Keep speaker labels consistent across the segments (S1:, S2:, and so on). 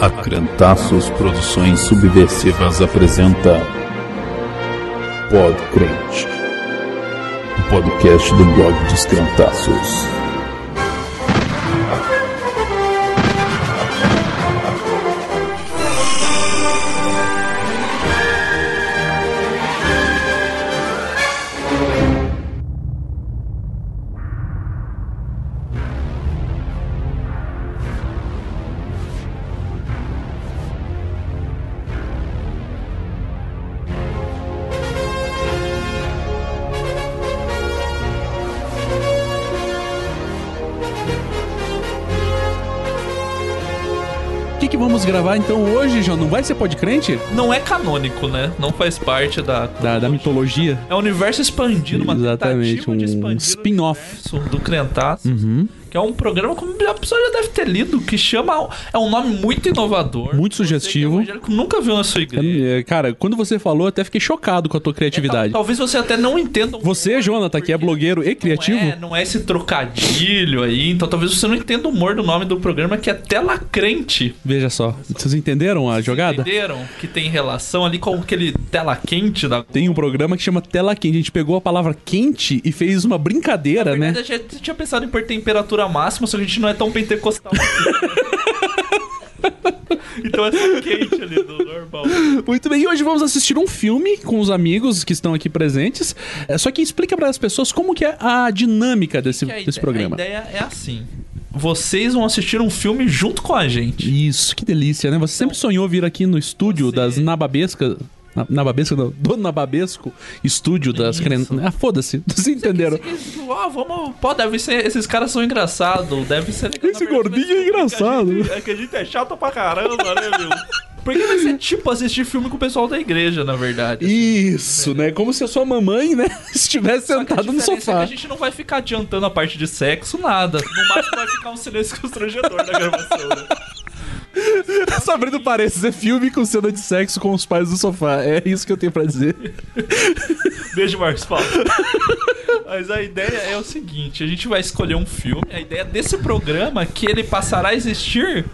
S1: A Crentaços Produções Subversivas apresenta Pod Crente, o podcast do blog dos Crentaços.
S2: O que, que vamos gravar então hoje, João? Não vai ser podcrente?
S3: não é canônico, né? Não faz parte da.
S2: Da, da mitologia?
S3: É um universo expandido, uma
S2: Exatamente,
S3: tentativa
S2: um
S3: de expandir o
S2: spin-off. Uhum.
S3: universo do Crentaço, que é um programa como a pessoa já deve ter lido, que chama é um nome muito inovador,
S2: Muito
S3: Você que é
S2: sugestivo.
S3: evangélico nunca viu na sua igreja.
S2: É, Cara, quando você falou, eu até fiquei chocado com a tua criatividade.
S3: Tal- talvez você até não entenda. um-
S2: Você, Jonathan, que é blogueiro e criativo,
S3: tá, Não é, não é esse trocadilho aí, então talvez você não entenda o humor do nome do programa, que é Tela Crente.
S2: veja só. Vocês entenderam a jogada?
S3: Entenderam? Que tem relação ali com aquele tela quente da
S2: Tem um programa que chama Tela Quente. A gente pegou a palavra quente e fez uma brincadeira, né?
S3: Na verdade, A gente tinha pensado em pôr temperatura máxima, só que a gente não é tão pentecostal. então é só quente ali do normal.
S2: Muito bem, e hoje vamos assistir um filme com os amigos que estão aqui presentes. É, Só que explica para as pessoas como que é a dinâmica desse,
S3: Que a
S2: desse
S3: ideia-
S2: programa.
S3: A ideia é assim: vocês vão assistir um filme junto com a gente.
S2: Isso, que delícia, né? Você sempre sonhou vir aqui no estúdio
S3: você-
S2: das Nababescas. Na, Nababesca, não, do Nababesco Estúdio das
S3: Isso.
S2: Cren... Ah, foda-se, vocês entenderam.
S3: Ó, vamos. Pô, deve ser. Esses caras são engraçados. Deve ser. legal.
S2: Esse
S3: Na verdade,
S2: gordinho
S3: vai ser
S2: é engraçado.
S3: Que a, gente, é que a gente é chato pra caramba, né, meu? Porque vai ser tipo assistir filme com o pessoal da igreja, na verdade.
S2: Isso, né? Como se a sua mamãe, né, estivesse
S3: A
S2: sentada no
S3: diferença é que
S2: sofá.
S3: a gente não vai ficar adiantando a parte de sexo, nada. No máximo vai ficar um silêncio constrangedor na gravação. né?
S2: Só abrindo parênteses, é filme com cena de sexo com os pais no sofá. É isso que eu tenho pra dizer.
S3: Beijo, Marcos Paulo. Mas a ideia é o seguinte: a gente vai escolher um filme. A ideia desse programa é que ele passará a existir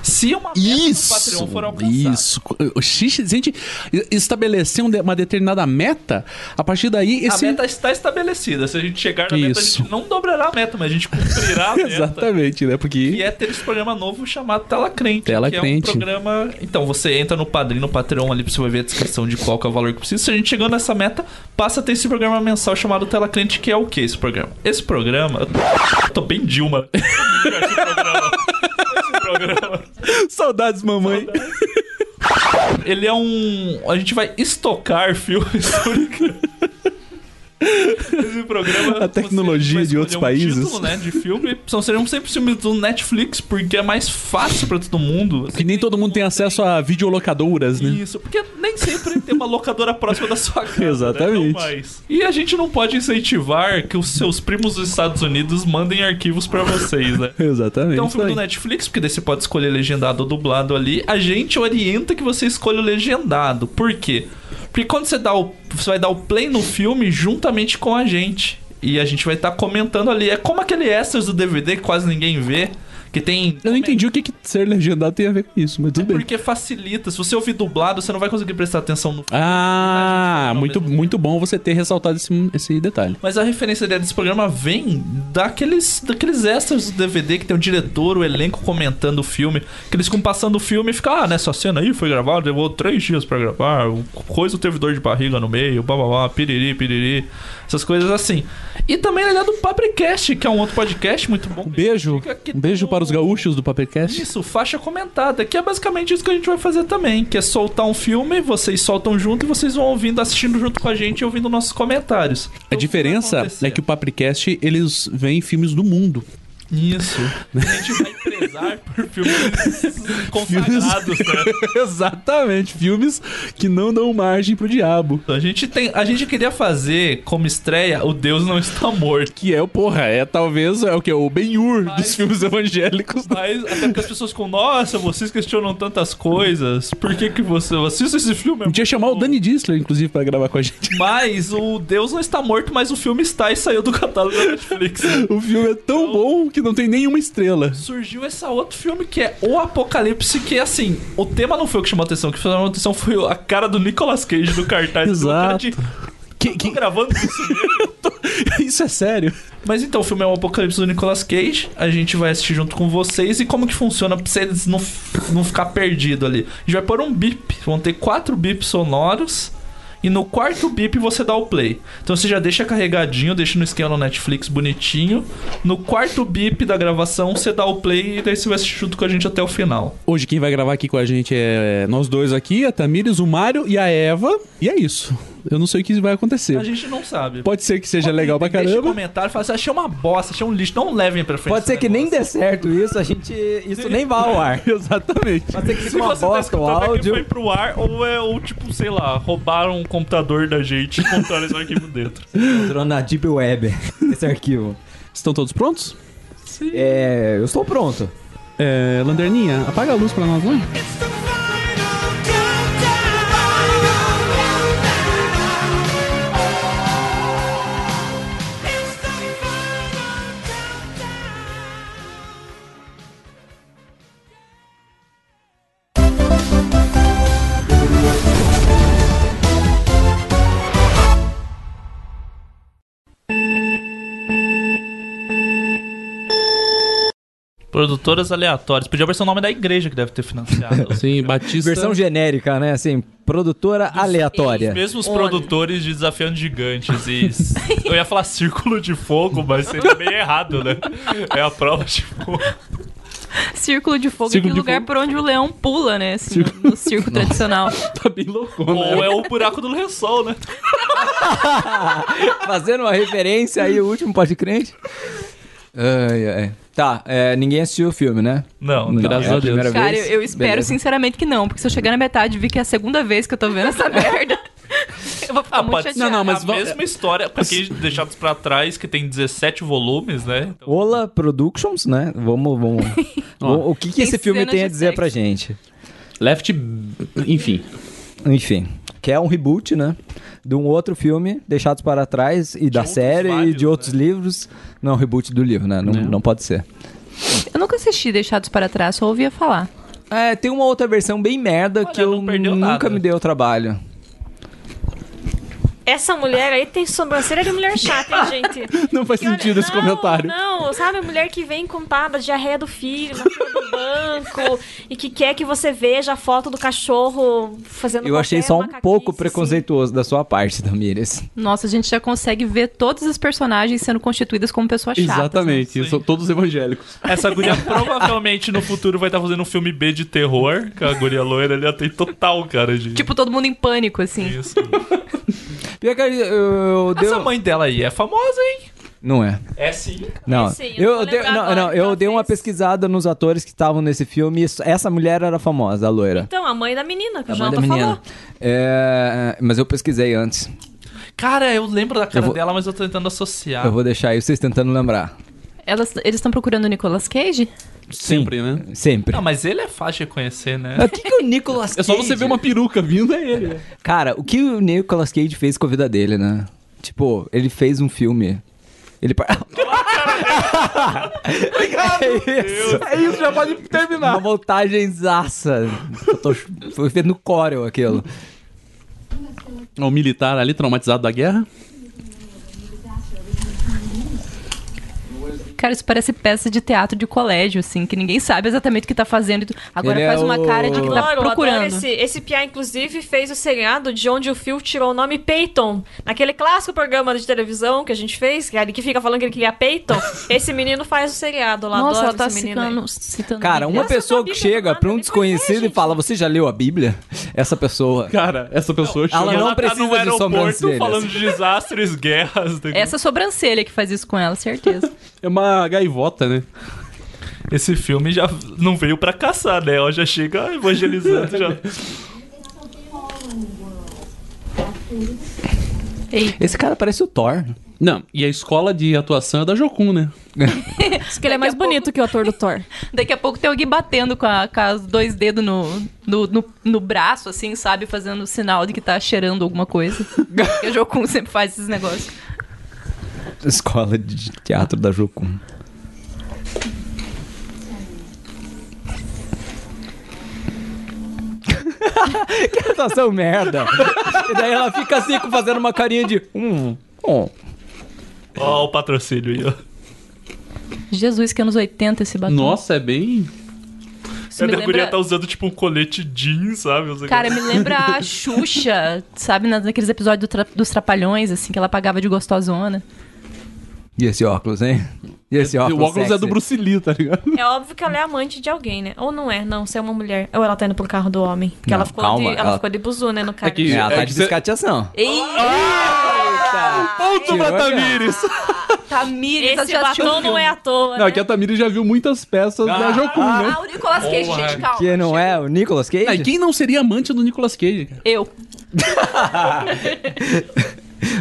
S3: se uma meta do
S2: Isso!
S3: Patreon for alcançada.
S2: Isso! O xixi- Se a gente estabelecer um de- uma determinada meta, a partir daí esse.
S3: A meta está estabelecida. Se a gente chegar na meta, a
S2: Isso.
S3: gente não dobrará a meta, mas a gente cumprirá a é meta.
S2: Exatamente, né? Porque.
S3: E é ter esse programa novo chamado Tela Crente.
S2: Tela
S3: que
S2: Crente.
S3: É um programa. Então, você entra no padrinho, no Patreon ali, pra você ver a descrição de qual que é o valor que precisa. Se a gente chegando nessa meta, passa a ter esse programa mensal chamado Tela Crente, que é o que esse programa? Esse programa. Eu tô, eu tô bem Dilma. esse programa. Esse programa.
S2: Saudades, mamãe.
S3: Ele é um. A gente vai estocar filmes. Esse programa.
S2: A tecnologia
S3: você
S2: de
S3: vai
S2: outros
S3: escolher um
S2: países.
S3: Título, né, de filme. São seriam sempre filmes do Netflix, porque é mais fácil pra todo mundo.
S2: Que nem todo mundo tem acesso a videolocadoras, né?
S3: Isso, porque nem sempre tem uma locadora próxima da sua casa. né?
S2: Exatamente.
S3: Não mais. E a gente não pode incentivar que os seus primos dos Estados Unidos mandem arquivos pra vocês, né?
S2: Exatamente.
S3: Então, o filme
S2: Tá
S3: do
S2: É aí.
S3: Netflix, porque daí você pode escolher legendado ou dublado ali. A gente orienta que você escolha o legendado. Por quê? Porque quando você dá o. Você vai dar o play no filme juntamente com a gente. E a gente vai estar comentando ali. É como aquele extras do DVD que quase ninguém vê. Que tem.
S2: Eu não entendi o que, que ser legendado tem a ver com isso, mas tudo bem.
S3: É Porque facilita. Se você ouvir dublado, você não vai conseguir prestar atenção no
S2: Ah,
S3: Não,
S2: muito,
S3: mesmo.
S2: muito bom você ter ressaltado esse, esse detalhe.
S3: Mas a referência dele desse programa vem daqueles, daqueles extras do DVD que tem o diretor, o elenco comentando o filme. Que eles ficam passando o filme e ficam, ah, nessa cena aí foi gravada, levou três dias pra gravar, o coisa teve dor de barriga no meio, bababá, piriri, piriri. Essas coisas assim. E também ele é do Papricast, que é um outro podcast muito bom.
S2: Um beijo.
S3: Fica aqui
S2: Um beijo
S3: no-
S2: para os gaúchos do Papercast.
S3: Isso, faixa comentada, que é basicamente isso que a gente vai fazer também, que é soltar um filme, vocês soltam junto e vocês vão ouvindo, assistindo junto com a gente e ouvindo nossos comentários. Então,
S2: A diferença é que o Papricast, eles veem filmes do mundo.
S3: Isso. A gente vai prezar por filmes consagrados, né?
S2: Exatamente, filmes que não dão margem pro diabo.
S3: A gente, tem, a gente queria fazer como estreia O Deus Não Está Morto.
S2: Que é, o porra, é talvez é o que? O Ben-Hur dos filmes evangélicos.
S3: Mas até porque as pessoas ficam, nossa, vocês questionam tantas coisas, por que que você assiste esse filme?
S2: Podia chamar o Danny Dissler, inclusive, pra gravar com a gente.
S3: Mas o Deus Não Está Morto, mas o filme está e saiu do catálogo da Netflix.
S2: O filme é tão bom que que não tem nenhuma estrela.
S3: Surgiu esse outro filme que é O Apocalipse, que assim, o tema não foi o que chamou a atenção, o que chamou a atenção foi a cara do Nicolas Cage do cartaz.
S2: Exato.
S3: Do cara de,
S2: Que-
S3: tô
S2: que-
S3: gravando isso mesmo.
S2: Isso é sério.
S3: Mas então, o filme é o Apocalipse do Nicolas Cage. A gente vai assistir junto com vocês. E como que funciona pra vocês não, f- não ficar perdido ali? A gente vai pôr um bip. Vão ter quatro bips sonoros. E no quarto bip você dá o play. Então você já deixa carregadinho, deixa no esquema no Netflix bonitinho. No quarto bip da gravação você dá o play e daí você vai assistir junto com a gente até o final.
S2: Hoje quem vai gravar aqui com a gente é nós dois aqui, a Tamires, o Mário e a Eva. E é isso. Eu não sei o que vai
S3: A
S2: acontecer.
S3: gente não sabe.
S2: Pode ser que seja
S4: é
S3: Comentem,
S2: legal pra
S3: Deixa um
S2: caramba.
S3: comentário, fala assim, achei uma bosta, achei um lixo, não levem pra frente.
S4: Pode ser
S3: esse
S4: que nem
S3: negócio."
S4: dê certo isso, a gente. Isso nem vá ao ar.
S2: Exatamente.
S4: Pode ser que
S3: Se
S4: seja uma
S3: você tá
S4: bosta o
S2: um
S3: escutando é que foi
S4: áudio.
S3: pro ar ou é ou tipo, sei lá, roubaram o computador da gente e encontraram esse arquivo dentro.
S4: Entrou na Deep Web esse arquivo.
S2: Estão todos prontos?
S4: É. Eu estou pronto.
S2: É, Lanterninha, apaga a luz pra nós, né?
S3: Produtoras aleatórias. Podia aparecer o nome da igreja que deve ter financiado.
S2: Sim, Batista.
S4: Versão genérica, né? Assim, produtora
S3: Os
S4: aleatória.
S3: mesmos produtores de Desafiando Gigantes e... Eu ia falar Círculo de Fogo, mas seria meio errado, né? É a prova de fogo.
S5: Círculo de fogo é
S2: Círculo
S5: aquele
S2: de
S5: lugar
S2: fogo.
S5: por onde o leão pula, né? Assim, no, no circo tradicional.
S2: tá bem loucona.
S3: Ou é o buraco do lençol, né?
S4: Fazendo uma referência aí, o último pode crente. Ai, ai. Tá, é, ninguém assistiu o filme, né?
S3: Não,
S4: Não,
S3: graças
S4: é a
S3: a Deus.
S4: primeira
S5: Cara, eu,
S4: vez?
S5: eu espero
S4: Beleza.
S5: sinceramente que não, porque se eu chegar na metade e ver que é a segunda vez que eu tô vendo essa merda, eu vou ficar
S3: Ah,
S5: muito
S3: pode ser
S5: chateada.
S2: Não, não, mas
S3: a
S2: va-
S3: mesma história, pra quem deixados pra trás, que tem 17 volumes, né? Então,
S4: Ola Productions, né? Vamos, vamos. Bom, o que, que
S5: Tem
S4: esse filme
S5: cena
S4: tem a
S5: de
S4: dizer
S5: sexo.
S4: pra gente?
S2: Left. Enfim.
S4: Enfim, que é um reboot, né? De um outro filme, Deixados para Trás, e da
S3: outros
S4: série, e
S3: vários, né?
S4: de outros livros. Não, reboot do livro, né? Não,
S2: Não.
S4: não pode ser.
S5: Eu nunca assisti Deixados para Trás, só ouvia falar.
S4: É, tem uma outra versão bem merda
S3: Olha,
S4: que eu
S3: não perdeu
S4: nunca
S3: nada.
S4: me dei o trabalho.
S6: Essa mulher aí tem sobrancelha de mulher chata, hein, gente?
S2: Não faz
S6: Que olha-
S2: sentido esse
S6: não,
S2: comentário.
S6: Não, sabe? Mulher que vem com pá, diarreia do filho, na fila do banco, e que quer que você veja a foto do cachorro fazendo
S4: Eu achei
S6: qualquer
S4: só um
S6: macaquice,
S4: pouco
S6: assim.
S4: preconceituoso da sua parte, Damires.
S5: Nossa, a gente já consegue ver todas as personagens sendo constituídas como pessoas chatas.
S2: Exatamente,
S3: assim.
S2: são todos evangélicos.
S3: Essa guria provavelmente no futuro vai estar fazendo um filme B de terror, que a guria loira ali ela tem total cara de.
S5: Tipo, todo mundo em pânico, assim.
S3: isso.
S4: Pior que eu, eu dei- um
S3: Essa mãe dela aí é famosa, hein?
S4: Não é.
S3: É sim.
S4: Não.
S6: É sim, eu
S4: eu
S6: vou
S4: dei,
S6: lembrar
S4: não,
S6: agora
S4: não,
S6: que
S4: eu
S6: ela
S4: dei uma
S6: fez.
S4: pesquisada nos atores que estavam nesse filme. e isso- essa mulher era famosa, a loira.
S6: Então, a mãe da menina, que o
S4: A mãe da
S6: Jonathan
S4: menina.
S6: falou.
S4: É, mas eu pesquisei antes.
S3: Cara, eu lembro da cara
S4: Eu vou-
S3: dela, mas eu tô tentando associar.
S4: Eu vou deixar aí vocês tentando lembrar.
S5: Elas, eles estão procurando o Nicolas Cage?
S2: Sempre, né?
S4: Sempre.
S3: Não, mas ele é fácil de reconhecer, né?
S4: Mas O que, que o Nicolas Cage...
S2: É só você ver uma peruca vindo, é ele.
S4: Cara, o que o Nicolas Cage fez com a vida dele, né? Tipo, ele fez um filme... Ele... par- é isso.
S2: É isso, já pode
S4: Uma
S2: terminar.
S4: montagem zaça. Foi feito no Corel aquilo.
S2: O militar ali, traumatizado da guerra.
S5: Cara, isso parece peça de teatro de colégio, assim, que ninguém sabe exatamente o que tá fazendo. e tu- Agora
S4: Ele é
S5: faz uma
S4: o-
S5: cara de que tá
S6: Adoro, adoro
S5: procurando.
S6: esse, esse piá, inclusive, fez o seriado de onde o Phil tirou o nome Peyton. Naquele clássico programa de televisão que a gente fez, que que fica falando que ele queria Peyton, esse menino faz o seriado lá.
S5: Nossa,
S6: adoro
S5: ela tá
S6: esse menino aí.
S5: citando, citando.
S4: Cara,
S3: um-
S4: uma
S6: Essa é
S4: pessoa que
S6: Bíblia
S4: chega
S6: do
S4: pra um
S6: nada, pois é,
S4: desconhecido e
S6: gente.
S4: fala: Você já leu a Bíblia? Essa pessoa.
S2: Cara, essa pessoa
S4: Ela
S2: chegou-
S4: não precisa de sobrancelhas.
S3: tá falando de desastres, guerras. né?
S5: Essa sobrancelha que faz isso com ela, certeza.
S2: é uma gaivota, né?
S3: Esse filme já não veio pra caçar, né? Ela já chega evangelizando. já.
S5: Ei,
S4: Esse cara parece o Thor.
S2: Não, e a escola de atuação é da Jocum, né?
S6: Diz que ele é mais bonito que o ator do Thor.
S5: daqui a pouco tem alguém batendo com, a- com os dois dedos no, no, no, no braço, assim, sabe? Fazendo sinal de que tá cheirando alguma coisa. Porque a Jocum sempre faz esses negócios.
S4: Escola de teatro da Jocum. que atuação merda. E daí ela fica assim, com- fazendo uma carinha de... Hum, hum.
S3: Ó, o patrocínio aí, ó.
S5: Jesus, que anos 80 esse batom.
S2: Nossa, é bem.
S5: Isso me
S3: a guria
S5: lembra...
S3: tá usando tipo um colete jeans, sabe? Os
S5: Cara, me lembra a Xuxa, sabe? na- Naqueles episódios do tra- dos Trapalhões, assim, que ela pagava de gostosona.
S4: E esse óculos, hein? E esse
S2: O
S4: óculos
S2: óculos é do
S4: sexy?
S2: Bruce Lee, tá ligado?
S6: É óbvio que ela é amante de alguém, né? Ou não é, não, se é uma mulher. Ou ela tá indo pro carro do homem. Porque
S4: Não,
S6: ela ficou
S4: calma,
S6: de. Ela,
S4: ela-
S6: ficou de buzu, né, no carro.
S2: que-
S4: É, Ela tá
S2: É
S4: de
S2: você-
S4: descateação.
S5: Ei,
S2: Ponto
S4: Tirou
S2: pra
S4: a cara.
S2: Tamires!
S5: Tamires,
S6: Esse
S5: Tá, já assistiu
S6: batom
S5: o
S6: não
S5: filme?
S6: é à toa.
S2: Não,
S6: né?
S2: é que a Tamires já viu muitas peças da Jocum, né?
S5: Ah, o Nicolas Cage,
S3: Porra,
S5: gente, calma.
S4: Que não é o Nicolas Cage?
S2: Ah, e quem não seria amante do Nicolas Cage, cara?
S5: Eu.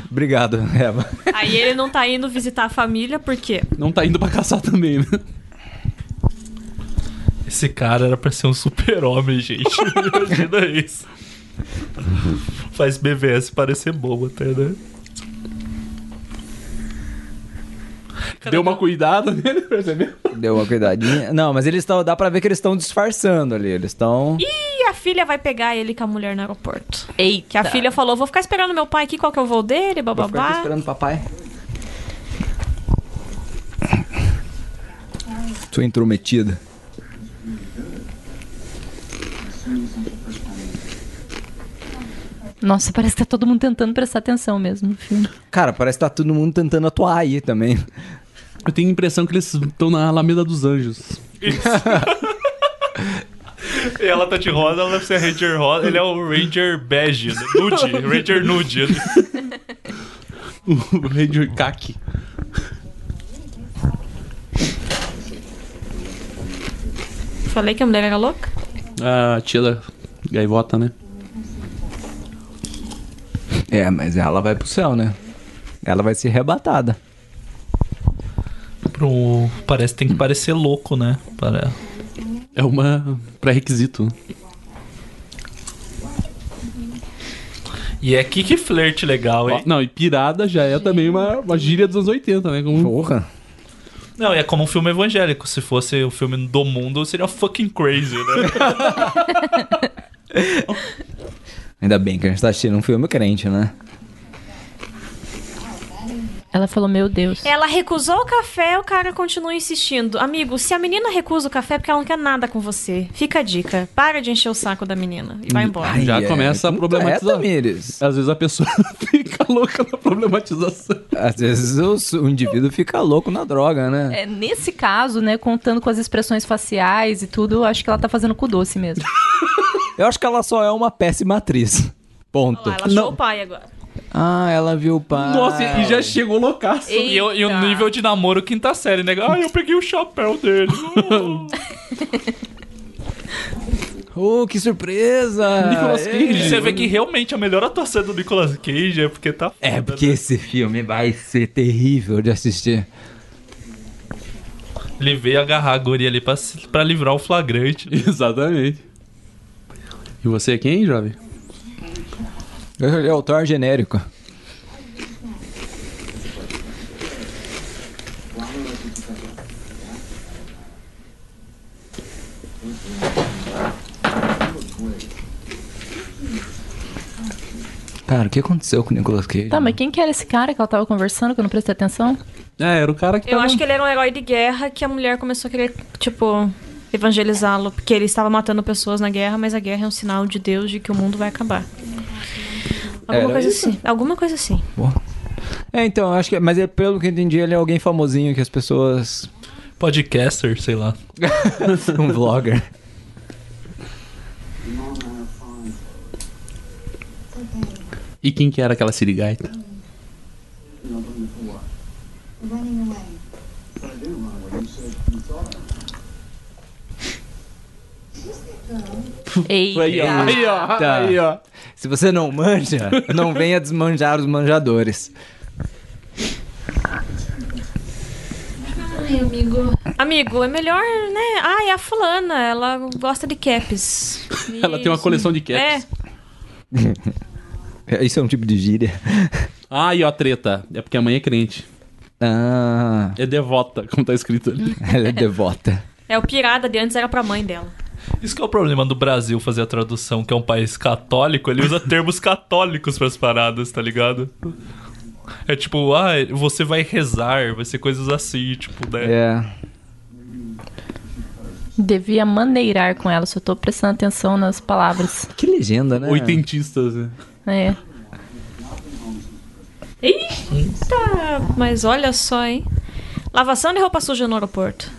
S4: Obrigado, Eva.
S6: Aí ele não tá indo visitar a família, por quê?
S2: Não tá indo pra caçar também, né?
S3: Esse cara era pra ser um super-homem, gente. Imagina isso. Faz BVS parecer bobo até, né?
S2: Deu uma cuidada né? nele, percebeu?
S4: Deu uma cuidadinha. Não, mas eles estão. Dá pra ver que eles estão disfarçando ali. Eles estão.
S6: E a filha vai pegar ele com a mulher no aeroporto.
S5: Eita.
S6: Que a filha falou: vou ficar esperando meu pai aqui, qual que é o voo dele,
S4: Vou ficar aqui
S6: bababá.
S4: esperando o papai. Sou intrometida.
S5: Nossa, parece que tá todo mundo tentando prestar atenção mesmo no filme.
S4: Cara, parece que tá todo mundo tentando atuar aí também.
S2: Eu tenho a impressão que eles estão na Alameda dos Anjos.
S3: E ela tá de rosa, ela deve ser a Ranger rosa. Ele é o Ranger bege, né? nude. Ranger nude.
S2: O rei de Kaki.
S6: Falei que a mulher era louca?
S2: A tia da gaivota, né?
S4: É, mas ela vai pro céu, né? Ela vai ser arrebatada.
S3: Pro... Parece tem que parecer louco, né? Para...
S2: É uma pré-requisito.
S3: E é aqui que flerte legal, hein?
S2: Não, e pirada já é também uma, uma gíria dos anos 80, né? Como...
S4: Porra.
S3: Não, e é como um filme evangélico. Se fosse o filme do mundo, seria fucking crazy, né?
S4: Ainda bem que a gente tá assistindo um filme crente, né?
S5: Ela falou, meu Deus.
S6: Ela recusou o café, o cara continua insistindo. Amigo, se a menina recusa o café é porque ela não quer nada com você. Fica a dica. Para de encher o saco da menina e vai embora.
S4: Hum, Ai,
S2: Já começa a
S4: Muito
S2: problematizar.
S4: É, Tamires.
S2: Às vezes a pessoa fica louca na problematização.
S4: Às vezes os- o, indivíduo fica louco na droga, né?
S5: É, nesse caso, né, contando com as expressões faciais e tudo, eu acho que ela tá fazendo com doce mesmo.
S4: Eu acho que ela só é uma péssima atriz.
S6: Olha
S4: Ponto.
S6: lá, ela achou o pai agora.
S4: Ah, ela viu o pai.
S2: Nossa, e já chegou loucaço.
S5: Eita.
S3: E, eu- e o nível de namoro quinta série, né? Ah, eu peguei o chapéu dele.
S4: Oh, que surpresa!
S2: Nicolas Cage.
S3: E você vê que realmente a melhor atuação é do Nicolas Cage é porque tá
S4: É,
S3: foda,
S4: porque esse filme vai ser terrível de assistir.
S3: né? Ele veio agarrar a guria ali pra, se- pra livrar o flagrante.
S2: Exatamente. E você é quem, jovem?
S4: Ele é o Thor genérico. Cara, o que aconteceu com o Nicolas Cage?
S5: Tá, mas quem que era esse cara que ela tava conversando, que eu não prestei atenção?
S2: Ah, era o cara que
S6: Eu
S2: tava...
S6: acho que ele era um herói de guerra que a mulher começou a querer, tipo, evangelizá-lo. Porque ele estava matando pessoas na guerra, mas a guerra é um sinal de Deus de que o mundo vai acabar. Alguma
S4: Era
S6: coisa
S4: isso?
S6: assim. Alguma coisa assim.
S4: É, então, eu acho que. Mas é, pelo que eu entendi, ele é alguém famosinho que as pessoas.
S3: Podcaster, sei lá.
S4: Um vlogger.
S2: E quem que era aquela sirigaita?
S5: Eita.
S2: Aí, ó.
S4: Tá.
S2: Aí, ó.
S4: Se você não manja, não venha desmanjar os manjadores.
S6: Amigo, é melhor, né? Ah, é a fulana. Ela gosta de caps.
S2: Ela tem uma
S6: Isso.
S2: coleção de caps.
S6: É.
S4: É, Isso é um tipo de gíria.
S2: Ah, e ó, treta. É porque a mãe é crente.
S4: Ah,
S2: É devota, como tá escrito ali.
S4: ela é devota.
S6: É o pirada de antes era pra mãe dela.
S3: Isso que é o problema do Brasil fazer a tradução, que é um país católico, ele usa termos católicos pras paradas, tá ligado? É tipo, ah, você vai rezar, vai ser coisas assim, tipo, né?
S4: É.
S5: Devia maneirar com ela, só tô prestando atenção nas palavras.
S4: Que legenda, né?
S2: Oitentistas, né?
S5: É.
S6: Eita, mas olha só, hein? Lavação de roupa suja no aeroporto.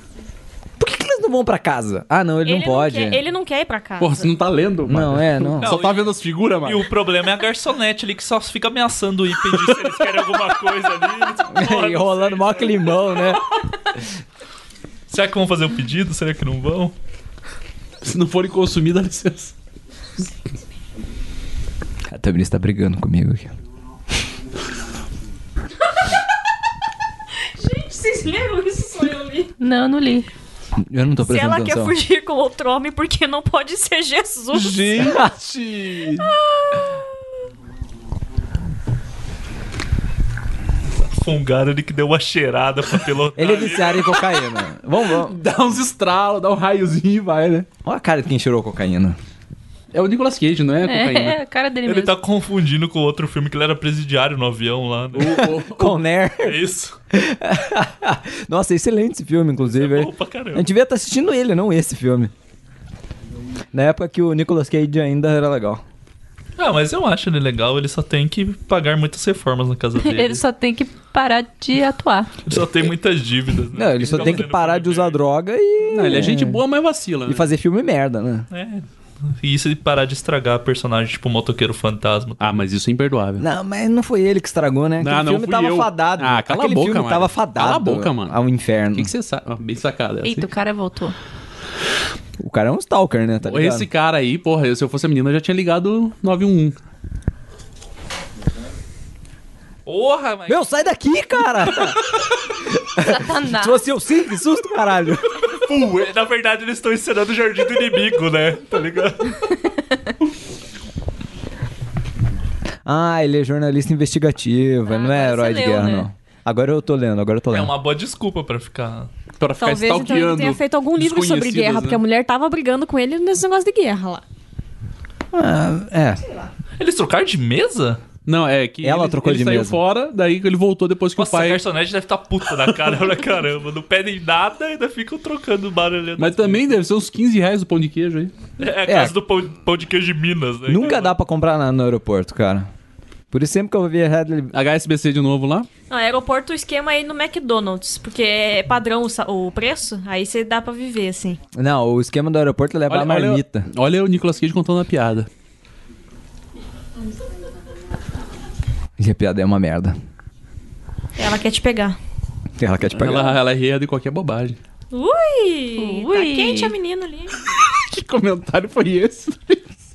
S4: Por que, que eles não vão pra casa? Ah, não, ele, não pode.
S6: quer- ele não quer ir pra casa.
S2: Porra, você não tá lendo, mano.
S4: Não, é, não.
S3: Não,
S2: Só tá
S3: e-
S2: vendo as figuras,
S3: E
S2: mano.
S3: o problema é a garçonete ali que só fica ameaçando e pedir se eles querem alguma coisa ali.
S4: E
S3: Eles...
S4: Rolando mó climão, né?
S3: Será que vão fazer um pedido? Será que não vão?
S2: Se não forem consumir, dá licença.
S4: A Tamires tá brigando comigo aqui.
S6: Vocês leram isso? Só eu li.
S5: Não, eu não li.
S4: Eu não tô
S6: Se
S4: prestando
S6: ela quer
S4: atenção.
S6: fugir com outro homem, porque não pode ser Jesus.
S2: Gente!
S3: Fungaram um ali que deu uma cheirada pra pelotar.
S4: Ele é
S3: ali.
S4: viciado em cocaína. Vamos, vamos.
S2: dá uns estralos, dá um raiozinho e vai, né?
S4: Olha a cara de quem cheirou cocaína.
S2: É o Nicolas Cage, não é cocaína?
S5: É, a cara dele
S3: Ele
S5: mesmo.
S3: tá confundindo com outro filme que ele era presidiário no avião lá,
S4: Uh.
S3: né?
S2: O-
S4: Com Nair.
S3: É isso?
S4: Nossa, excelente esse filme, inclusive.
S3: Opa,
S4: a
S3: caramba.
S4: gente devia estar assistindo ele, não esse filme. Na época que o Nicolas Cage ainda era legal.
S3: Ah, mas eu acho ele legal, ele só tem que pagar muitas reformas na casa dele.
S5: Ele só tem que parar de atuar.
S3: Ele só tem muitas dívidas. Né?
S4: Não, ele só
S3: tá
S4: tem que
S3: fazendo
S4: parar de
S3: filme
S4: usar
S3: dele.
S4: droga e.
S2: o- Não, ele é gente boa, mas vacila.
S4: E
S2: né?
S4: fazer filme merda, né?
S3: É. E isso de parar de estragar personagem tipo motoqueiro fantasma.
S2: Ah, mas isso é imperdoável.
S4: Não, mas não foi ele que estragou, né?
S2: Não,
S4: Aquele
S2: Ah, não
S4: filme
S2: fui
S4: tava
S2: eu.
S4: fadado.
S2: Ah, cala a
S4: Aquele
S2: boca,
S4: filme
S2: mano.
S4: tava fadado.
S2: Cala a boca, mano.
S4: Ao inferno.
S2: O que que você sabe? Ó, Bem é assim. sacada. essa,
S5: Eita, o
S2: hein?
S5: cara voltou.
S4: O cara é um stalker, né? Tá ligado?
S2: Esse cara aí, porra, se eu fosse a menina, eu já tinha ligado 911.
S3: Porra, mas.
S4: Meu, sai daqui, cara!
S5: Satanás.
S4: Se fosse eu, sim, que susto, caralho!
S3: Pô, é, na verdade, eles estão ensinando o jardim do inimigo, né? Tá ligado?
S4: Ah, ele é jornalista investigativo,
S6: Ah,
S4: não é
S6: agora
S4: herói
S6: você
S4: de
S6: leu,
S4: guerra,
S6: né?
S4: não. Agora eu tô lendo, agora eu tô
S3: É
S4: lendo.
S3: uma boa desculpa pra ficar.
S2: Pra ficar
S6: Talvez então
S2: stalkeando.
S6: ele tenha feito algum livro sobre
S2: desconhecidas,
S6: guerra,
S2: né?
S6: porque a mulher tava brigando com ele nesse negócio de guerra lá.
S4: Ah, é.
S3: Eles trocaram de mesa?
S2: Não, é que
S4: Ela
S2: ele,
S4: trocou
S2: ele
S4: de
S2: saiu
S4: mesa.
S2: fora, daí que ele voltou depois que
S3: Nossa,
S2: o
S3: a
S2: pai...
S3: garçonete deve estar tá puta da cara pra caramba. Não pedem nada e ainda ficam trocando barulho.
S2: Mas também deve ser uns 15 reais o pão de queijo aí.
S3: É a casa do pão, pão de queijo de Minas, né?
S4: Nunca dá pra comprar nada no aeroporto, cara. Por isso sempre que eu via Hadley.
S2: HSBC de novo lá.
S6: Não, aeroporto o esquema aí no McDonald's, porque é padrão o sa- o preço, aí você dá pra viver, assim.
S4: Não, o esquema do aeroporto é levar a marmita.
S2: Olha, olha o Nicolas Cage contando a piada.
S4: E a piada é uma merda.
S6: Ela quer te pegar.
S4: Ela quer te pagar.
S2: Ela, ela ria de qualquer bobagem.
S6: Ui! Tá
S5: Ui.
S6: quente a menina ali.
S2: Que comentário foi esse?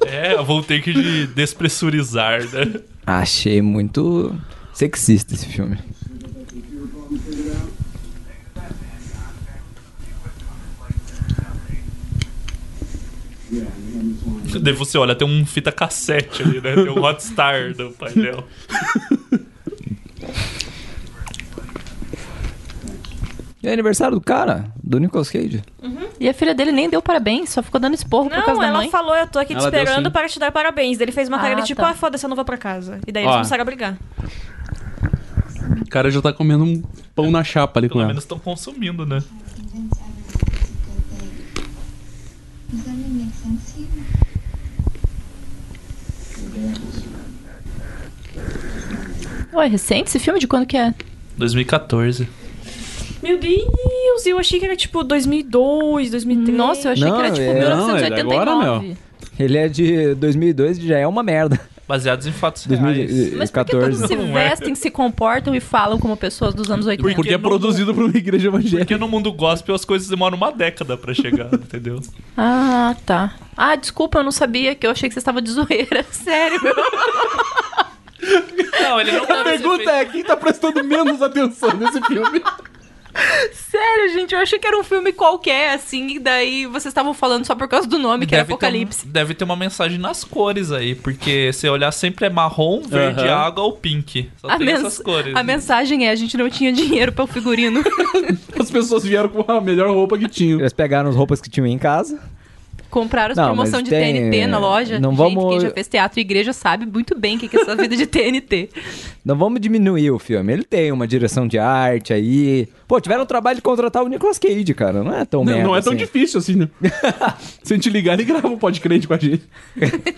S3: É, vão ter que de- despressurizar, né?
S4: Achei muito sexista esse filme.
S3: Daí você olha, tem um fita cassete ali, né? Tem um Hotstar no painel.
S4: É aniversário do cara, do Nicolas Cage.
S5: E a filha dele nem deu parabéns, só ficou dando esporro por causa
S6: Não,
S5: da
S6: ela
S5: mãe.
S6: falou, eu tô aqui te
S2: Ela deu
S6: esperando
S2: sim.
S6: para te dar parabéns. Daí Ele fez uma cara
S5: Ah,
S6: de tipo,
S5: tá.
S6: ah, foda-se, eu não vou pra casa. E daí
S2: Ó.
S6: eles começaram a brigar.
S2: O cara já tá comendo um pão na chapa ali com
S3: Pelo
S2: ela.
S3: menos estão consumindo, né?
S7: Does that even make sense to you?
S5: Ué, recente esse filme? De quando que é?
S3: 2014.
S6: Meu Deus, eu achei que era tipo 2002, 2003.
S5: Nossa, eu achei
S4: Não,
S5: que era tipo
S4: é-
S2: não, é
S5: 1989.
S2: de agora, meu.
S4: Ele é de 2002 e já é uma merda.
S3: Baseados em fatos reais.
S4: 2014.
S5: Mas por que todos se
S3: Não é.
S5: vestem, se comportam e falam como pessoas dos anos 80?
S2: Porque é
S3: não-
S2: produzido por uma igreja evangélica.
S3: Porque no mundo gospel as coisas demoram uma década pra chegar, entendeu?
S5: Ah, tá. Ah, desculpa, eu não sabia que eu achei que você estava de zoeira. Sério.
S3: Não, ele não
S2: A pergunta é quem tá prestando menos atenção nesse filme.
S5: Sério, gente, eu achei que era um filme qualquer, assim, e daí vocês estavam falando só por causa do nome, que era Apocalipse.
S3: Ter, um- deve ter uma mensagem nas cores aí, porque se olhar sempre é marrom, verde
S2: Aham.
S3: água ou pink. Só
S5: A,
S3: tem
S5: mens-
S3: essas cores. né?
S5: a mensagem é, a gente não tinha dinheiro para o figurino.
S2: As pessoas vieram com a melhor roupa que tinham.
S4: Eles pegaram as roupas que tinham em casa,
S5: Compraram as
S4: Não,
S5: promoção
S4: mas
S5: de
S4: tem- é,
S5: TNT na loja.
S4: não
S5: Gente,
S4: vamos-
S5: quem já fez teatro e igreja sabe muito bem o que que é essa vida de TNT.
S4: Não vamos diminuir o filme. Ele tem uma direção de arte aí. Pô, tiveram o trabalho de contratar o Nicolas Cage, cara. Não é tão
S2: Não,
S4: merda
S2: não é tão
S4: assim.
S2: difícil assim, né? Se a gente ligar, ele grava um podcast com a gente.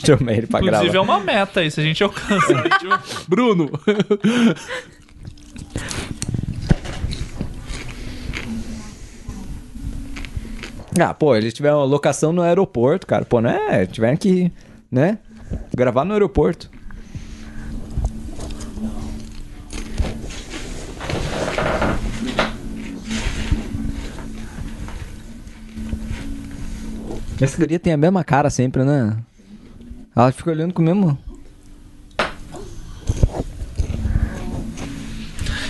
S4: Chama ele pra
S3: Inclusive, é
S2: um
S4: gravar.
S3: uma meta aí, se a gente alcança. a gente-
S2: Bruno!
S4: Ah, pô, eles tiveram uma locação no aeroporto, cara. Pô, não é? Tiveram que, né? Gravar no aeroporto. Essa guria tem a mesma cara sempre, né? Ela fica olhando com o mesmo...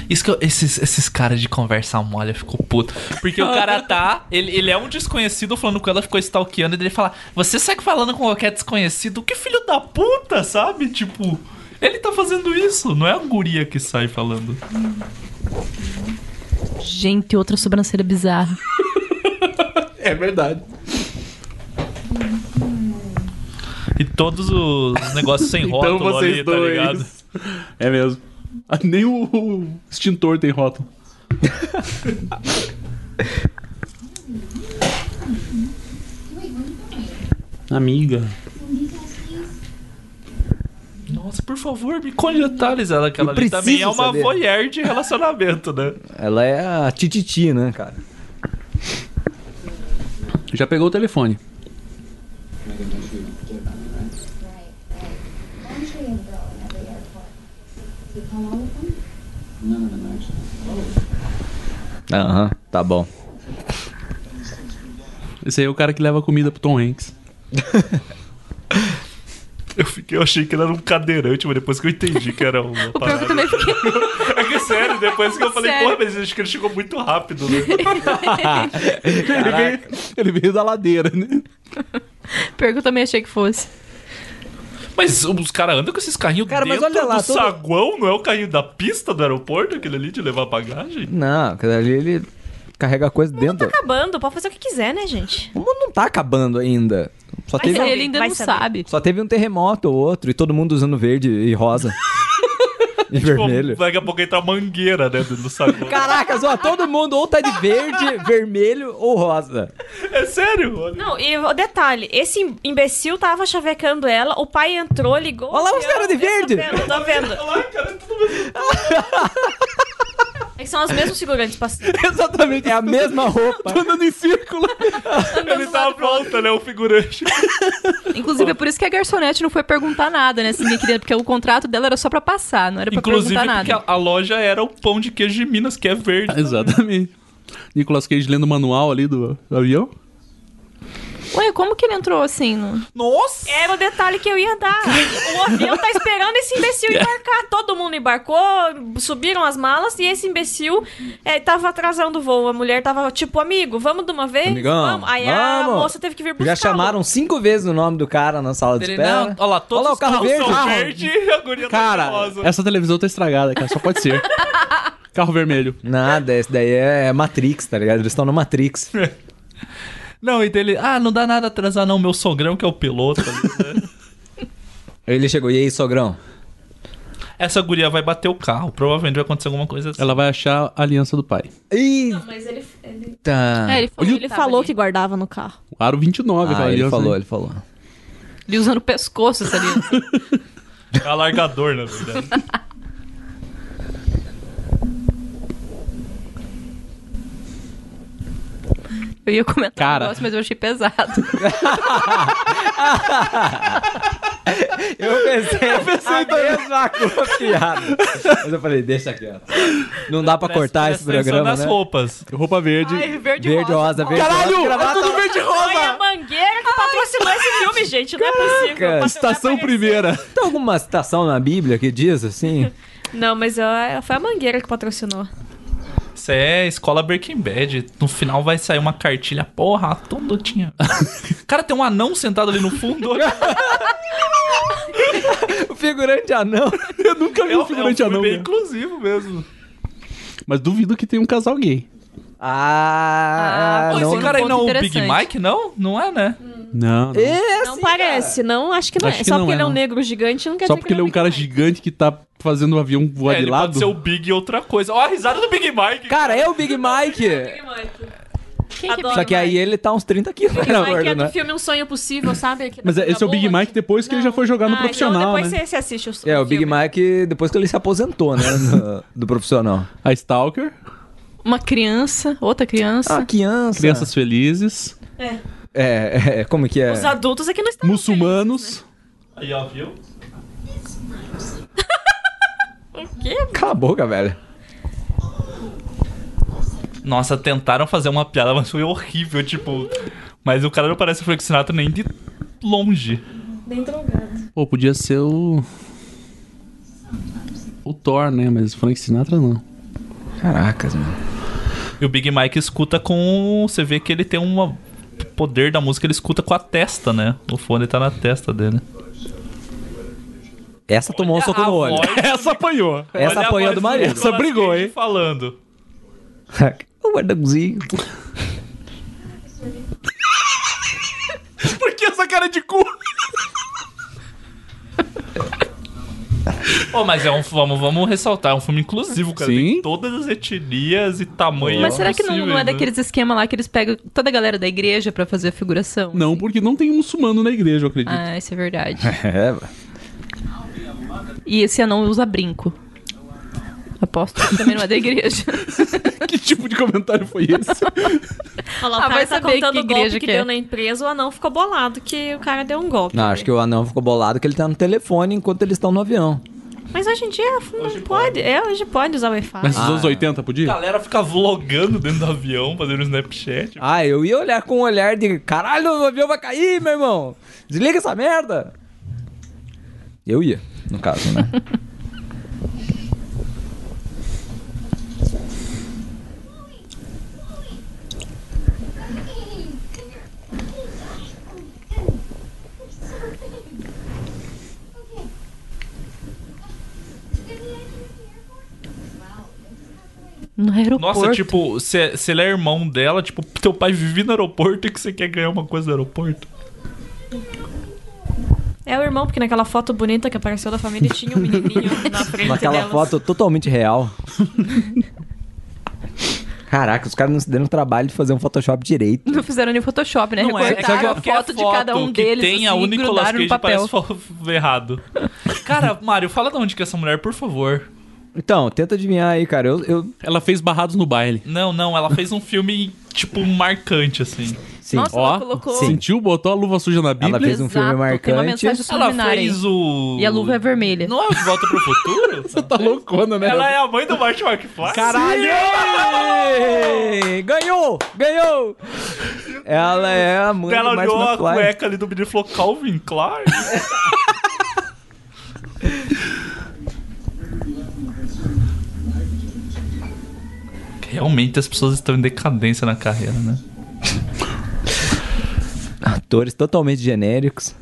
S3: Isso que eu- esses, esses caras de conversa mole, eu fico puto. Porque o cara tá, ele, ele é um desconhecido falando com ela, ficou stalkeando, e ele fala: Você segue falando com qualquer desconhecido, que filho da puta, sabe? Tipo, ele tá fazendo isso, não é a guria que sai falando.
S5: Gente, outra sobrancelha bizarra.
S2: É verdade.
S3: E todos os negócios sem
S2: Então
S3: rótulo ali, tá ligado?
S2: É mesmo. Ah, Nem o, o extintor tem rótulo. Amiga.
S3: Nossa, por favor, me conte detalhes. Ela, que
S4: Eu
S3: ela ali também é
S4: preciso
S3: uma
S4: saber.
S3: voyeur de relacionamento, né?
S4: Ela é a tititi, né, cara?
S2: Já pegou o telefone.
S7: Right, right. I'm sure you'll go at the airport. You call all of them?
S4: Aham, tá bom.
S2: Esse aí é o cara que leva comida pro Tom Hanks.
S3: Eu, fiquei, eu achei que ele era um cadeirante, mas depois que eu entendi que era uma
S5: O pior que eu
S3: parada.
S5: também fiquei.
S3: É que sério, depois que eu falei,
S5: Sério.
S3: porra, mas acho que ele chegou muito rápido, né?
S2: Ele veio, ele veio da ladeira, né?
S5: Pior que eu também achei que fosse.
S3: Mas os caras andam com esses carrinhos
S4: Cara, mas
S3: dentro
S4: olha lá,
S3: do
S4: todo-
S3: saguão, não é o carrinho da pista do aeroporto, aquele ali de levar bagagem?
S4: Não, aquele ali ele carrega coisa dentro.
S6: Acabando, pode fazer o que quiser, né, gente?
S4: O mundo não tá acabando ainda. Só
S6: Mas
S4: teve,
S6: saber,
S5: ele ainda
S6: vai
S5: não
S6: saber.
S5: sabe.
S4: só teve um terremoto ou outro e todo mundo usando verde e rosa. e
S3: Tipo,
S4: vermelho.
S3: Pô, daqui a pouco entra a mangueira, né, do do saguão.
S4: Caracas, ó, todo mundo ou tá de verde, vermelho ou rosa.
S3: É sério? Olha.
S6: Não, e o detalhe, esse im- imbecil tava chavecando ela, o pai entrou, ligou.
S4: Olha lá,
S6: o
S4: os caras de
S6: avião. Eu
S4: verde.
S6: Tô vendo, tô
S3: Olha
S6: vendo.
S3: lá, cara, tudo bem.
S6: É que são as mesmas figurantes passando.
S4: Exatamente. É a mesma roupa.
S2: Andando em círculo.
S3: Ele tá à volta, né, o figurante.
S5: Inclusive, é por isso que a garçonete não foi perguntar nada, né? Assim, querida, porque o contrato dela era só pra passar, não era pra
S3: Inclusive,
S5: perguntar
S3: porque
S5: nada.
S3: a, a loja era o pão de queijo de Minas, que é verde.
S2: Exatamente. Nicolas Cage lendo o manual ali do avião.
S5: Ué, como que ele entrou assim? no-
S3: Nossa!
S6: Era o detalhe que eu ia dar. O avião tá esperando esse imbecil embarcar. Todo mundo embarcou, subiram as malas e esse imbecil é, tava atrasando o voo. A mulher tava tipo, amigo, vamos de uma vez?
S4: Amigão,
S6: vamos. Aí a
S4: vamos.
S6: moça teve que vir
S4: Já
S6: buscar.
S4: chamaram cinco vezes o nome do cara na sala de
S3: Ele,
S4: espera.
S3: não, olha lá, todos
S4: Olha lá, o
S3: os
S4: carro
S3: carros
S4: verde.
S3: são
S4: Carro.
S3: verde e a guria
S4: Cara,
S3: tá rosa.
S2: Essa televisão tá estragada, cara. Só pode ser. Carro vermelho.
S4: Nada, esse daí é Matrix, tá ligado? Eles estão no Matrix.
S3: Não, e dele, ah, não dá nada atrasar não, meu sogrão que é o piloto. ali, né?
S4: Ele chegou, e aí, sogrão?
S3: Essa guria vai bater o carro, provavelmente vai acontecer alguma coisa assim.
S2: Ela vai achar a aliança do pai.
S4: Eita!
S6: Mas ele, ele,
S5: É, ele falou,
S6: ele
S5: tava
S6: falou
S5: ali.
S6: que guardava no carro.
S2: O aro 29, aquela
S4: Tá. Ah, ele
S2: aliança,
S4: falou,
S2: né?
S4: ele falou.
S5: Ele usando o pescoço, sabia?
S3: É alargador, na verdade.
S5: Eu ia comentar
S2: Cara.
S5: um negócio, mas eu achei pesado.
S4: Eu pensei, eu pensei a mesma coisa, piada. Mas eu falei, deixa quieto. Não dá pra cortar esse
S3: Presta atenção
S4: programa,
S3: nas
S4: né?
S3: roupas.
S2: Roupa verde.
S6: Ai, verde,
S4: Verde, rosa, verde, rosa, gravata.
S2: verde
S6: Foi a mangueira que patrocinou esse filme, gente. Não é possível.
S4: Caraca,
S2: Estação primeira.
S4: Tem alguma citação na Bíblia que diz assim?
S6: Não, mas ó, foi a mangueira que patrocinou.
S3: Isso é escola Breaking Bad. No final vai sair uma cartilha, porra, tudo tinha. Cara, tem um anão sentado ali no fundo.
S4: O figurante anão.
S2: Eu nunca vi
S3: É um-
S2: um figurante
S3: é um filme
S2: anão.
S3: bem
S2: cara.
S3: inclusivo mesmo.
S2: Mas duvido que tenha um casal gay.
S4: Ah,
S5: Ah,
S4: ah
S5: pois
S3: Pô,
S4: não.
S3: esse cara aí
S5: ponto
S4: um
S3: não é o Big
S5: interessante.
S3: Mike, não? Não é, né?
S2: Não, não.
S4: É
S6: Não
S4: assim,
S6: parece, não, acho que não
S2: Acho
S6: é.
S2: que
S6: Só
S2: não
S6: porque
S2: é,
S6: ele é um
S2: não.
S6: negro gigante, não quer
S2: Só
S6: dizer
S2: porque ele é um cara gigante que tá fazendo o avião voar
S3: É,
S2: de
S3: ele
S2: lado.
S3: pode ser o Big e outra coisa. Ó, a risada do Big Mike.
S4: Cara, é o Big Mike.
S5: Quem que é
S6: Adoro.
S5: Big
S4: Só que aí ele tá uns 30 quilos,
S6: Big
S4: na
S6: Mike é
S4: verdade,
S6: do
S4: né?
S6: filme Um Sonho Possível, sabe? Que
S2: Mas
S6: da
S2: é- esse é o Big
S6: Boa.
S2: Mike depois que ele já foi jogar no
S6: Ah,
S2: profissional,
S6: então depois
S2: né?
S6: você, você assiste o filme.
S4: É, o Big Mike, depois que ele se aposentou, né? no- do profissional.
S2: A Stalker,
S5: Uma criança, outra criança.
S4: Ah, criança.
S2: Crianças Felizes,
S4: É, é, como que é?
S6: Os adultos aqui não estão...
S2: Muçulmanos.
S3: Aí, ó, viu?
S6: O quê?
S4: Cala a boca, velho.
S3: Nossa, tentaram fazer uma piada, mas foi horrível, tipo. Mas o cara não parece o Frank Sinatra nem de longe.
S6: Bem drogado.
S2: Pô, podia ser o. O Thor, né? Mas o Frank Sinatra não.
S4: Caracas, mano.
S3: E o Big Mike escuta com. Você vê que ele tem um poder da música, ele escuta com a testa, né? O fone tá na testa dele.
S4: Essa tomou um soco
S3: a
S4: no olho.
S3: voz-
S2: Essa apanhou.
S3: Olha
S4: Essa
S3: a
S4: apanhou
S3: voz
S4: do marido.
S3: Nicolas
S2: Essa brigou,
S3: Cage
S2: hein?
S3: Falando.
S4: O guardãozinho.
S2: Por que essa cara de cu?
S3: Pô, mas é um. Vamos, vamos ressaltar, é um filme inclusivo, cara.
S2: Sim.
S3: Tem todas as etnias e tamanhos.
S5: Mas será que não, não é
S3: possíveis, né?
S5: daqueles esquemas lá que eles pegam toda a galera da igreja pra fazer a figuração?
S2: Não, porque não tem muçulmano na igreja, eu acredito.
S5: Ah, isso é verdade.
S4: É, velho.
S5: E esse anão usa brinco. Aposto que também não é da igreja.
S2: Que tipo de comentário foi esse?
S6: Olha lá, o
S5: Ah,
S6: cara
S5: vai
S6: tá
S5: saber
S6: contando
S5: que
S6: o golpe
S5: igreja
S6: que,
S5: que é.
S6: deu na empresa, o anão ficou bolado que o cara deu um golpe.
S4: Não, acho que o anão ficou bolado que ele tá no telefone enquanto eles estão no avião.
S6: Mas hoje em dia não pode. É, hoje pode usar o Wi-Fi.
S2: Mas nos
S4: Ah.
S2: anos 80
S3: A
S2: podia?
S3: galera fica vlogando dentro do avião, fazendo Snapchat.
S4: Ah, eu ia olhar com um olhar de caralho, o avião vai cair, meu irmão. Desliga essa merda. Eu ia, no caso, né?
S5: No aeroporto.
S3: Nossa, tipo, se, se ele é irmão dela, tipo, teu pai vive no aeroporto e que você quer ganhar uma coisa do aeroporto.
S6: É o irmão, porque naquela foto bonita que apareceu da família tinha um menininho na frente
S4: Naquela
S6: delas.
S4: foto totalmente real. Caraca, os caras não se deram o trabalho de fazer um Photoshop direito.
S5: Não fizeram nem Photoshop, né?
S3: Não é,
S5: Recortaram
S3: é
S5: a foto de cada um
S3: que
S5: deles
S3: Tem a
S5: assim,
S3: o
S5: e
S3: Nicolas
S5: grudaram
S3: Cage
S5: no papel.
S3: parece fo- errado. Cara, Mário, fala de onde que é essa mulher, por favor.
S4: Então, tenta adivinhar aí, cara. Eu, eu-
S2: Ela fez barrados no baile.
S3: Não, não, ela fez um filme, tipo, marcante, assim.
S4: sim.
S5: Nossa,
S2: Ó,
S5: ela colocou...
S2: sentiu, botou a luva suja na Bíblia.
S4: Ela fez um filme
S5: Exato, Tem uma
S4: marcante.
S5: mensagem
S3: Ela
S5: subliminar aí.
S3: fez o...
S5: E a luva é vermelha.
S3: Não é o De Volta pro Futuro? Você
S2: Tá loucona, né?
S3: Ela é a mãe do Marty McFly?
S4: Ê, Ganhou! Ganhou! Ela é a mãe
S3: Ela
S4: do Marty
S3: olhou a
S4: McFly.
S3: cueca ali do menino e falou, Calvin Clark? Realmente as pessoas estão em decadência na carreira, né?
S4: Atores totalmente genéricos.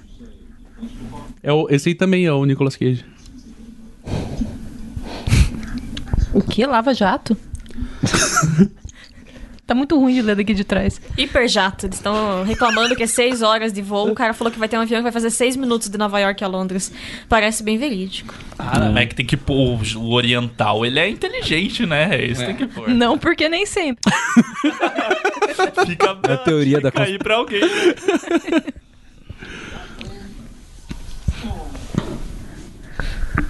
S2: É o- esse aí também é o Nicolas Cage.
S5: O que? Lava jato? tá muito ruim de ler daqui de trás.
S6: Hiperjato, eles estão reclamando que é seis horas de voo. O cara falou que vai ter um avião que vai fazer seis minutos de Nova York a Londres. Parece bem verídico.
S3: Cara,
S2: né?
S3: é que tem que pôr o- o oriental. Ele é inteligente, né? Isso tem que pôr.
S5: Não, porque nem sempre.
S2: É.
S3: Fica
S4: a teoria da
S3: cair pra alguém. né?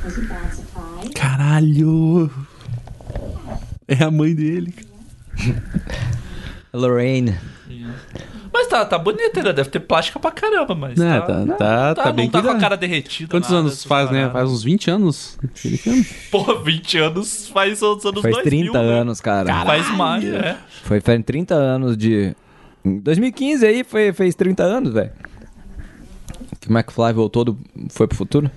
S7: Was he bad supply?
S2: Caralho! É a mãe dele. cara.
S4: Lorraine.
S3: Mas tá, tá bonita, né? Deve ter plástica pra caramba, mas.
S4: Ah,
S2: Não, tá,
S3: tá,
S2: tá, tá
S3: não
S2: bem
S3: tá com a
S2: cuidado.
S3: cara derretida.
S2: Quantos
S3: nada,
S2: anos
S3: essas
S2: faz, né?
S3: paradas.
S2: Faz uns 20 anos. aquele filme.
S3: Pô, 20 anos faz os anos
S4: Faz
S3: 2000,
S4: 30
S3: né?
S4: anos, cara.
S3: Faz mais, é.
S4: Foi faz 30 anos de. em 2015 aí foi, fez 30 anos, velho. Que o McFly voltou do. Foi pro futuro?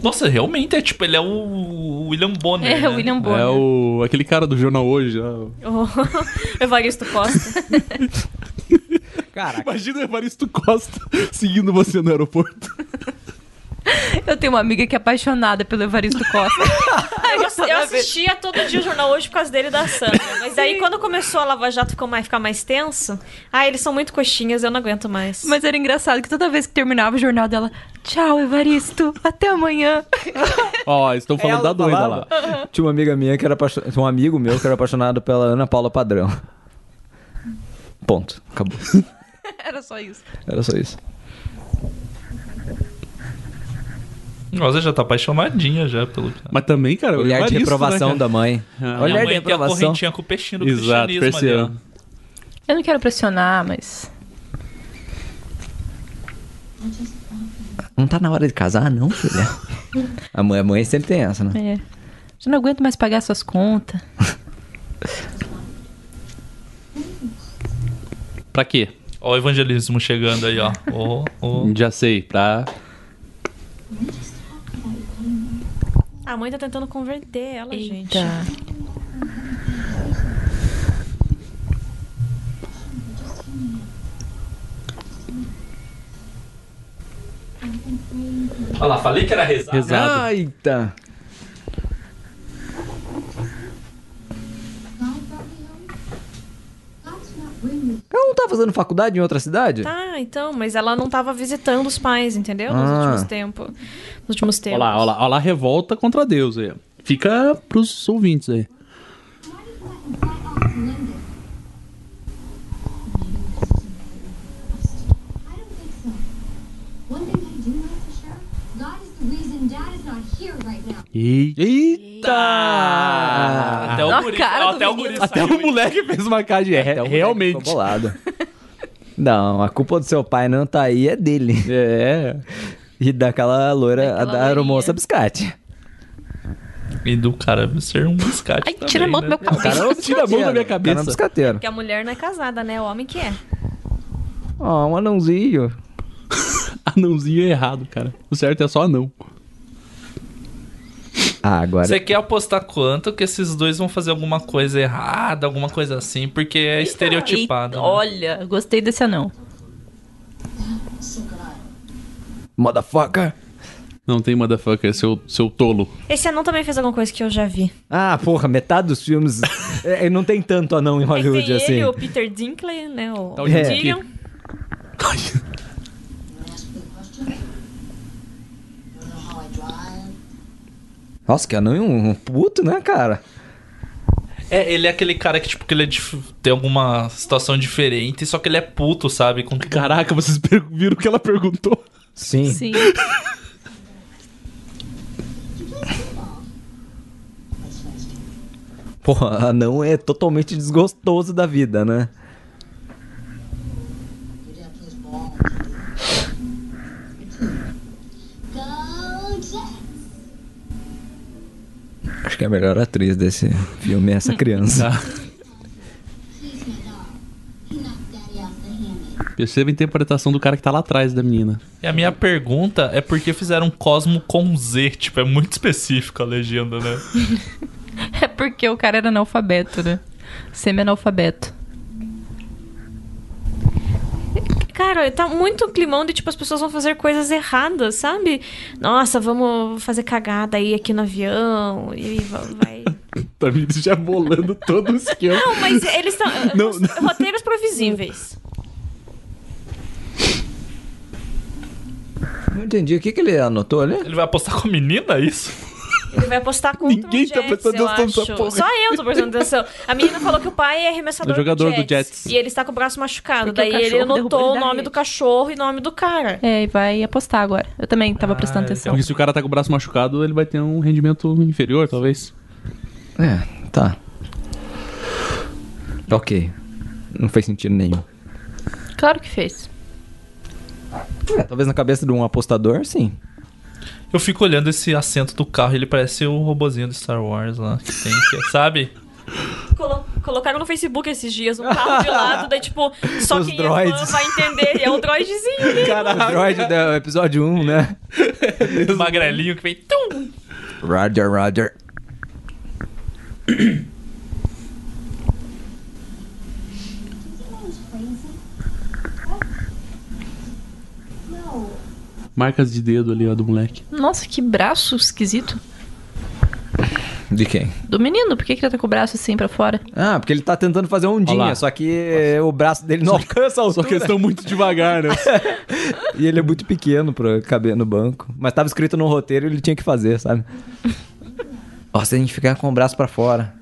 S3: Nossa, realmente é tipo, ele é o William Bonner.
S5: É,
S3: né?
S5: o William
S2: É
S5: Bonner.
S2: o aquele cara do jornal hoje. né? ó.
S6: O Evaristo Costa.
S4: Caraca.
S2: Imagina o Evaristo Costa seguindo você no aeroporto.
S5: Eu tenho uma amiga que é apaixonada pelo Evaristo Costa.
S6: Eu, eu
S5: nada a ver.
S6: assistia todo dia o jornal hoje por causa dele e da Sandra. Mas aí quando começou a Lava Jato ficou mais, ficar mais tenso. Ah, eles são muito coxinhas, eu não aguento mais.
S5: Mas era engraçado que toda vez que terminava o jornal dela, tchau, Evaristo, até amanhã.
S2: Ó, estão falando da doida lá.
S4: É Tinha uma amiga minha que era apaixonada. Um amigo meu que era apaixonado pela Ana Paula Padrão. Ponto. Acabou.
S5: Era só isso.
S4: Era só isso.
S3: Nossa, já tá apaixonadinha já pelo cara.
S2: Mas também, cara, o
S4: Olhar de
S2: Evaristo,
S4: reprovação
S2: né,
S4: da mãe.
S2: Ah.
S3: Minha
S4: Olhar
S3: mãe
S4: de
S3: tem a
S4: reprovação.
S3: correntinha com o peixinho do
S2: cara? Exato,
S3: cristianismo ali, ó.
S2: persiano.
S5: Eu não quero pressionar, mas.
S4: Não tá na hora de casar, não, filha. A mãe, a mãe sempre tem essa, né?
S5: É. Já não aguento mais pagar suas contas.
S2: Pra quê?
S3: Ó o evangelismo chegando aí, ó. Ó, ó.
S2: Já sei, pra.
S6: A mãe tá tentando converter ela, gente.
S5: Tá.
S3: Olha lá, falei que era rezar.
S2: Rezado.
S4: Eita!
S7: God brought me home. God's not bringing me.
S4: Ela não tá fazendo faculdade em outra cidade?
S6: Tá, então, mas ela não tava visitando os pais, entendeu? Nos
S4: Ah.
S6: últimos tempos. Nos últimos tempos.
S2: Olha lá, olha lá, olha lá, a revolta contra Deus aí. Fica pros ouvintes aí.
S7: Why did you let him fly off to London? Maybe it was just a matter of trust. I don't think so. One thing I do know for sure, God is the reason Dad is not here right now.
S2: Eita!
S3: Até o
S5: Na
S3: guri,
S5: cara
S3: ó,
S5: do
S3: até o
S5: menino.
S3: guri
S2: Até
S3: saiu.
S2: o moleque É fez uma cara de
S4: Até
S2: ré,
S4: o moleque
S2: realmente.
S4: ficou bolado. Não, a culpa do seu pai não tá aí é dele. É. E daquela loira,
S5: Daquela
S4: da aeromoça
S5: loirinha.
S4: biscate.
S3: E do cara ser um biscate
S5: Ai,
S3: também,
S5: tira a mão do
S3: né?
S5: meu cabelo.
S2: Cara, tira a mão da minha
S4: Cara, é um
S2: cabeça.
S4: biscateiro.
S6: Porque a mulher não é casada, né? O homem que é.
S4: Ó, um anãozinho.
S2: Anãozinho errado, cara. O certo é só anão.
S4: Ah, agora.
S3: Você quer apostar quanto que esses dois vão fazer alguma coisa errada, alguma coisa assim, porque
S5: Então,
S3: é estereotipado.
S5: Eita,
S3: né?
S5: Olha, gostei desse anão.
S4: Motherfucker.
S2: Não tem motherfucker, seu, seu tolo.
S6: Esse anão também fez alguma coisa que eu já vi.
S4: Ah, porra, metade dos filmes. é, não tem tanto anão em
S6: Aí tem
S4: Hollywood
S6: ele,
S4: assim.
S6: o Peter Dinkley, né? O,
S2: Tá
S6: o
S2: olhando
S4: É.
S2: aqui.
S6: Tyrion.
S7: You wanna ask me a question? You wanna know how I drive?
S4: Nossa, que anão é um um puto, né, cara?
S3: É, ele é aquele cara que, tipo, que ele é dif- tem alguma situação diferente, só que ele é puto, sabe? Com...
S2: Caraca, Ah, vocês per- viram o que ela perguntou?
S4: Sim.
S5: Sim.
S7: Let's fast.
S4: Porra, anão é totalmente desgostoso da vida, né?
S7: Your dad plays ball. Go Jets!
S4: Acho que é a melhor atriz desse filme é essa criança.
S7: He's my dog. He knocked daddy off the hammock.
S2: Perceba a interpretação do cara que tá lá atrás da menina.
S3: E a minha pergunta é por que fizeram Cosmo com Z? Tipo, é muito específico a legenda, né?
S5: É porque o cara era analfabeto, né? Semi-analfabeto.
S6: Cara, tá muito climão de tipo as pessoas vão fazer coisas erradas, sabe? Nossa, vamos fazer cagada aí aqui no avião e va- vai.
S2: Tá me já bolando todo o esquema.
S6: Não, mas eles estão
S2: Não,
S6: roteiros previsíveis.
S4: Não entendi. O que, que ele anotou ali?
S3: Ele vai apostar com a menina, é isso?
S6: Ele vai apostar contra
S2: Ninguém
S6: um
S2: tá
S6: Jets,
S2: prestando
S6: eu
S2: atenção
S6: acho.
S2: nessa porra.
S6: Só eu tô prestando atenção. A menina falou que o pai é arremessador
S2: É jogador do
S6: do, Jets,
S2: Jets.
S6: E ele está com o braço machucado.
S5: Porque o
S6: Daí ele
S5: cachorro derrubou
S6: anotou
S5: ele
S6: o
S5: da
S6: nome
S5: rede.
S6: do cachorro e nome do cara.
S5: É, e vai apostar agora. Eu também
S3: Ah,
S5: tava prestando atenção.
S2: Porque se o cara tá com o braço machucado, ele vai ter um rendimento inferior, talvez.
S4: É, tá. Ok. Não fez sentido nenhum.
S3: então.
S5: Claro que fez.
S4: É, talvez na cabeça de um apostador, sim.
S3: Eu fico olhando esse assento do carro, ele parece o robozinho do Star Wars lá, que tem, que- é, sabe?
S6: Colo- colocaram no Facebook esses dias um carro de lado, daí tipo, só
S4: Os
S6: quem é fã
S4: droids.
S6: vai entender. E é um droidzinho ali.
S4: Caraca. O droid do episódio 1, né?
S3: O magrelinho que vem... Tum!
S4: Roger, Roger.
S7: Do you think I was crazy? What? No.
S2: Marcas de dedo ali, ó, do moleque.
S5: Nossa, que braço esquisito.
S4: De quem?
S5: Do menino, por que, que ele tá com o braço assim pra fora?
S4: Ah, porque ele tá tentando fazer
S2: Olha
S4: ondinha,
S2: lá.
S4: só que eh, o braço dele não alcança a
S2: Só
S4: altura.
S2: que eles estão muito devagar, né?
S4: E ele é muito pequeno pra caber no banco. Mas tava escrito no roteiro e ele tinha que fazer, sabe? Ó, se a gente ficar com o braço pra fora.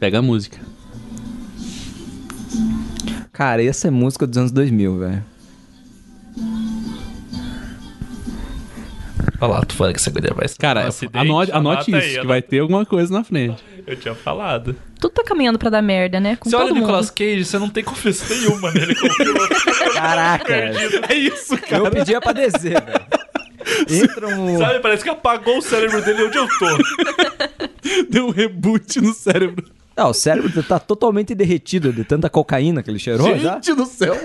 S2: Pega a música.
S4: Cara, essa é música dos anos 2000, velho.
S3: Olha lá, tu fala "Ah, que essa guria vai ser
S2: Cara, é,
S3: um acidente.
S2: anote, anote
S3: Anota aí,
S2: isso, que
S3: anota-
S2: vai ter alguma coisa na frente.
S3: Eu tinha falado.
S5: Tudo tá caminhando pra dar merda, né? Com
S3: você olha
S5: todo
S3: o
S5: mundo.
S3: Nicolas Cage, você não tem confiança nenhuma nele.
S4: Caraca,
S3: é isso, cara.
S4: eu pedia pra descer, velho. Entra um.
S3: Sabe, parece que apagou o cérebro dele onde eu tô.
S2: Deu um reboot no cérebro.
S4: Ah, o cérebro tá totalmente derretido de tanta cocaína que ele cheirou já.
S2: Gente do céu.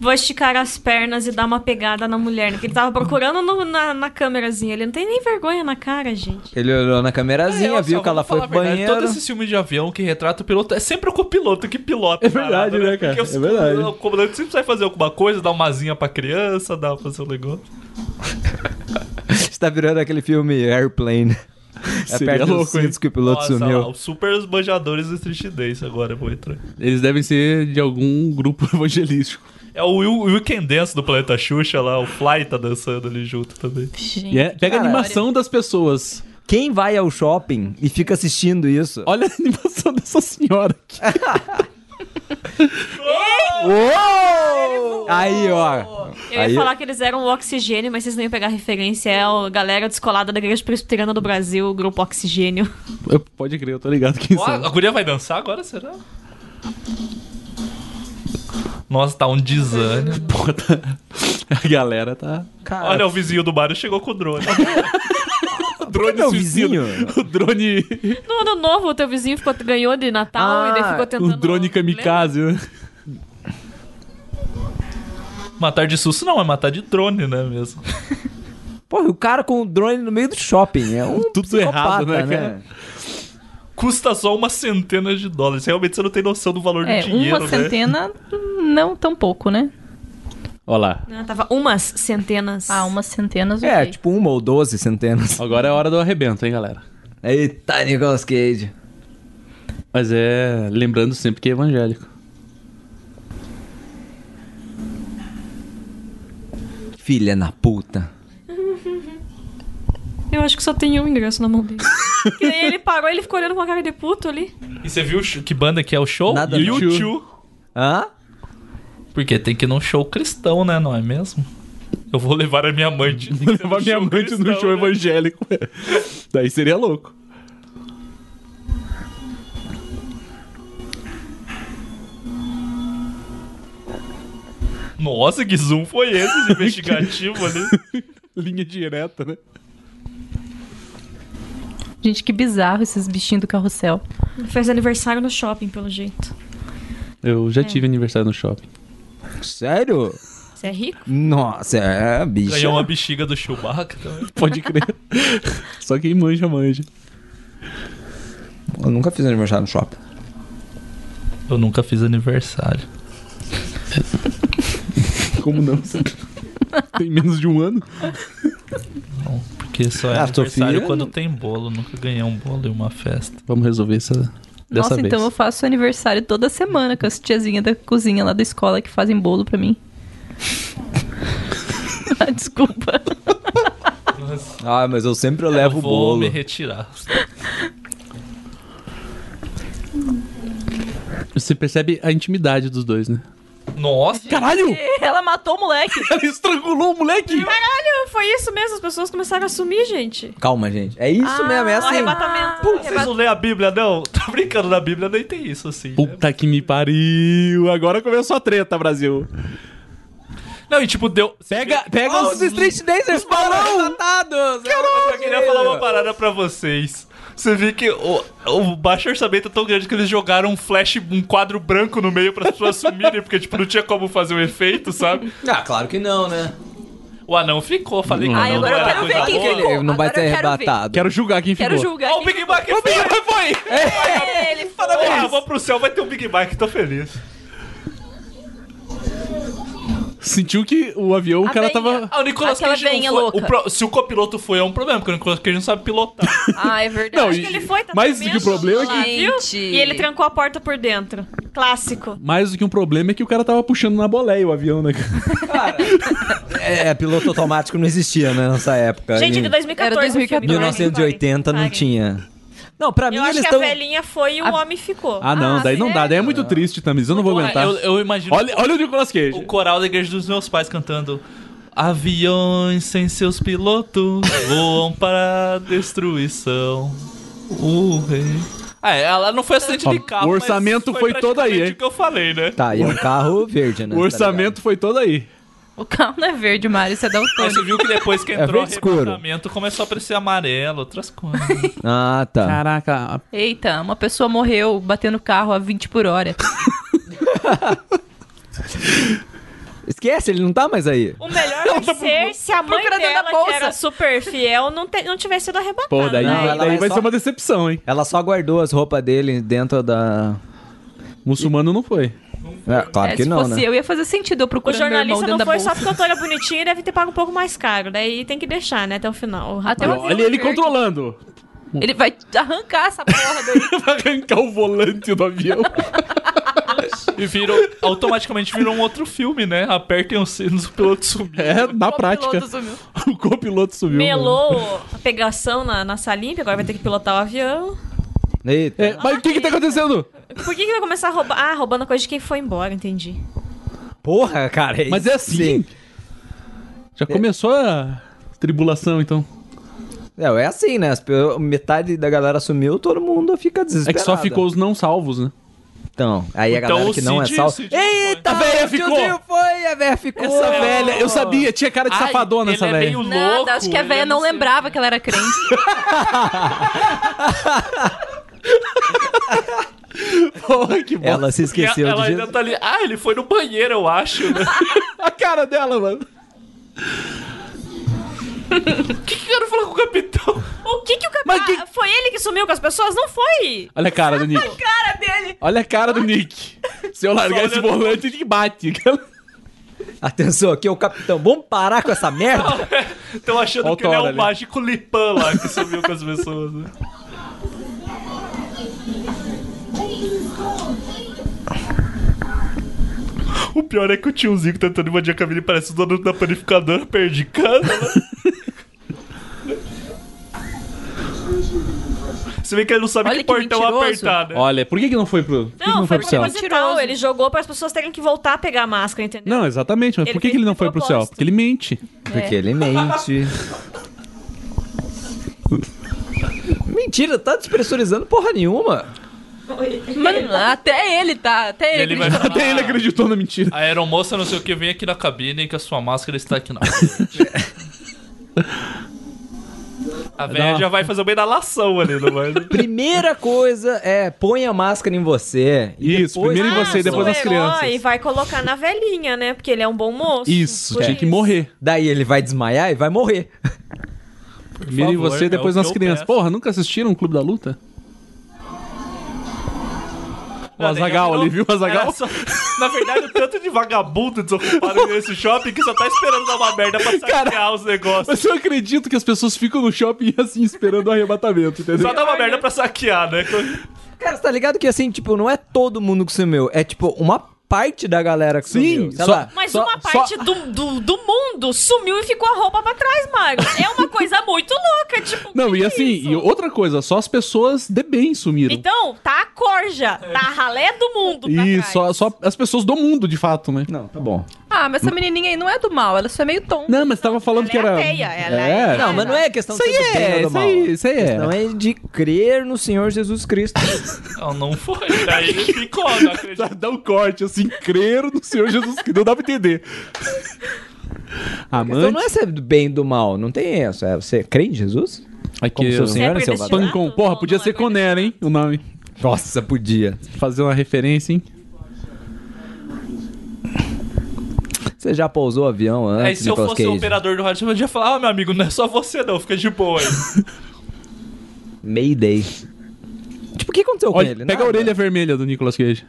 S6: Vou esticar as pernas e dar uma pegada na mulher, né? Que ele tava procurando no- na, na câmerazinha. Ele não tem nem vergonha na cara, gente.
S4: Ele olhou na
S3: É,
S4: camerazinha,
S3: olha
S4: viu
S3: só,
S4: que ela
S3: vamos
S4: foi
S3: falar a
S4: pro
S3: verdade,
S4: banheiro.
S3: Todos esses filmes de avião que retrata o piloto, é sempre o copiloto que pilota.
S2: É
S3: a parada,
S2: verdade, né, cara?
S3: Porque
S2: É
S3: o
S2: verdade.
S3: O comandante sempre sai fazer alguma coisa, dá uma zinha pra criança, dá pra fazer um negócio.
S4: Está Tá virando aquele filme Airplane. É
S2: Seria
S4: perto dos
S2: louco, hein?
S4: cintos que o piloto
S3: Nossa,
S4: sumiu.
S3: lá, os super esbanjadores do Street Dance agora, eu vou entrar.
S2: Eles devem ser de algum grupo evangelístico.
S3: É o Will- Weekend Dance do Planeta Xuxa lá, o Fly tá dançando ali junto também.
S5: Gente.
S2: E é- pega a
S4: Caralho.
S2: animação das pessoas.
S4: Quem vai ao shopping e fica assistindo isso?
S2: Olha a animação dessa senhora aqui.
S4: Uou! Aí, ó.
S6: Eu ia
S4: Aí-
S6: falar que eles eram o Oxigênio, mas vocês não iam pegar a referência. É a galera descolada da Igreja Presbiteriana do Brasil, o grupo Oxigênio.
S2: Eu- Pode crer, eu tô ligado que
S3: Ó,
S2: isso
S3: a guria vai dançar agora, será? Nossa, tá um desânimo.
S2: Porra, tá- A galera tá.
S4: Cara,
S3: Olha, o vizinho do Mario chegou com o drone.
S2: O drone
S4: meu
S2: suicida.
S4: vizinho?
S2: O drone.
S6: No ano novo, o teu vizinho ficou- ganhou de Natal
S4: Ah,
S6: e daí ficou
S3: Tá
S6: tentando...
S2: O drone kamikaze, né?
S3: matar de susto não, é matar de drone, né mesmo?
S4: Porra, o cara com o drone no meio do shopping. É um
S2: Tudo errado,
S4: psicopata,
S2: né, cara?
S3: Custa só uma centena de dólares. Realmente você não tem noção do valor
S5: É,
S3: do dinheiro, né?
S5: uma centena, não tão pouco, né?
S2: Olha lá.
S6: Não, Ah, tava umas centenas.
S5: Ah, umas centenas,
S4: É,
S5: ok.
S4: tipo uma ou doze centenas.
S2: Agora é a hora do arrebento, hein, galera?
S4: Eita, Nicolas Cage.
S2: Mas é. Lembrando sempre que é evangélico.
S4: Filha na puta.
S6: Eu acho que só tem um ingresso na mão dele. que nem ele parou, ele ficou olhando com a cara de puto ali.
S3: E você viu o show- que banda que é o show?
S4: Nada
S3: e
S4: não.
S3: o YouTube.
S4: Hã?
S3: Porque tem que ir num show cristão, né? Não é mesmo? Eu vou levar a minha amante. Tem que
S2: Vou
S3: ser
S2: levar
S3: num
S2: minha
S3: show
S2: amante no
S3: cristão,
S2: show
S3: né?
S2: evangélico. Daí seria louco.
S3: Nossa, que zoom foi esse de investigativo ali?
S2: Linha direta, né?
S5: Gente, que bizarro esses bichinhos do carrossel.
S6: Fez aniversário no shopping, pelo jeito.
S2: Eu
S3: É.
S2: já tive aniversário no shopping.
S4: Sério?
S6: Você é rico?
S4: Nossa, é, bicho.
S3: Ganhou uma bexiga do Chewbacca também.
S2: Pode crer. Só quem manja, manja.
S4: Eu nunca fiz aniversário no shopping.
S3: Eu nunca fiz aniversário.
S2: Como não? Tem menos de um ano?
S3: Não, porque só é
S4: Ah,
S3: aniversário
S4: Sofia
S3: quando
S4: não-
S3: tem bolo. Nunca ganhei um bolo em uma festa.
S2: Vamos resolver isso dessa
S5: Nossa,
S2: vez.
S5: então eu faço aniversário toda semana com as tiazinhas da cozinha lá da escola que fazem bolo pra mim. ah, desculpa.
S4: Ah, mas eu sempre levo
S3: eu
S4: o
S3: vou
S4: bolo.
S3: me retirar.
S2: Você percebe a intimidade dos dois, né?
S3: Nossa,
S2: Caralho!
S5: Ela matou o moleque.
S2: Ela estrangulou o moleque!
S6: Caralho, foi isso mesmo. As pessoas começaram a sumir, gente.
S4: Calma, gente. É isso mesmo, é
S5: Ah,
S6: Um
S4: assim.
S6: arrebatamento.
S3: vocês não lêem a Bíblia, não? Tô brincando, na Bíblia nem tem isso, assim. né?
S2: Puta que me pariu! Agora começou a treta, Brasil.
S3: Não, e tipo, deu...
S2: Pega, pega
S4: Ó,
S2: os...
S4: os Street Dancers foram tratados!
S3: Eu queria falar uma parada pra vocês. Você viu que o, o baixo orçamento é tão grande que eles jogaram um flash, um quadro branco no meio pras pessoas sumirem, porque, tipo, não tinha como fazer o efeito, sabe?
S4: Ah, claro que não, né?
S3: O anão ficou, falei que
S2: Ai,
S3: o anão
S5: Hum. agora eu
S3: não era
S5: quero ver
S3: coisa
S5: quem
S3: boa.
S5: ficou.
S4: Ele não vai
S5: Agora
S4: ser
S5: eu quero ver.
S4: arrebatado.
S2: Quero julgar quem
S5: Quero
S2: ficou.
S5: julgar.
S3: Ó, o Big Mac foi! É, foi!
S5: Ele é
S3: Ah, vou pro céu, vai ter um Big Mac, tô feliz.
S2: sentiu que o avião, o
S5: A
S2: cara
S5: veinha.
S2: tava.
S3: Ah, o Nicolas
S5: Aquela
S3: Cage não
S5: veinha
S3: foi-
S5: louca.
S3: o pro- se o copiloto foi, é um problema, porque o Nicolas Cage não sabe pilotar.
S5: Ah, é
S2: Não,
S5: verdade.
S2: e-
S6: que ele foi, tá
S2: mais do que o
S6: tremendo,
S2: problema é
S6: olha lá,
S5: que-
S6: viu?
S5: Gente.
S6: E ele trancou a porta por dentro. Clássico.
S2: Mais do que um problema é que o cara tava puxando na boleia o avião, né? cara?
S4: É, piloto automático não existia, né, nessa época.
S6: Gente, tá
S4: Em
S6: de 2014.
S5: Era 2014.
S6: o filme,
S4: 1980 não
S6: parem, parem.
S4: tinha. Não, pra
S6: Eu
S4: mim
S6: acho
S4: eles
S6: que
S4: estão.
S6: a velhinha foi e o homem ficou.
S2: Ah, não,
S5: Ah,
S2: daí não dá,
S5: sério?
S2: daí é muito triste, Tamiz, eu não vou
S5: Tá.
S2: aguentar.
S3: Eu, eu imagino
S2: Olha, olha o Nicolas Cage.
S3: o coral da igreja dos meus pais cantando. Aviões sem seus pilotos voam para a destruição. O rei. Ah, é, ela não foi acidente
S2: Ó,
S3: de carro.
S2: o
S3: mas
S2: orçamento foi todo aí,
S3: praticamente
S2: hein?
S3: o que eu falei, né?
S4: Tá, e é um carro verde, né?
S2: O orçamento foi todo aí.
S5: O carro não é verde, Mário, você dá o
S3: Mas você
S5: tônico.
S3: viu que depois que
S4: É
S3: entrou o
S4: verde escuro.
S3: arrebatamento começou a aparecer amarelo, outras coisas.
S4: Tá ligado? Ah, tá.
S2: Caraca,
S5: Eita, uma pessoa morreu batendo o carro a 20 por hora.
S2: Ah,
S4: Esquece, ele não tá mais aí.
S6: O melhor vai
S2: tá
S6: ser se a mãe
S5: procurando na
S6: dela, que
S5: bolsa.
S6: era super fiel, não, te- não tivesse sido arrebatada.
S2: Pô, daí, é
S4: Não, ela
S2: daí
S4: vai
S2: vai
S4: só-
S2: ser uma decepção, hein?
S4: Ela só guardou as roupas dele dentro da.
S2: Muçulmano não foi.
S4: É, claro
S5: É,
S4: que
S5: se
S4: não,
S5: fosse
S4: né?
S5: eu, ia fazer sentido eu
S6: O
S5: procurando meu irmão
S6: jornalista
S5: dentro
S6: não
S5: da
S6: foi só
S5: bolsa.
S6: porque o Antônio é bonitinho e deve ter pago um pouco mais caro. Daí tem que deixar, né, até o final. O rapaz-
S5: Até o
S2: Olha ele
S5: verde.
S2: controlando.
S5: Ele vai arrancar essa porra daí.
S2: Vai arrancar o volante do avião.
S3: E virou, automaticamente virou um outro filme, né? Apertem os sinos, o piloto sumiu.
S2: É, na
S5: O
S2: prática.
S5: piloto sumiu.
S2: O copiloto sumiu.
S6: Melou a pegação na, na salinha, que agora vai ter que pilotar o avião.
S4: Eita.
S2: É, mas o que que tá acontecendo?
S6: Por que, que vai começar a roubar? Ah, roubando a coisa de quem foi embora, entendi.
S4: Porra, cara.
S2: Mas é assim. Já começou a tribulação, então.
S4: É, é assim, né? As pe- Metade da galera sumiu, todo mundo fica
S2: É
S4: desesperado.
S2: que só ficou os não salvos, né?
S4: Então, aí a
S3: Então,
S4: galera
S3: o
S4: que não é
S3: Cid-
S4: salva.
S3: Cid não
S4: Eita,
S2: foi.
S4: velho,
S2: A velha ficou.
S4: tiozinho foi, a velha ficou.
S2: Essa velha, eu sabia, tinha cara de
S3: Ai,
S2: safadona
S3: ele
S2: essa
S3: é
S2: velha.
S3: meio
S5: Nada,
S3: louco,
S5: acho que a
S3: ele
S5: velha
S3: é
S5: não
S3: sei-
S5: lembrava que ela era crente.
S2: Porra, que bosta.
S4: Ela se esqueceu
S3: ela
S4: de
S3: ainda
S4: Jesus.
S3: tá ali. Ah, ele foi no banheiro, eu acho. né?
S2: A cara dela, mano.
S3: O que, que eu quero falar com o capitão?
S6: O que que o
S2: Mas
S6: capitão...
S2: que-
S6: Foi ele que sumiu com as pessoas? Não foi!
S2: Olha a cara do Nick.
S6: Cara dele!
S2: Olha a cara do Nick. Se eu largar esse volante, ele bate.
S4: Atenção, aqui é o capitão. Vamos parar com essa merda?
S3: Estão achando
S2: Olha o
S3: que ele é
S2: Thor
S3: um
S2: ali.
S3: mágico Lipan lá que sumiu com as pessoas. Né? O pior é que o tiozinho que tá tentando invadir a cabine parece o dono da panificadora perdicana. Né? Você vê que ele não sabe
S5: Olha
S3: que
S5: que
S3: portão
S5: mentiroso.
S3: apertar, né?
S2: Olha, por que, que não foi pro. Por que que
S6: Não, foi
S2: pro
S6: porque
S2: céu?
S6: proposital. Ele jogou para as pessoas terem que voltar a pegar a máscara, entendeu?
S2: Não, exatamente, mas
S6: Ele
S2: por que,
S6: fez
S2: que ele não
S6: de
S2: foi pro céu?
S6: propósito.
S2: Porque ele mente.
S4: Porque ele mente. Mentira, tá despressurizando porra nenhuma.
S5: Mano, até ele tá. Até ele.
S3: Ele vai
S5: acredita.
S2: Até ele acreditou na mentira.
S3: A aeromoça não sei o que vem aqui na cabine que a sua máscara está aqui na A velha
S2: Não.
S3: já vai fazer uma inalação ali, não vai?
S4: Primeira coisa é põe a máscara em você. e
S2: Isso, primeiro em você e depois nas crianças.
S6: E Ah, vai colocar na velhinha, né? Porque ele é um bom moço.
S2: Isso,
S6: Por
S2: tinha que
S6: isso.
S2: morrer.
S4: Daí ele vai desmaiar e vai morrer.
S2: Primeiro em
S3: favor,
S2: você,
S3: é
S2: depois
S3: o que
S2: nas
S3: eu
S2: crianças.
S3: peço.
S2: Porra, nunca assistiram o Clube da Luta? O
S3: Não,
S2: Azagal
S3: nem
S2: ali, viu? O
S3: Era
S2: Azagal.
S3: só- Na verdade, o tanto de vagabundo desocupado nesse shopping que só tá esperando dar uma merda pra saquear os negócios.
S2: Mas eu acredito que as pessoas ficam no shopping assim esperando o arrebatamento, entendeu?
S3: Só dá uma merda pra saquear, né?
S4: Cara, você tá ligado que assim, tipo, não é todo mundo que sumiu. É tipo uma parte da galera que
S2: Sim,
S4: sumiu. Sei
S2: só-
S4: lá.
S6: Mas
S2: Só-
S6: uma parte
S2: só-
S6: do, do, do mundo sumiu e ficou a roupa pra trás, Mário. É uma coisa muito louca, tipo.
S2: Não,
S6: que
S2: e
S6: que é
S2: assim,
S6: isso?
S2: e outra coisa, só as pessoas de bem sumiram.
S6: Então, tá a corja, tá a ralé do mundo. pra
S2: e
S6: trás.
S2: só, só as pessoas do mundo, de fato, né?
S4: Não, tá bom.
S5: Ah, mas essa menininha aí não é do mal, ela só é meio tonta.
S2: Não, mas tava falando
S6: Ela
S2: que
S6: é
S2: era.
S6: ateia, ela
S2: é.
S6: é-
S4: Não, mas não é questão
S2: Isso aí
S4: ser do bem
S2: é,
S4: ou do
S2: isso
S4: mal.
S2: aí, isso aí é.
S4: Não é de crer no Senhor Jesus Cristo.
S3: Não, não foi. Daí ele ficou, não
S2: Dá,
S3: acredito.
S2: dá um corte, assim, creram no Senhor Jesus Cristo. Não dá pra entender. Ah,
S4: então não
S2: Amante.
S4: é ser do bem e do mal, não tem isso. É, você crê em Jesus?
S2: Aqui,
S4: como seu senhor?
S2: é
S4: Senhora
S6: É
S4: Selvagem.
S6: predestinado?
S2: Pancom. Porra,
S6: Não,
S2: podia
S6: não é
S2: ser Conera, hein? O nome.
S4: Nossa, podia.
S2: Fazer uma referência, hein?
S4: Você já pousou o avião antes,
S3: Aí É, se eu
S4: Nicolas
S3: fosse
S2: é
S3: o
S4: Cage?
S3: operador do rádio, eu ia falar, ah, meu amigo, não é só você não, fica de boa aí.
S4: Mayday. Tipo, o que aconteceu com
S2: Olha,
S4: ele?
S2: pega
S4: Nada.
S2: a orelha vermelha do Nicolas Cage.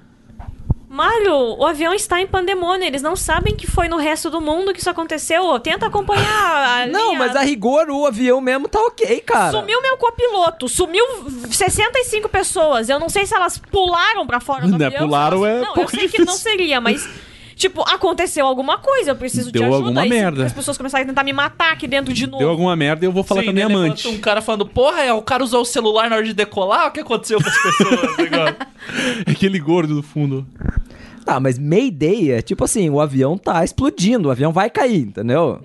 S6: Mário, o avião está em pandemônio. Eles não sabem que foi no resto do mundo que isso aconteceu. Tenta acompanhar a
S4: Não,
S6: linha.
S4: mas a rigor o avião mesmo tá ok, cara.
S6: Sumiu meu copiloto, sumiu 65 pessoas. Eu não sei se elas pularam pra fora do
S2: Né,
S6: avião. se
S2: pularam
S6: elas-
S2: é
S6: Não, eu
S2: pouco
S6: sei
S2: difícil.
S6: que não seria, mas tipo, aconteceu alguma coisa, eu preciso
S2: Deu
S6: de ajuda.
S2: alguma
S6: Aí se-
S2: merda.
S6: As pessoas começaram a tentar me matar aqui dentro de novo.
S2: Deu alguma merda e eu vou falar
S3: Sim,
S2: com a minha
S3: daí
S2: amante.
S3: levanta Um cara falando, porra, é, o cara usou o celular na hora de decolar? O que aconteceu com as pessoas agora?
S2: Aquele gordo do fundo.
S4: Tá, mas Mayday é tipo assim, o avião tá explodindo, o avião vai cair, entendeu?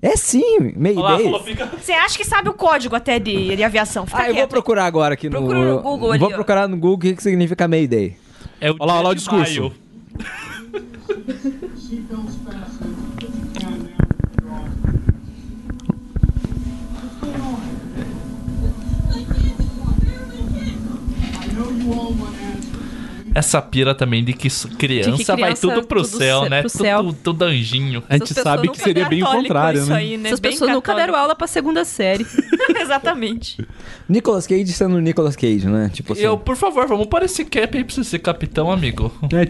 S4: É sim,
S3: Olha lá, falou,
S4: Mayday.
S3: fica...
S6: Você acha que sabe o código até de, de aviação? Fica
S4: Ah, eu vou
S6: quieto.
S4: procurar agora aqui no...
S5: Procura no Google
S4: Vou
S5: ali, ó.
S4: procurar no Google o que, que significa Mayday.
S3: É o
S2: Olha lá,
S3: dia
S2: olha o
S3: de
S2: discurso.
S3: maio. Essa pira também de que isso- criança,
S5: De que criança
S3: vai tudo pro
S5: tudo
S3: céu,
S5: ce-
S3: né?
S5: pro céu.
S3: Tudo, tudo anjinho.
S2: A gente
S5: pessoas
S2: sabe que
S5: nunca
S2: seria bem o
S6: Católico
S2: contrário,
S6: isso
S2: né?
S6: aí, né?
S5: Essas
S6: Bem
S5: pessoas nunca deram
S6: católico.
S5: aula pra segunda série.
S6: Exatamente.
S4: Nicolas Cage sendo Nicolas Cage, né? Tipo assim...
S3: Eu, por favor, vamos para esse cap aí pra você ser capitão, amigo.
S2: É.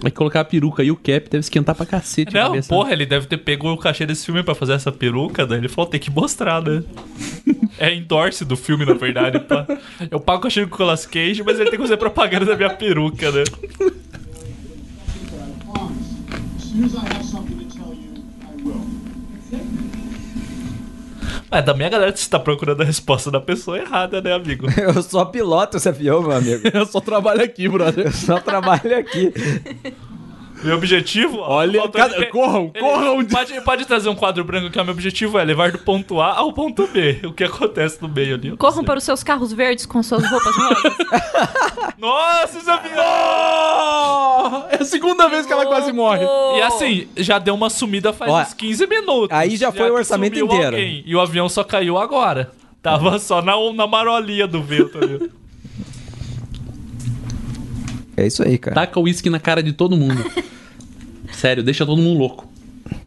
S2: Vai colocar a peruca e o cap deve esquentar pra cacete. a
S3: Não,
S2: cabeça.
S3: porra, ele deve ter pego o cachê desse filme pra fazer essa peruca, daí ele falou, tem que mostrar, né? é endorse do filme, na verdade. pá. Eu pago o cachê do Nicolas Cage, mas ele tem que fazer propaganda da minha peruca, né?
S7: As soon as I have something to tell you, I will.
S3: Mas da minha galera, você tá procurando a resposta da pessoa errada, né, amigo?
S4: Eu só piloto esse avião, meu amigo.
S2: Eu só trabalho aqui, brother.
S4: Eu só trabalho aqui.
S3: Meu objetivo... ó,
S2: Olha,
S3: faltou
S2: cada-
S3: ele-
S2: corram,
S3: ele-
S2: corram.
S3: Pode, pode trazer um quadro branco que é o meu objetivo, é levar do ponto A ao ponto B. O que acontece no meio ali. eu não
S5: Corram
S3: sei.
S5: para os seus carros verdes com suas roupas rosas.
S3: Nossa, isso
S2: É a segunda vez que ela quase morre.
S3: E assim, já deu uma sumida faz
S4: Ó,
S3: uns 15 minutos.
S4: aí já foi o
S3: que
S4: orçamento
S3: sumiu
S4: inteiro.
S3: alguém, e o avião só caiu agora. Tava só na, na marolinha do vento. viu?
S4: É isso aí, cara.
S2: Taca o uísque na cara de todo mundo. Sério, deixa todo mundo louco.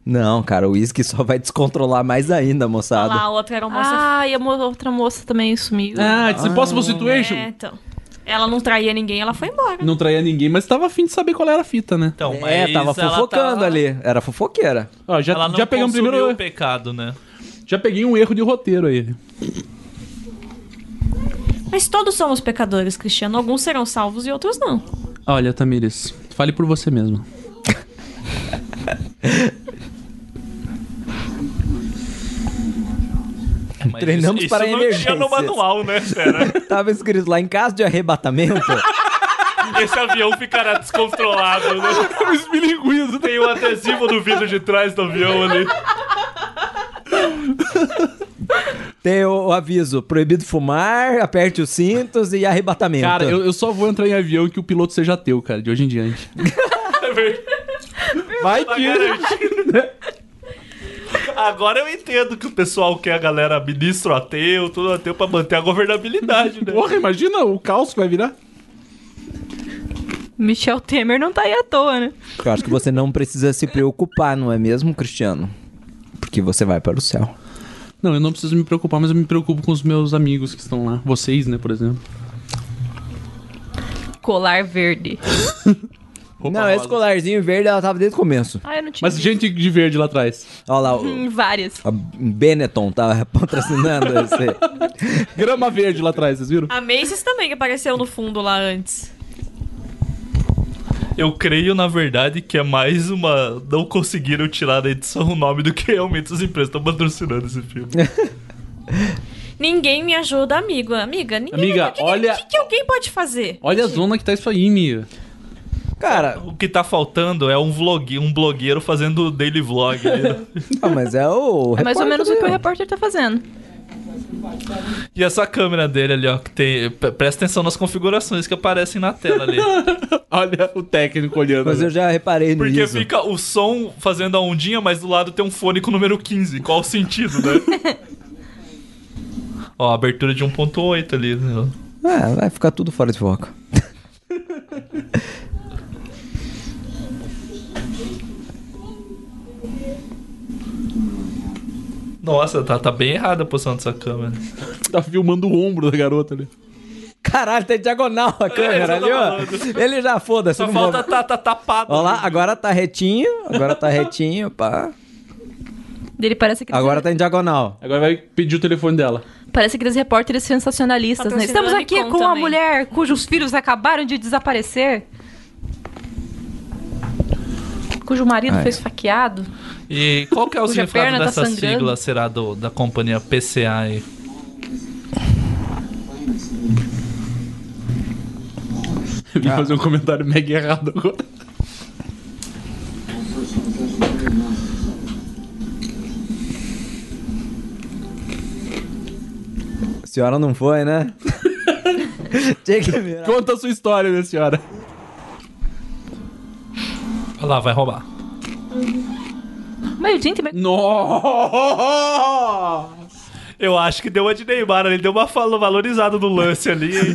S4: Não, cara, o uísque só vai descontrolar mais ainda, moçada.
S6: Lá, a outra era uma moça.
S5: Ah, e a mo- outra moça também sumiu.
S2: Ah, it's impossible situation.
S6: É, então. Ela não traía ninguém, ela foi embora.
S2: Não traía ninguém, mas tava afim de saber qual era a fita, né?
S3: Então,
S4: É, tava fofocando ali. Era fofoqueira.
S2: Ó, já,
S3: Ela não
S2: já pegamos
S3: consumiu
S2: primeiro.
S3: o pecado, né?
S2: Já peguei um erro de roteiro aí.
S6: Mas todos somos pecadores, Cristiano. Alguns serão salvos e outros não.
S2: Olha, Tamires, fale por você mesmo.
S3: Mas
S4: Treinamos para
S3: isso não tinha no
S4: emergências.
S3: manual, né, fera?
S4: Tava escrito lá, em caso de arrebatamento...
S3: Esse avião ficará descontrolado, né?
S2: Um esmilinguido.
S3: Tem o adesivo do vidro de trás do avião ali.
S4: Tem o, o aviso: proibido fumar, aperte os cintos e arrebatamento.
S2: Cara, eu, eu só vou entrar em avião que o piloto seja teu, cara, de hoje em diante.
S3: É verdade,
S2: Vai
S3: tá
S2: que.
S3: garantido. Agora eu entendo que o pessoal quer a galera ministro ateu, tudo ateu, pra manter a governabilidade, né?
S2: Porra, imagina o caos que vai virar.
S5: Michel Temer não tá aí à toa, né?
S4: Eu acho que você não precisa se preocupar, não é mesmo, Cristiano? Porque você vai para o céu.
S2: Não, eu não preciso me preocupar, mas eu me preocupo com os meus amigos que estão lá. Vocês, né, por exemplo.
S5: Colar verde.
S2: Roupa
S4: não,
S2: rosa.
S4: esse colarzinho verde ela tava desde o começo.
S5: Ah, eu não tinha.
S2: Mas gente de verde lá atrás.
S4: Olha lá, o,
S5: Hum, várias.
S4: a Benetton tava patrocinando esse.
S2: Grama verde lá atrás, vocês viram?
S6: A Macy's também que apareceu no fundo lá antes.
S3: Eu creio, na verdade, que é mais uma. Não conseguiram tirar da edição o nome do que realmente as empresas estão patrocinando esse filme.
S6: Ninguém me ajuda, amigo. Amiga, ninguém
S2: Amiga,
S6: o que,
S2: olha-
S6: O que, que alguém pode fazer?
S2: Olha a zona que tá isso aí, Mia.
S4: Cara,
S3: O que tá faltando é um, vlog, um blogueiro fazendo daily vlog. né?
S4: ah, mas é o.
S5: É mais ou
S4: repórter
S5: menos o que o
S4: mesmo.
S5: repórter tá fazendo.
S3: e essa câmera dele ali, ó, que tem. pre- Presta atenção nas configurações que aparecem na tela ali.
S2: Olha o técnico olhando. né?
S4: Mas eu já reparei no
S3: Porque
S4: nisso.
S3: fica o som fazendo a ondinha, mas do lado tem um fone com o número 15. Qual o sentido, né? Ó, a abertura de 1.8 ali. né?
S4: Ah, vai ficar tudo fora de foco.
S3: Nossa, tá, tá bem errada a posição dessa câmera. tá,
S2: Tá filmando o ombro da garota ali.
S4: Caralho, tá em diagonal
S2: É,
S4: a câmera ali, ó. Ele já foda-se.
S3: Só
S4: não
S3: falta
S4: vou-
S3: tá, tá tapado.
S4: Ó lá, agora tá retinho, agora tá retinho, pá.
S5: Ele parece que
S4: Agora tá em diagonal.
S2: Agora vai pedir o telefone dela.
S5: Parece aqueles repórteres sensacionalistas, né?
S6: Patrocinando
S5: Estamos aqui
S6: Nikon
S5: com a
S6: também.
S5: mulher cujos filhos acabaram de desaparecer. Cujo marido foi esfaqueado.
S3: E qual que é o
S5: Cuja
S3: significado
S5: perna tá
S3: dessa
S5: sangrando.
S3: sigla, será, do, da companhia PCA aí?
S2: Eu vim fazer um comentário mega errado agora.
S4: A senhora não foi, né? Tinha que virar.
S2: Conta a sua história, minha senhora.
S3: Olha lá, vai roubar.
S5: Mas, gente, mas...
S2: Nossa!
S3: Eu acho que deu uma de Neymar ali, deu uma falo- valorizada no lance ali. hein?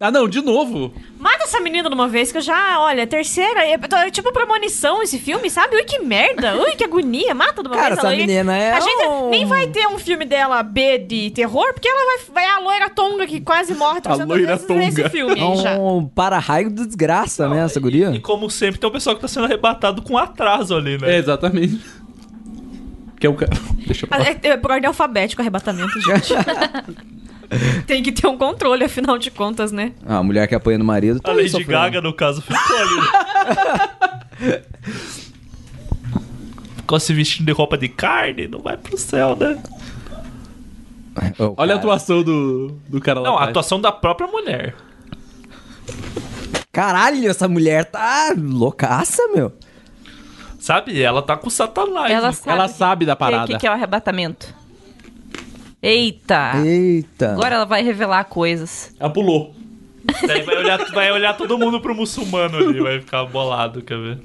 S2: Ah, não, de novo.
S6: Mata essa menina de uma vez, que eu já, olha, terceira. É, tô- é tipo premonição esse filme, sabe? Ui, que merda! Ui, que agonia! Mata de uma
S4: Cara,
S6: vez
S4: essa
S6: ela aí.
S4: menina é
S6: A gente
S4: um-
S6: nem vai ter um filme dela B de terror, porque ela vai, vai a loira tonga que quase morre trocentas
S2: loira
S6: vezes nesse
S2: tonga.
S6: filme aí já.
S4: É um para-raio de desgraça, né, essa guria?
S3: e como sempre, tem o pessoal que tá sendo arrebatado com atraso ali,
S2: É,
S3: né?
S2: exatamente. Que é o cara. Deixa eu
S6: Ah,
S2: falar.
S6: É, é por ordem alfabética o arrebatamento, gente. Tem que ter um controle, afinal de contas, né?
S4: Ah, a mulher que apanha no marido tá
S3: A
S4: ali
S3: Lady
S4: sofrendo.
S3: Gaga, no caso, ficou ali. né? Ficou se vestindo de roupa de carne, não vai pro céu, né?
S4: Ô,
S2: Olha a
S4: cara.
S2: atuação do, do cara lá.
S3: Não, a
S2: atrás.
S3: atuação da própria mulher.
S4: Caralho, essa mulher tá loucaça, meu.
S3: Sabe? Ela tá com satanás.
S5: Ela
S3: né?
S5: sabe,
S2: Ela sabe da
S5: que-
S2: parada.
S5: O que, que é o arrebatamento? Eita!
S4: Eita.
S5: Agora ela vai revelar coisas.
S2: Ela pulou.
S3: Daí vai olhar, vai olhar todo mundo pro muçulmano ali, vai ficar bolado, quer ver?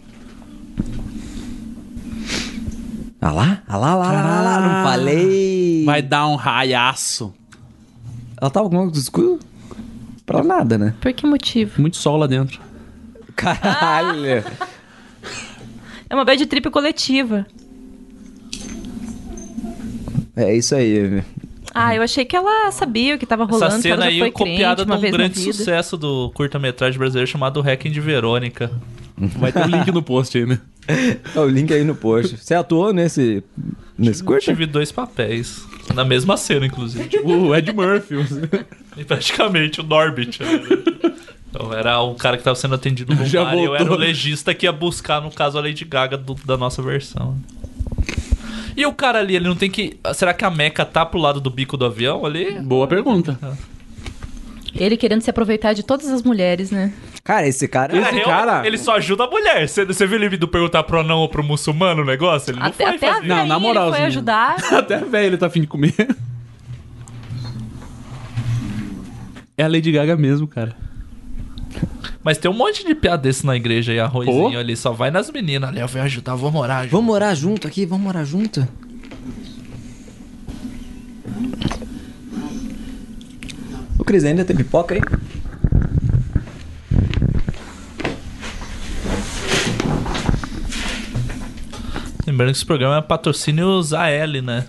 S4: Ah lá, ah lá, ah lá, ah lá, não falei.
S2: Vai dar um raiaço.
S4: Ela tava com o escudo? Pra nada, né?
S5: Por que motivo?
S2: Muito sol lá dentro.
S4: Caralho.
S5: É uma bad trip coletiva.
S4: É isso aí.
S5: Ah, eu achei que ela sabia o que tava rolando.
S3: Essa
S5: que
S3: cena
S5: ela já
S3: aí
S5: foi
S3: copiada
S5: crente
S3: de
S5: uma
S3: um
S5: vez na
S3: grande
S5: vida.
S3: sucesso do curta-metragem brasileiro chamado Hacking de Verônica.
S2: Vai ter o link no post aí, né?
S4: Ó, o link aí no post. Você atuou nesse. nesse curta?
S3: Tive dois papéis. Na mesma cena, inclusive.
S2: Tipo, o Ed Murphy.
S3: E praticamente o Norbit. né? Então, era o cara que tava sendo atendido no
S2: Já
S3: bar e eu era o
S2: voltou.
S3: legista que ia buscar, no caso, a Lady Gaga do- da nossa versão. E o cara ali, ele não tem que. Será que a Meca tá pro lado do bico do avião ali?
S2: Boa pergunta.
S5: Ele querendo se aproveitar de todas as mulheres, né?
S4: Cara, esse cara.
S2: Esse
S3: real-
S2: cara-
S3: Ele só ajuda a mulher. Você, você viu ele do perguntar pro anão ou pro muçulmano o negócio? Ele não
S5: Até,
S3: foi
S5: até a
S3: fazer.
S2: Não,
S5: Não,
S2: na
S5: ele foi
S2: moralzinha.
S5: ajudar.
S2: Até a velha ele tá afim de comer. É a Lady Gaga mesmo, cara.
S3: Mas tem um monte de piada desse na igreja aí, arrozinho
S2: Pô.
S3: ali. Só vai nas meninas ali. Eu vou ajudar, vou morar. junto.
S4: Vamos morar junto aqui, vamos morar junto. O Cris ainda tem pipoca aí?
S3: Lembrando que esse programa é patrocínio AL, né?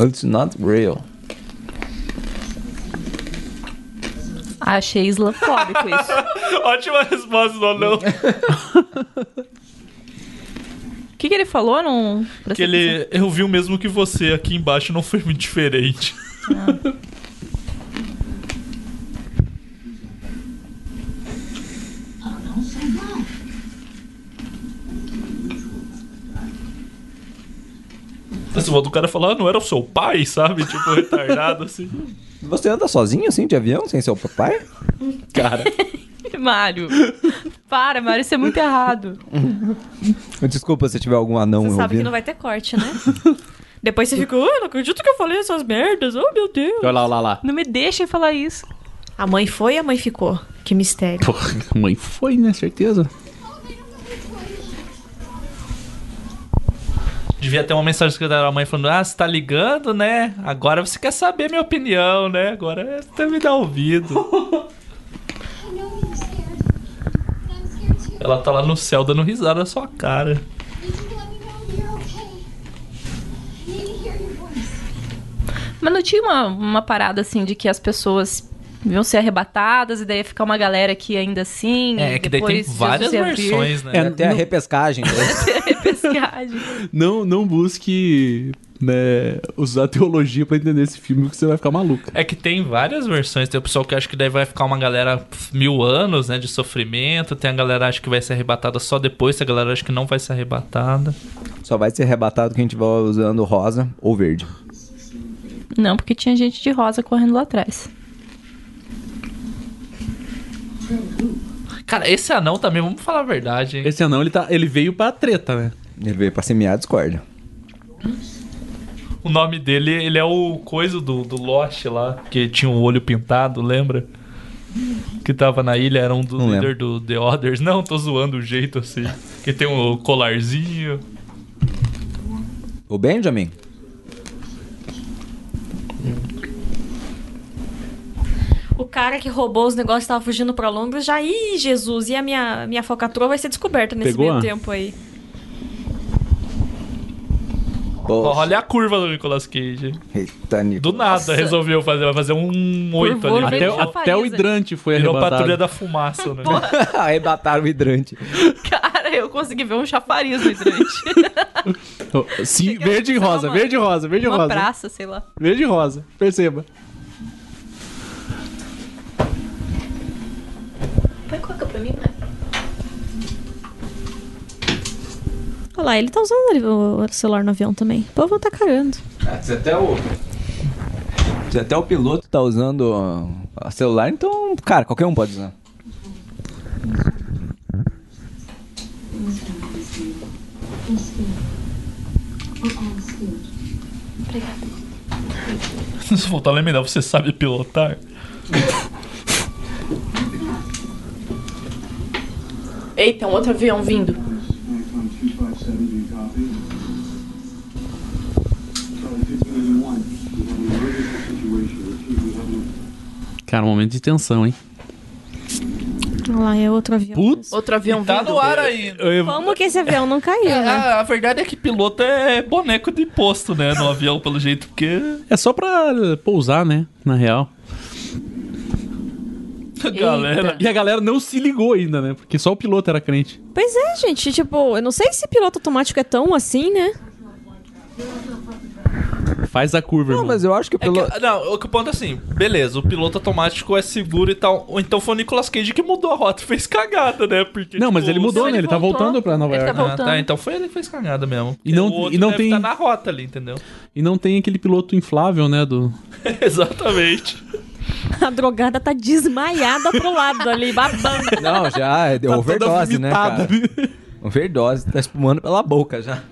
S4: It's not real.
S5: Achei islamofóbico isso.
S3: Ótima resposta, não, não.
S5: O que, que ele falou? Não. prestei
S3: Que ele, eu vi o mesmo que você aqui embaixo, não foi muito diferente. Ah, Esse modo do cara falar, "Ah, não era o seu pai, sabe? Tipo, retardado assim.
S4: Você anda sozinho assim de avião, sem seu papai?
S2: Cara,
S5: atenção. Mário. Para, Mário, isso é muito errado.
S4: Desculpa se tiver algum anão
S6: Você sabe que
S4: ouvindo.
S6: não vai ter corte, né? Depois você fica, ah, não acredito que eu falei essas merdas, oh meu Deus.
S2: olha lá, olha lá, lá.
S5: Não me deixem falar isso.
S6: A mãe foi e a mãe ficou. Que mistério.
S2: Porra, mãe, foi, né? Certeza.
S3: Devia ter uma mensagem escrita da mãe falando: Ah, você tá ligando, né? Agora você quer saber minha opinião, né? Agora você me dá ouvido.
S7: I know you're scared. And I'm scared too.
S3: Ela tá lá no céu dando risada na sua cara.
S7: You just let me know you're okay. I need to hear
S5: Mas não tinha uma, uma parada assim de que as pessoas iam ser arrebatadas e daí ia ficar uma galera aqui ainda assim.
S3: É,
S5: e
S3: que daí tem
S5: depois
S3: várias
S5: Jesus ia vir,
S3: versões, né?
S2: É,
S4: Até a
S2: não-
S4: repescagem. né?
S5: pescagem.
S2: Não, não busque né, usar teologia pra entender esse filme, porque você vai ficar maluca.
S3: É que tem várias versões. Tem o pessoal que acha que daí vai ficar uma galera pf, mil anos, né? De sofrimento. Tem a galera que acha que vai ser arrebatada só depois. Tem a galera que acha que não vai ser arrebatada.
S4: Só vai ser arrebatado quem tiver usando rosa ou verde.
S5: Não, porque tinha gente de rosa correndo lá atrás.
S3: Cara, esse anão também, vamos falar a verdade, hein?
S2: Esse anão, ele, tá, ele veio pra treta, né?
S4: Ele veio pra semear a discórdia.
S3: O nome dele, ele é o coisa do, do Lost lá, que tinha o olho pintado, lembra? Que tava na ilha, era um dos
S4: Não
S3: líderes do The Orders. Não, tô zoando o jeito assim. Que tem um colarzinho.
S4: O Benjamin?
S6: O cara que roubou os negócios e tava fugindo pra Londres já. Ih, Jesus! E a minha, minha falcatrua vai ser descoberta nesse
S2: Pegou
S6: meio
S2: a-
S6: tempo aí.
S4: Pô,
S3: Olha a curva do Nicolas Cage.
S4: Eita, Nico.
S3: Do nada resolveu fazer, vai fazer um oito ali.
S5: Curvou,
S3: Até
S2: Até,
S5: Virou
S3: o-
S2: até o
S5: Farisa.
S2: hidrante foi
S3: Virou
S2: arrebatado.
S3: patrulha da fumaça, né?
S4: Arrebataram o hidrante.
S5: Cara, eu consegui ver um chafariz no hidrante.
S2: Oh, Sim,
S5: Chega a
S2: verde e
S5: pensar
S2: rosa,
S5: uma-
S2: verde e rosa, verde e
S5: Uma
S2: rosa.
S5: praça, sei lá.
S2: Verde e rosa, perceba.
S5: Põe coca pra mim, né?
S6: Olha lá, ele tá usando ali o o celular no avião também. O povo tá carando.
S4: Se até o. Se até o piloto tá usando ó, celular, então, cara, qualquer um pode usar.
S7: We're scared. We're all scared.
S3: Se voltar a lembrar, você sabe pilotar?
S5: Eita, um outro avião vindo.
S8: Maximum 2570 copy. Charlie 691, we have an emergency situation. Repeat, we have an
S2: Cara, um momento de tensão, hein?
S6: Olha lá, é outro avião.
S2: Putz.
S5: Outro avião
S3: Tá no ar ainda.
S6: Como que esse avião não caiu, né?
S3: A, a verdade é que piloto é boneco de posto, né? No avião, pelo jeito, porque.
S2: É só pra pousar, né? Na real.
S3: A galera.
S2: E a galera não se ligou ainda, né? Porque só o piloto era crente.
S6: Pois é, gente. Tipo, eu não sei se piloto automático é tão assim, né?
S2: Faz a curva,
S4: Não,
S2: irmão.
S4: mas eu acho que o
S3: É que-
S4: piloto.
S3: não, o que o ponto é assim, beleza, o piloto automático é seguro e tal. Ou então foi o Nicolas Cage que mudou a rota e fez cagada, né? Porque,
S2: Não, mas ele mudou,
S5: ele
S2: né? Ele tá
S5: voltou,
S2: voltando pra Nova
S5: ele tá
S2: York.
S3: Ah,
S5: Voltando.
S3: tá, então foi ele que fez cagada mesmo.
S2: E não-
S3: o outro
S2: e não
S3: deve
S2: tem-
S3: tá na rota ali, entendeu?
S2: E não tem aquele piloto inflável, né? Do...
S3: Exatamente.
S6: A drogada tá desmaiada pro lado ali, babando.
S4: Não, já deu
S2: Tá toda
S4: overdose, né,
S2: vomitada.
S4: cara? Overdose, tá espumando pela boca já.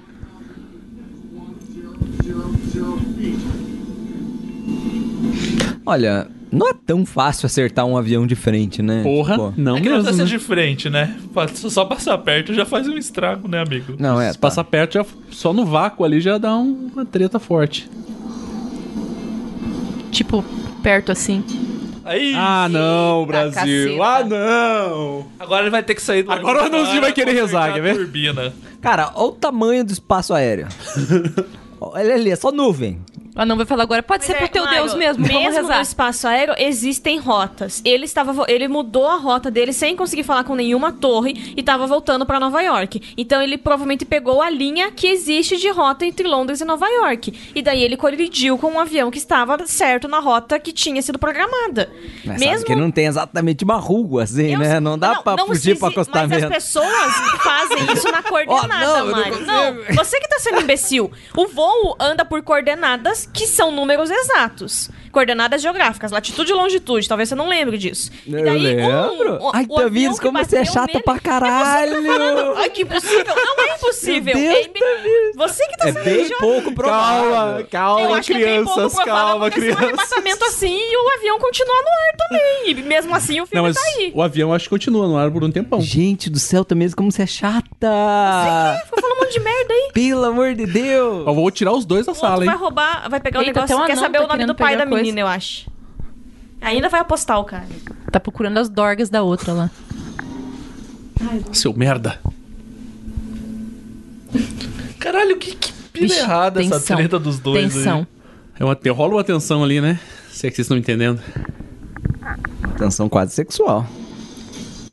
S8: 1008.
S4: Olha, não é tão fácil acertar um avião de frente, né?
S2: Porra,
S4: Tipo,
S2: não
S3: É que não
S2: mesmo.
S3: precisa
S2: né?
S3: ser de frente, né? Só passar perto já faz um estrago, né, amigo?
S4: não, é.
S2: Se
S4: tá.
S2: passar perto, já, só no vácuo ali já dá um- uma treta forte.
S5: Tipo, perto assim.
S3: Aí,
S2: Ah, não,
S5: Brasil.
S2: Brasil.
S5: Ah,
S2: Ah, não.
S3: agora ele vai ter que sair do
S2: Agora o
S3: ônibus
S2: anãozinho
S3: lá,
S2: vai querer rezar,
S3: consertar
S2: quer ver?
S3: a Turbina.
S4: tá. Cara, olha o tamanho do espaço aéreo. Olha ali, é só nuvem.
S5: Ah, não, vai falar agora. Pode ser pro teu
S6: Mário,
S5: Deus mesmo,
S6: é, Mesmo
S5: vamos rezar.
S6: no espaço aéreo existem rotas. Ele estava vo- ele mudou a rota dele sem conseguir falar com nenhuma torre e estava voltando para Nova York. Então ele provavelmente pegou a linha que existe de rota entre Londres e Nova York. E daí ele colidiu com um avião que estava certo na rota que tinha sido programada.
S4: Mas É, sabe que não tem exatamente uma rua assim,
S6: Eu-
S4: né? Não dá pra
S6: não
S4: fugir
S6: se-
S4: pro acostamento.
S6: Mas as pessoas fazem isso na coordenada,
S4: não, eu não
S6: Mário.
S4: consigo.
S6: Não, você que tá sendo imbecil. O voo anda por coordenadas que são números exatos. Coordenadas geográficas, latitude e longitude. Talvez você não lembre disso. E
S4: Eu
S6: daí,
S4: lembro.
S6: um- o-
S4: Ai,
S6: o avião
S4: Tamires,
S6: que
S4: como você é
S6: bateu
S4: chato
S6: nele-
S4: pra caralho!
S6: tá Ai, que impossível. Não é impossível.
S4: Meu Deus,
S6: É imbe- você que tá
S4: É
S6: sendo
S4: bem
S6: idiota.
S4: pouco provável.
S2: Calma, calma,
S6: Eu acho que é bem pouco
S2: crianças,
S6: provável
S2: calma,
S6: acontecer um
S2: crianças.
S6: arrebatamento assim e o avião continua no ar também. E mesmo assim o filme
S2: Não, mas
S6: tá aí.
S2: o avião acho que continua no ar por um tempão.
S4: Gente do céu, também como você é chata!
S6: Ficou falando um monte de merda aí.
S4: Pelo amor de Deus!
S2: Eu vou tirar os dois da
S6: O outro
S2: sala, hein?
S6: vai roubar, vai pegar o
S5: Eita, até
S6: negócio
S5: um
S6: quer
S5: anão
S6: saber
S5: tá
S6: o nome
S5: querendo
S6: do pai da
S5: pegar coisa.
S6: menina, eu acho. Ainda vai apostar o cara.
S5: Tá procurando as dorgas da outra lá.
S2: Seu merda.
S3: Caralho, que, que pira
S5: Vixe,
S3: errada essa
S5: tensão,
S3: treta dos dois
S5: Tensão.
S2: É uma, rola uma tensão ali, né? Se é que vocês estão entendendo.
S4: Tensão quase sexual.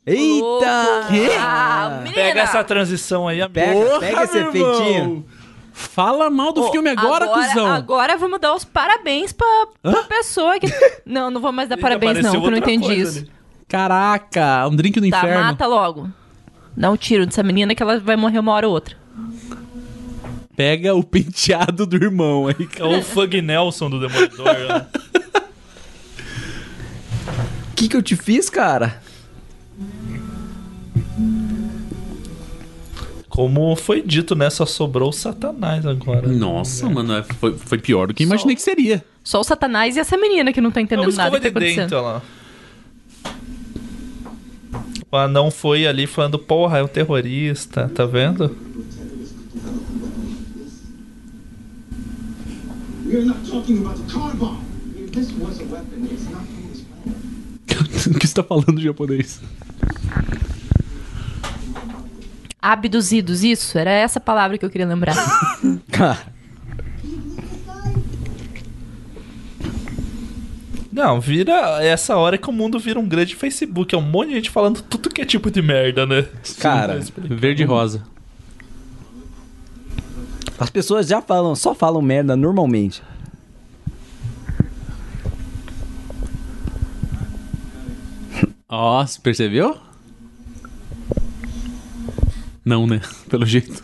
S4: Eita!
S5: Ah,
S3: aí.
S5: menina!
S3: Pega essa transição aí, amigo.
S4: Pega,
S2: Porra,
S4: pega esse
S2: meu irmão!
S4: efeitinho.
S2: Fala mal do
S5: Ô,
S2: filme agora, cuzão.
S5: Agora vamos dar os parabéns pra, pra pessoa que. Não, não vou mais dar
S3: Ih,
S5: parabéns, não,
S3: apareceu
S5: porque eu não
S3: outra
S5: entendi
S3: coisa
S5: isso.
S3: ali.
S2: Caraca, um drink do
S5: Tá,
S2: inferno.
S5: mata logo. Dá um tiro nessa menina que ela vai morrer uma hora ou outra.
S2: Pega o penteado do irmão aí,
S3: É o Fug Nelson do Demolidor. né?
S4: O que, que eu te fiz, cara?
S3: Como foi dito, né? Só sobrou o Satanás agora.
S2: Nossa, mano, é- foi, foi pior do que eu imaginei que seria.
S5: Só o Satanás e essa menina que não tá
S3: É uma
S5: entendendo nada
S3: escova
S5: que
S3: de
S5: tá acontecendo.
S3: dente, olha lá. O anão foi ali falando, porra, é um terrorista, tá vendo?
S8: We are not talking about the car bomb. If this was a weapon, it's not from this planet.
S2: o que você tá falando em japonês?
S5: Abduzidos, isso? Era essa palavra que eu queria lembrar.
S4: Cara,
S3: Não, vira essa hora que o mundo vira um grande Facebook. É um monte de gente falando tudo que é tipo de merda, né?
S4: Cara.
S2: Verde e rosa.
S4: as pessoas já falam, só falam merda normalmente.
S2: Ó, você percebeu? Não, né? Pelo jeito.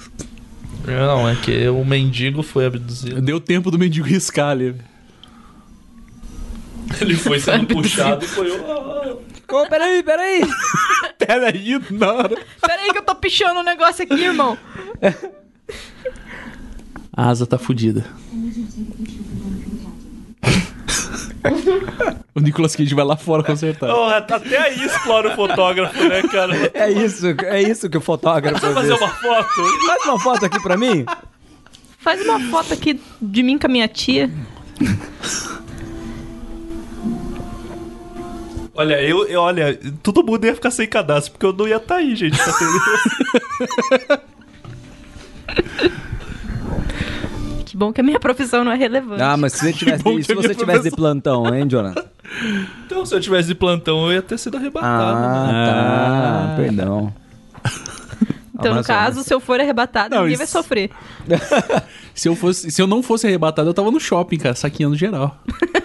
S3: Não, é que o mendigo foi abduzido.
S2: Deu tempo do mendigo riscar ali.
S3: Ele foi sendo puxado e foi. "Ah,
S4: Ô, peraí, peraí.
S2: Peraí, na hora.
S5: Peraí que eu tô pichando um negócio aqui, irmão.
S2: A asa tá fudida. O Nicolas Cage vai lá fora consertar.
S3: ah." Oh, até aí explora o fotógrafo, né, cara?
S4: É isso, é isso que o fotógrafo
S3: Vamos fazer uma foto?
S4: Faz uma foto aqui pra mim.
S5: Faz uma foto aqui de mim com a minha tia.
S3: Olha, eu, eu- olha, todo mundo ia ficar sem cadastro, porque eu não ia estar aí, gente. pra ter-
S5: Que bom que a minha profissão não é relevante.
S4: Ah, mas se você tivesse,
S2: bom que
S4: se
S2: a minha
S4: você tivesse de
S2: professora-
S4: plantão, hein, Jonathan?
S3: então, se eu tivesse de plantão, eu ia ter sido arrebatado. né?
S4: Ah, tá. Perdão.
S5: então, no
S4: mas-
S5: caso, se eu for arrebatado,
S2: Não,
S5: ninguém
S2: isso-
S5: vai sofrer.
S2: Se eu, fosse, se eu não fosse arrebatado, eu tava no shopping, cara, saqueando geral.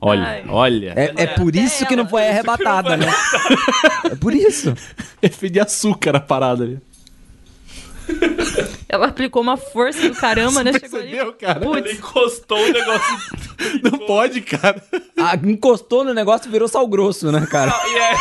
S2: Olha,
S5: Ai.
S2: olha.
S4: É, é por isso que não foi arrebatada, né? É por isso.
S2: É feio de açúcar a parada ali.
S5: Ela aplicou uma força do caramba, né? Chegou ali.
S2: Entendeu, cara?
S3: Ele encostou o negócio.
S2: Não pode, cara.
S4: Ah, encostou no negócio e virou sal grosso, né, cara?
S3: e, é-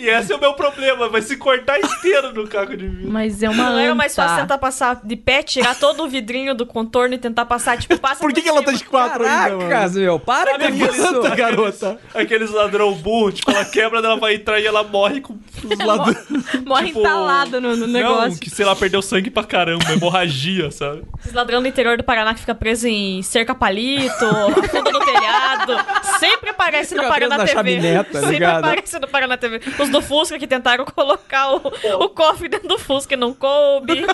S3: e esse é o meu problema, vai se cortar inteiro no caco de vidro.
S5: Mas é uma
S6: Não era mais fácil
S5: anta.
S6: tentar passar de pé, tirar todo o vidrinho do contorno e tentar passar, tipo, passa
S2: Por que, que ela tá de quatro ainda, mano?
S4: Caraca, meu, para com isso.
S2: Levanta, garota.
S3: Aqueles ladrão burro, tipo, ela quebra, ela vai entrar e ela morre com os ladrões.
S5: É, Morre
S3: tipo,
S5: entalada no, no negócio.
S3: Não, que sei lá, perdeu sangue pra caramba, hemorragia, sabe?
S6: Esses ladrão do interior do Paraná que fica preso em cerca palito, fundo do telhado. Sempre aparece no
S4: Fica preso
S6: Paraná
S4: na
S6: TV.
S4: chaminé, tá
S6: Sempre
S4: ligado?
S6: aparece no Paraná TV. Os do Fusca que tentaram colocar o, o cofre dentro do Fusca e não coube.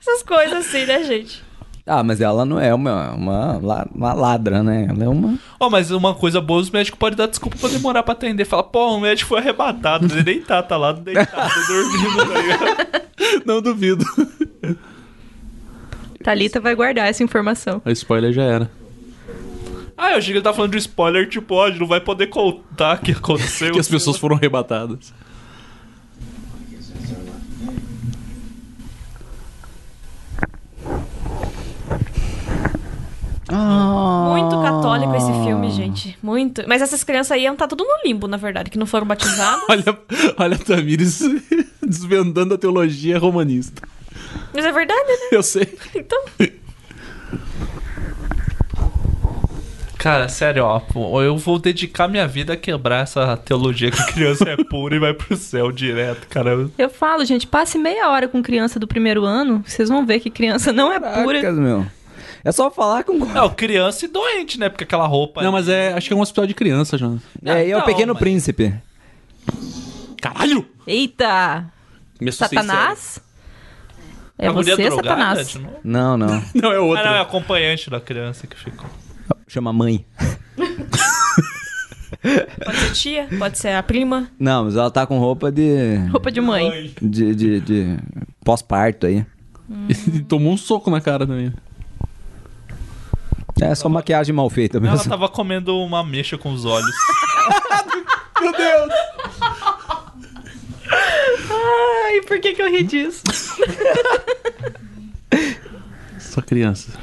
S6: Essas coisas assim, né, gente?
S4: Ah, mas ela não é uma, uma, la- uma ladra, né? Ela é uma.
S3: Ó, mas uma coisa boa, os médicos podem dar desculpa pra demorar pra atender. Fala, pô, o médico foi arrebatado, ele nem tá, tá lá deitado, dormindo, tá ligado?
S2: Não duvido.
S5: Thalita vai guardar essa informação.
S2: A spoiler já era.
S3: Ah, eu achei que ele tá falando de spoiler, tipo, ó, não vai poder contar o que aconteceu.
S2: Que as pessoas foram arrebatadas.
S5: Oh.
S6: Muito católico esse filme, gente. Muito. Mas essas crianças aí iam estar tudo no limbo, na verdade, que não foram batizadas.
S2: Olha, olha a Tamires desvendando a teologia romanista.
S6: Mas é verdade, né?
S2: Eu sei.
S6: Então.
S3: Cara, sério, ó, pô, eu vou dedicar minha vida a quebrar essa teologia que criança é pura e vai pro céu direto, cara. Eu-
S5: Eu falo, gente, passe meia hora com criança do primeiro ano, vocês vão ver que criança não é
S4: Caraca,
S5: pura.
S4: meu. É só falar com.
S3: Não, criança e doente, né? Porque aquela roupa.
S2: Não, mas é. Acho que é um hospital de criança, Jonas.
S4: É, e é o
S3: Não,
S4: Pequeno
S3: mas-
S4: Príncipe.
S2: Caralho!
S5: Eita!
S2: Me assustei,
S5: Satanás? É
S3: a mulher
S5: você,
S3: drogada,
S5: Satanás.
S3: de novo?
S4: Não, não.
S2: Não, é
S3: Ah, não, é
S2: outra.
S3: a acompanhante da criança que ficou.
S4: Chama mãe.
S6: Pode ser tia, pode ser a prima.
S4: Não, mas ela tá com roupa de.
S5: Roupa de mãe.
S4: de. de. de pós-parto aí.
S2: E Tomou um soco na cara também.
S4: É só maquiagem mal feita
S3: Ela tá-
S4: mesmo.
S3: tava comendo uma mexa com os olhos.
S5: Ai, por que, que eu ri disso?
S2: Só criança.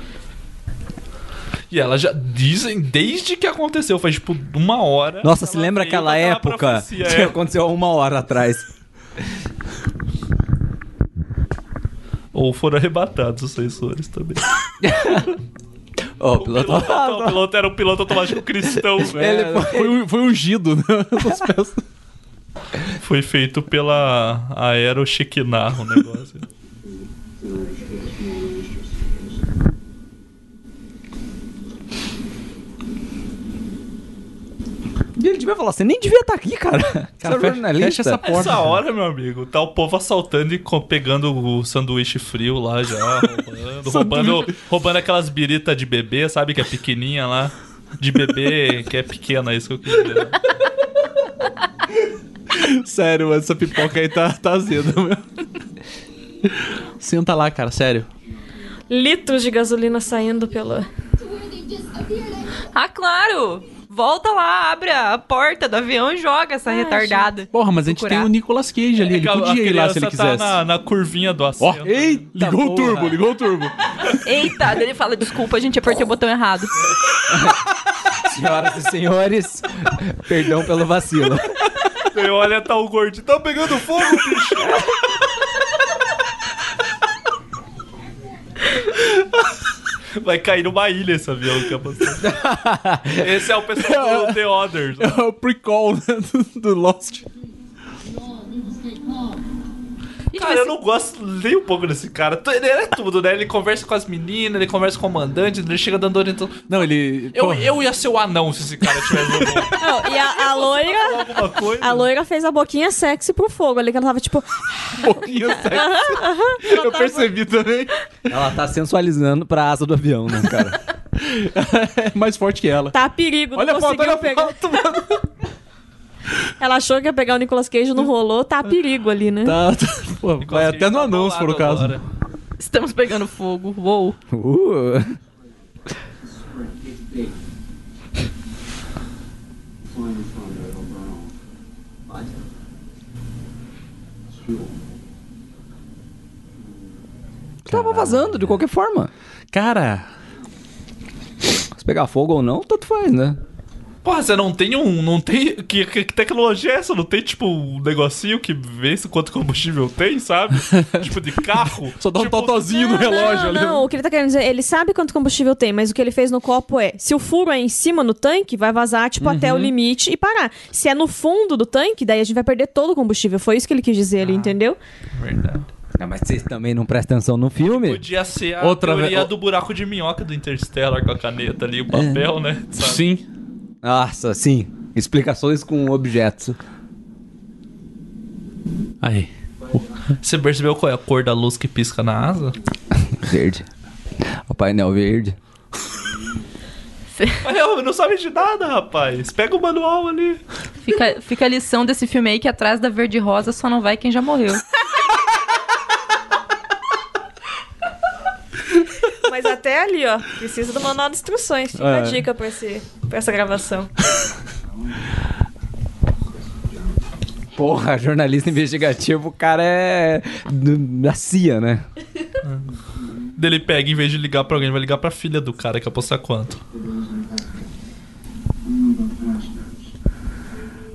S3: E ela já dizem desde que aconteceu, faz tipo uma hora.
S4: Nossa, se
S3: Ela
S4: lembra
S3: veio
S4: aquela
S3: daquela
S4: época
S3: profecia,
S4: que
S3: é.
S4: aconteceu há uma hora atrás?
S3: Ou foram arrebatados os sensores também.
S4: Ó,
S3: O
S4: piloto. É,
S3: piloto, o piloto era um piloto automático cristão, velho.
S4: Ele foi.
S2: Foi, um- foi ungido, né? Nas festas.
S3: Foi feito pela Aero Shekinah, o negócio.
S4: E ele devia falar, você nem devia estar aqui, cara.
S2: Cara,
S4: você é
S2: fecha, fecha essa porta.
S3: Essa hora, meu amigo, tá o povo assaltando e co- pegando o sanduíche frio lá já, roubando, roubando, roubando aquelas biritas de bebê, sabe? Que é pequenininha lá. De bebê, que é pequena, é isso que eu quis dizer. né?
S2: Sério, mano, essa pipoca aí tá, tá azeda, meu. Senta lá, cara, sério.
S6: Litros de gasolina saindo pelo.
S7: To where they just appeared. I
S5: Ah, claro! Volta lá, abre a porta do avião e joga essa retardada.
S2: Porra, mas a gente
S5: Procurar.
S2: tem o Nicolas Cage ali. Ele
S3: É A- a
S2: podia ir lá se ele
S3: criança tá
S2: quisesse.
S3: na, na curvinha do
S2: Ó,
S3: assento.
S2: ei, ligou o
S4: porra.
S2: turbo, ligou o turbo.
S5: Eita, daí ele fala, desculpa, a gente apertou o botão errado.
S4: Senhoras e senhores, perdão pelo vacilo.
S3: E olha, tá o gordinho. Tá pegando fogo, bicho. Vai cair numa ilha esse avião que é você. Esse é o pessoal do The Others. né?
S2: É o precall né, do, do Lost.
S5: Gente,
S3: Cara, eu não gosto nem um pouco desse cara. Tu- Ele é tudo, né? Ele conversa com as meninas, ele conversa com o comandante, ele chega dando orientação.
S2: Não, ele.
S3: Eu,
S2: porra.
S3: eu ia ser o anão se esse cara tivesse alguma-
S6: Não, e a, a loira.
S3: alguma coisa.
S6: A loira fez a boquinha sexy pro fogo ali, que ela tava tipo.
S2: pouquinho sexy. Eu percebi também.
S4: Ela tá sensualizando pra asa do avião, né, cara?
S2: É mais forte que ela.
S6: Tá a perigo,
S2: Olha
S6: não
S2: a foto,
S6: conseguiu
S2: olha a
S6: pegar.
S2: foto, mano.
S6: Ela achou que ia pegar o Nicolas Cage, não rolou, tá a perigo ali, né?
S2: Tá, tá. Pô, vai até no anão, se for o caso.
S3: Agora.
S5: Estamos pegando fogo. Uou.
S4: Uh,
S8: It's big. Flying in front of it, it'll burn off. What? It's fuel.
S4: tava vazando de qualquer forma.
S2: Cara,
S4: Se pegar fogo ou não, tanto faz, né?
S3: Porra, você não tem um. Não tem. Que, que- que tecnologia é essa? Não tem, tipo, um negocinho que vê se quanto combustível tem, sabe? tipo, de carro.
S2: só dá um
S3: tipo,
S2: totozinho no
S6: Não,
S2: relógio
S6: não,
S2: ali.
S6: Não, o que ele tá querendo dizer, ele sabe quanto combustível tem, mas o que ele fez no copo é, se o furo é em cima no tanque, vai vazar, tipo, até o
S2: Uhum.
S6: limite e parar. Se é no fundo do tanque, daí a gente vai perder todo o combustível. Foi isso que ele quis dizer
S2: Ah.
S6: ali, entendeu?
S3: Verdade.
S4: Não, mas vocês também não prestam atenção no filme.
S3: Podia ser a
S2: Outra
S3: teoria
S2: vez-
S3: do buraco de minhoca do Interstellar com a caneta ali, o papel, né? Sabe?
S2: É. Sim.
S4: Nossa, sim. Explicações com objetos.
S2: Aí.
S3: Você percebeu qual é a cor da luz que pisca na asa?
S4: Verde. O painel verde.
S3: Mas eu não sabe de nada, rapaz. Pega o manual ali.
S5: Fica, fica a lição desse filme aí que atrás da verde rosa só não vai quem já morreu.
S6: Mas até ali, ó, precisa do manual de instruções. Fica
S2: É.
S6: a dica pra, esse, pra essa gravação.
S4: Porra, jornalista investigativo, o cara é do- da CIA, né?
S3: Daí Ele pega, em vez de ligar pra alguém, vai ligar pra filha do cara que apostar quanto.
S8: I don't know about past tense.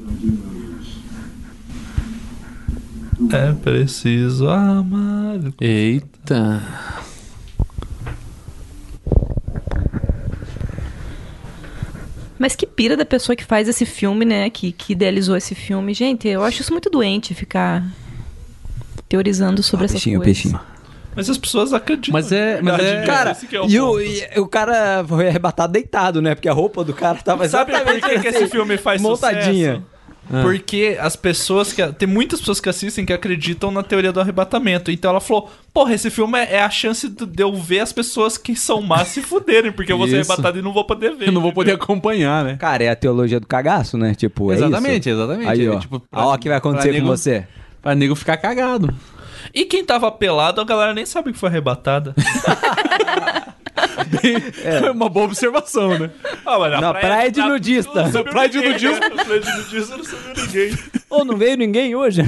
S8: but I do know this.
S3: É preciso amar.
S2: Eita.
S5: Mas que pira da pessoa que faz esse filme, né? Que, que idealizou esse filme. Gente, eu acho isso muito doente ficar teorizando sobre
S3: Ah,
S5: essas
S4: Peixinho,
S5: coisas.
S4: peixinho.
S3: Mas as pessoas acreditam.
S2: Mas é- mas é-
S3: Cara,
S4: Cara,
S3: esse que é o
S4: e,
S3: ponto.
S4: o, e o cara foi arrebatado deitado, né? Porque a roupa do cara tava
S3: Sabe por
S4: exatamente
S3: que, que esse
S4: assim,
S3: filme faz
S4: montadinha. Ah.
S3: sucesso? Porque as pessoas que. Tem muitas pessoas que assistem que acreditam na teoria do arrebatamento. Então ela falou: Porra, esse filme é é a chance do- de eu ver as pessoas que são más se fuderem, porque eu vou ser
S2: Isso.
S3: arrebatado e não vou poder ver.
S2: Eu não vou poder
S3: entendeu?
S2: acompanhar, né?
S4: Cara, é a teologia do cagaço, né? Tipo, é
S2: Exatamente,
S4: isso?
S2: exatamente.
S4: Aí,
S2: É,
S4: ó.
S2: tipo, pra-
S4: ó, o que vai acontecer
S2: pra
S4: com
S2: nego-
S4: você.
S2: Pra nego ficar cagado.
S3: E quem tava pelado, a galera nem sabe que foi arrebatada.
S2: É uma boa observação, né?
S3: Ah, mas
S4: Na praia de nudista.
S3: não subiu
S2: Praia de
S3: ninguém,
S2: nudista.
S3: né? Na praia de nudista não subiu ninguém.
S4: Ô, não veio ninguém hoje?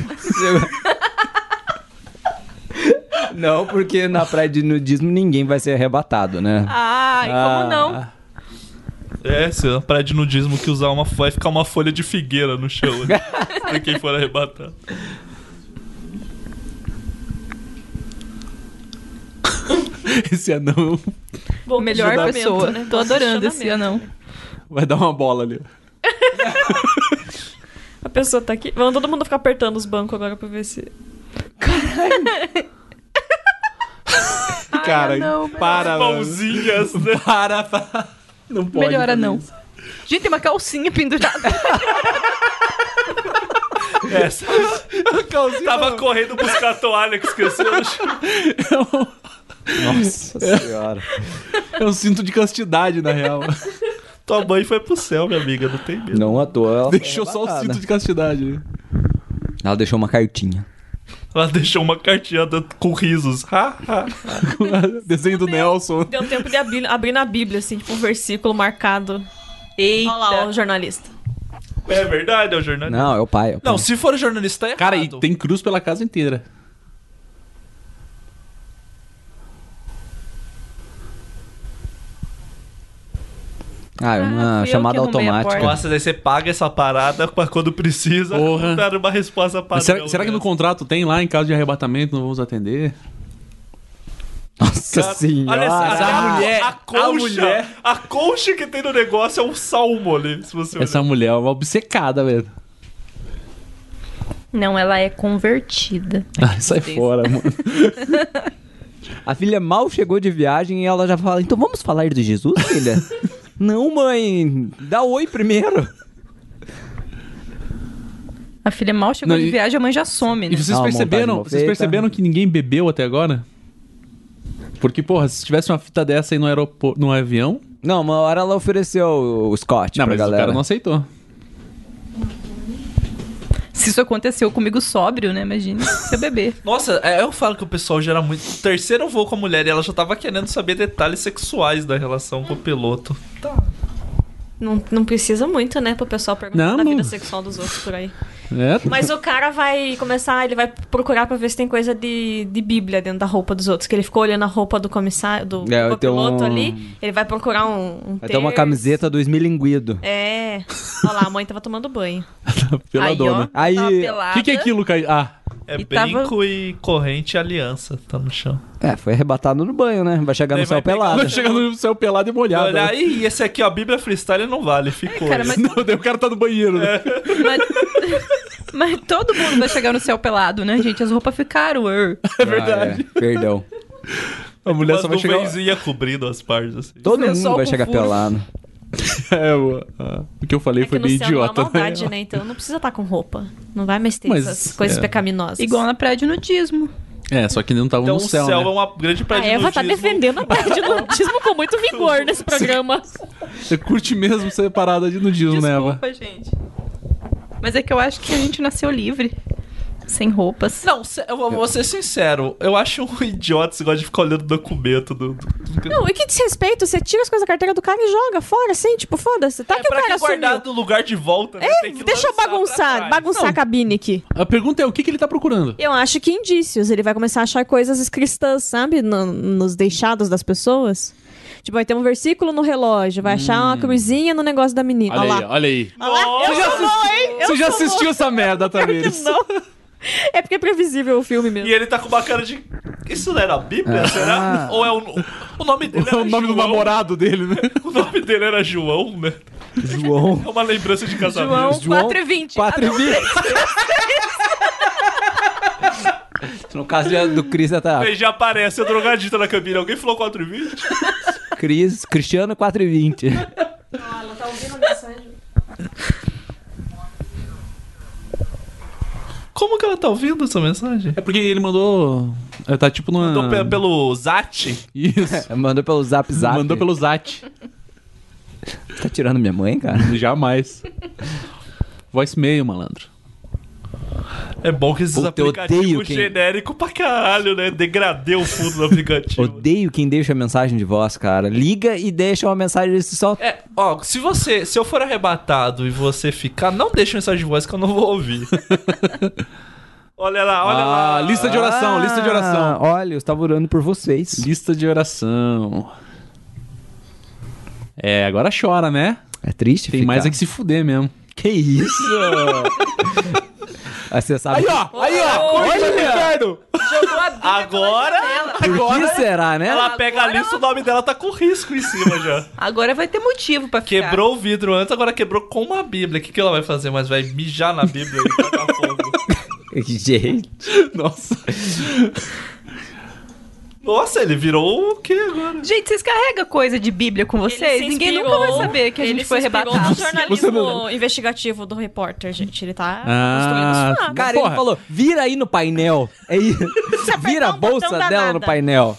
S4: não, porque na praia de nudismo ninguém vai ser arrebatado, né?
S6: Ai, como não?
S3: É, se na praia de nudismo que usar uma. Vai ficar uma folha de figueira no chão. Né? pra quem for arrebatado.
S2: Esse anão
S6: Bom,
S5: Melhor
S6: questionamento,
S5: pessoa.
S6: né?
S5: Tô
S6: Bom
S5: adorando esse
S6: questionamento.
S5: anão.
S2: vai dar uma bola ali.
S6: A pessoa tá aqui. Vamos todo mundo ficar apertando os bancos agora pra ver se.
S2: Cara,
S5: anão,
S2: para,
S4: Ah,
S2: mano.
S3: Mãozinhas, né?
S2: Para, para. Não pode.
S5: Melhor
S2: fazer
S5: anão.
S2: isso.
S5: Gente, tem uma calcinha pendurada.
S3: Essa. Tava correndo buscar a toalha que esqueceu no chão.
S4: Nossa senhora.
S2: É um cinto de castidade, na real.
S3: Tua mãe foi pro céu, minha amiga, não tem medo.
S4: Não à toa. Ela,
S2: Deixou só o cinto de castidade.
S4: ela deixou uma cartinha.
S3: Ela deixou uma cartinha da- com risos. Ha, ha.
S2: Desenho do Nelson.
S6: Deu tempo de abrir, abrir na Bíblia, assim, tipo um versículo marcado.
S5: Eita.
S6: Olha lá, ó, o jornalista.
S3: É verdade, é o jornalista.
S4: Não, é o pai. é o
S3: Não,
S4: pai.
S3: se for jornalista, é errado.
S2: Cara, e tem cruz pela casa inteira.
S4: Ah, é
S5: Ah,
S4: uma
S5: fui eu
S4: chamada
S5: que arrumei a
S4: automática.
S5: porta.
S3: Nossa, daí você paga essa parada pra quando precisa
S2: Porra.
S3: dar uma resposta
S2: Mas
S5: Ah,
S2: será,
S3: padrão.
S2: será que no
S3: né?
S2: contrato tem lá, em caso de arrebatamento, não vamos atender?
S4: Nossa
S3: Olha
S4: senhora.
S3: essa, até a
S2: mulher,
S3: a
S2: a
S3: colcha,
S2: mulher.
S3: a colcha que tem no negócio é um salmo ali, se você
S2: Essa mulher é uma obcecada, velho.
S5: Não, ela é convertida.
S2: Ai, sai fora, mano.
S4: é A filha mal chegou de viagem e ela já fala: então vamos falar de Jesus, filha? Não, mãe. Dá oi primeiro.
S5: A filha mal chegou
S2: Não,
S5: de
S2: e-
S5: viagem, a mãe já some, né?
S2: E vocês
S4: Ah, uma
S2: perceberam,
S4: montagem
S2: vocês
S4: mal feita.
S2: perceberam que ninguém bebeu até agora? Porque, porra, se tivesse uma fita dessa aí no aeroporto, no avião,
S4: Não, uma hora ela ofereceu o Scott
S2: não, mas
S4: pra
S2: o
S4: galera.
S2: cara não aceitou.
S5: Se isso aconteceu comigo sóbrio, né? Imagina se eu beber.
S3: Nossa, é, eu falo que o pessoal gera muito. Terceiro voo com a mulher e ela já tava querendo saber detalhes sexuais da relação com o piloto.
S6: Não, não precisa muito, né, pro pessoal perguntar
S2: Não,
S6: da
S2: não.
S6: vida sexual dos outros por aí.
S2: É,
S6: Mas o cara vai começar, ele vai procurar pra ver se tem coisa de, de Bíblia dentro da roupa dos outros. Que ele ficou olhando a roupa do comissário, do,
S4: É,
S6: do
S4: vai ter
S6: copiloto
S4: um-
S6: ali. Ele vai procurar um. um
S4: Vai ter uma
S6: terço.
S4: camiseta do esmilinguido.
S6: É. Olha lá, a mãe tava tomando banho.
S2: pela
S5: Aí,
S2: dona.
S5: ó, tava
S4: Aí-
S2: O
S5: pelada.
S2: que, que é aquilo, Caio? Ah,
S3: É
S5: E tava-
S3: brinco e corrente e aliança, tá no chão.
S4: É, foi arrebatado no banho, né? Vai chegar
S3: Daí
S4: no
S3: vai
S4: céu
S3: pegar-
S4: pelado.
S2: vai chegar no céu pelado e molhado.
S3: Olha
S2: né?
S3: aí, esse aqui, ó, Bíblia Freestyle não vale, ficou.
S6: É,
S5: cara, mas-
S2: Não, daí o cara tá no banheiro, né?
S5: Mas, mas todo mundo vai chegar no céu pelado, né, gente? As roupas ficaram. er.
S4: É verdade. perdão.
S2: A Ah, mulher
S3: tipo,
S2: só vai chegar.
S3: cobrindo as partes, assim.
S4: Todo
S5: Meu
S4: mundo
S5: sol
S4: vai
S5: com
S4: chegar
S5: furo.
S4: pelado.
S2: É, o, ah, o que eu falei
S6: É que
S2: foi
S6: no
S2: meio
S6: céu não há
S2: idiota.
S6: maldade, né? Então não precisa estar com roupa. Não vai mais ter
S2: Mas,
S6: essas coisas
S2: é.
S6: pecaminosas.
S5: Igual na praia de nudismo.
S2: É, só que não tava
S3: Então
S2: no céu.
S3: o céu
S2: né?
S3: é uma grande
S6: A
S3: praia de
S6: Eva tá
S3: nudismo.
S6: defendendo a praia de nudismo com muito vigor nesse programa.
S2: Você curte mesmo ser parada de nudismo, né, Eva?
S5: Desculpa, gente. Mas é que eu acho que a gente nasceu livre. Sem roupas.
S3: Não, se- eu vou- vou ser sincero, eu acho um idiota esse negócio de ficar olhando o documento do. do- do-
S6: Não, e que desrespeito, você tira as coisas da carteira do cara e joga fora, assim, tipo, foda-se. Tá
S3: É
S6: que o
S3: pra
S6: cara
S3: que guardar
S6: sumiu.
S3: do lugar de volta. né? Tem que
S6: É, deixa eu
S3: lançar pra
S6: bagunçar,
S3: trás.
S6: bagunçar a cabine aqui.
S2: A pergunta é o que, que ele tá procurando?
S6: Eu acho que indícios, ele vai começar a achar coisas cristãs, sabe? No- nos deixados das pessoas. Tipo, vai ter um versículo no relógio, vai achar uma cruzinha no negócio da menina.
S2: Hum. Olha aí,
S6: lá.
S2: olha aí.
S6: Olha lá, eu sou boa, hein? Eu
S2: Você já
S6: sou boa.
S2: assistiu essa merda,
S6: Que
S2: Tamires?
S6: não. É porque é previsível o filme mesmo.
S3: E ele tá com uma cara de. Isso não era a Bíblia,
S6: Ah.
S3: será? Ou é o. O nome dele
S2: É
S3: era
S2: o nome do
S3: João.
S2: namorado dele, né?
S3: O nome dele era João, né?
S4: João.
S3: É uma lembrança de casamento.
S5: João,
S4: João,
S5: 4 e 20.
S4: 4
S6: Ah,
S4: e 20. No caso de- do Cris, já tá.
S3: Aí já aparece a drogadita na cabine. Alguém falou 4 e 20?
S4: Cris, Cristiano 4 e 20.
S6: Ela tá ouvindo a mensagem.
S3: Como que ela tá ouvindo essa mensagem?
S2: É porque ele mandou. é, Tá tipo numa.
S3: Então, pe- pelo Zat?
S2: Isso.
S4: Mandou pelo zap zap.
S2: Mandou pelo Zat.
S4: Tá tirando minha mãe, cara?
S2: Jamais. Voicemail, malandro.
S3: É bom que esses
S4: Puta, eu odeio
S3: aplicativos
S4: quem-
S3: genéricos pra caralho, né? Degradê o fundo do aplicativo.
S4: Odeio quem deixa mensagem de voz, cara. Liga e deixa uma mensagem só.
S3: É, ó, se você, se eu for arrebatado e você ficar, não deixa mensagem de voz que eu não vou ouvir. olha lá, olha
S2: Ah,
S3: lá.
S2: lista de oração, lista de oração.
S4: Olha, eu estava orando por vocês.
S2: Lista de oração. É, agora chora, né?
S4: É triste
S2: Tem
S4: ficar.
S2: mais é que se fuder mesmo.
S4: Que isso? Aí você sabe...
S2: Aí, ó! Aí, ó! Olha, inferno!
S6: Jogou a Bíblia
S3: Agora-
S6: pela janela.
S4: Por que será, né?
S3: Ela pega a lista, o nome dela tá com risco em cima já.
S5: Agora vai ter motivo pra ficar.
S3: Quebrou o vidro antes, agora quebrou com uma bíblia. O que, que ela vai fazer? Mas vai mijar na bíblia e tacar fogo.
S4: Gente.
S2: Nossa.
S3: Nossa, ele virou o quê agora?
S5: Gente, vocês carregam coisa de Bíblia com
S6: Ele
S5: vocês?
S6: se
S5: Ninguém
S6: inspirou-
S5: nunca vai saber que a
S6: ele
S5: gente
S6: se
S5: foi
S6: inspirou
S5: arrebatado.
S6: no
S4: Você
S6: jornalismo
S4: não-
S6: investigativo do repórter, gente. Ele tá
S2: Ah,
S6: construindo os fatos.
S4: Cara,
S2: Porra.
S4: ele falou, vira aí no painel. É isso. Vira a
S6: apertar um botão
S4: bolsa dela no
S6: danada.
S4: painel.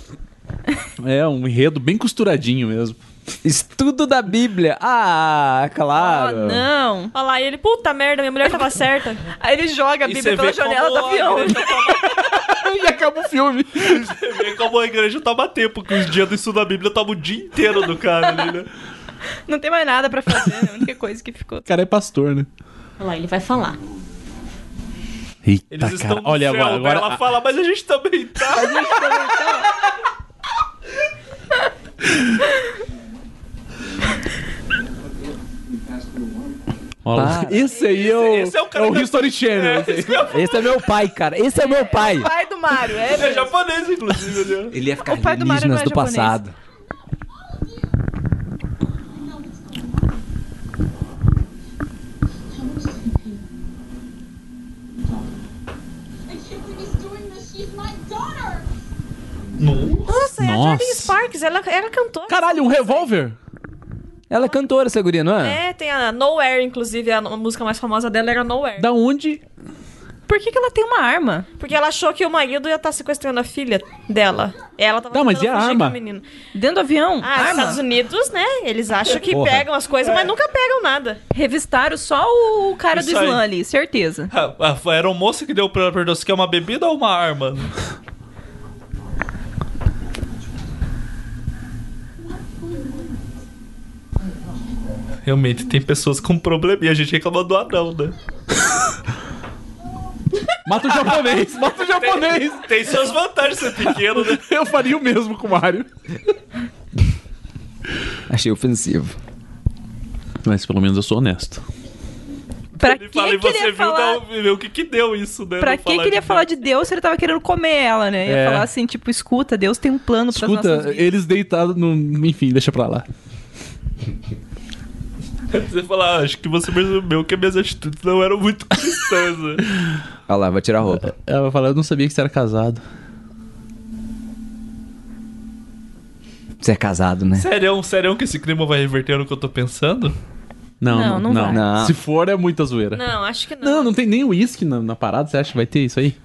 S2: É um enredo bem costuradinho mesmo.
S4: Estudo da Bíblia. Ah,
S5: Ah,
S4: claro.
S5: não.
S6: Olha lá, e ele, puta merda, minha mulher tava certa.
S5: Aí ele joga a
S3: E
S5: Bíblia pela janela do
S3: como a
S5: avião.
S3: igreja toma-
S2: e acaba o filme.
S3: você vê como a igreja toma tempo, que os dias do estudo da bíblia toma o dia inteiro do cara ali, né?
S6: é
S5: Não tem mais nada pra fazer, né? A única coisa que ficou.
S2: O cara é pastor, né?
S6: Olha lá, ele vai falar.
S2: Eita,
S3: Eles estão
S2: Tá, cara.
S3: no
S2: Olha
S3: céu,
S2: agora,
S3: agora,
S2: agora
S3: ela fala, mas a gente também tá.
S2: Olha lá.
S4: Para.
S2: Esse aí é o,
S3: esse é o cara que-
S2: History
S3: né?"
S2: Channel. esse aí.
S4: Esse é meu pai, cara. Esse é meu pai.
S5: Pai do Mario, é?
S3: Ele é japonês, inclusive, ali, ó.
S4: Ele ia ficar
S5: O pai do Mario não
S4: alienígenas
S5: é
S4: do
S5: japonês.
S4: passado.
S7: How much do you pay? I can't believe he's doing this. She's my daughter.
S6: Nossa, é a Jordan
S2: Nossa.
S6: Sparks, ela era cantora.
S2: Caralho, um revólver?
S4: Ela é cantora, essa guria, não é?
S6: É, tem a Nowhere, inclusive, a música mais famosa dela era Nowhere.
S2: Da onde?
S5: Por que, que ela tem uma arma?
S6: Porque ela achou que o marido ia estar sequestrando a filha dela. Ela tava
S2: Tá, mas e
S6: tentando
S2: a
S6: fugir com
S2: arma?
S6: o menino.
S5: Dentro do avião?
S6: Ah,
S5: arma?
S6: Estados Unidos, né? Eles acham que
S4: Porra.
S6: pegam as coisas,
S2: É.
S6: mas nunca pegam nada.
S5: Revistaram só o cara do
S3: Isso aí.
S5: Islã ali, certeza.
S3: Ah, ah, Era o moço que deu pra ela perguntar se quer uma bebida ou uma arma. Realmente, tem pessoas com probleminha. A gente reclama do anão, né?
S2: Mata o japonês! Mata o japonês!
S3: Tem suas vantagens ser pequeno, né?
S2: Eu faria o mesmo com o Mario.
S4: Achei ofensivo.
S2: Mas pelo menos eu sou honesto.
S5: Pra
S3: Ele
S5: que
S3: fala, e você
S5: queria
S3: viu,
S5: falar...
S3: da- viu o que que deu isso, né?
S5: Pra
S3: Não
S5: que queria
S3: de
S5: falar de Deus se ele tava querendo comer ela, né? Ia
S2: É.
S5: falar assim, tipo, escuta, Deus tem um plano pra nossas
S2: Escuta,
S5: vidas.
S2: eles deitados no. Enfim, deixa pra lá.
S3: Você fala, "Ah, acho que você percebeu que minhas atitudes não eram muito cristãs, né?
S4: Olha lá, vou tirar a roupa.
S2: Ela vai falar, eu não sabia que você era casado.
S4: Você é casado, né?
S3: Sério, um, sério é que esse clima vai reverter no que eu tô pensando?
S2: Não,
S5: Não, não vai.
S4: Não.
S2: Se for, é muita zoeira. Não,
S6: Não, acho que não.
S2: não, tem nem uísque na, na parada, você acha que vai ter isso aí?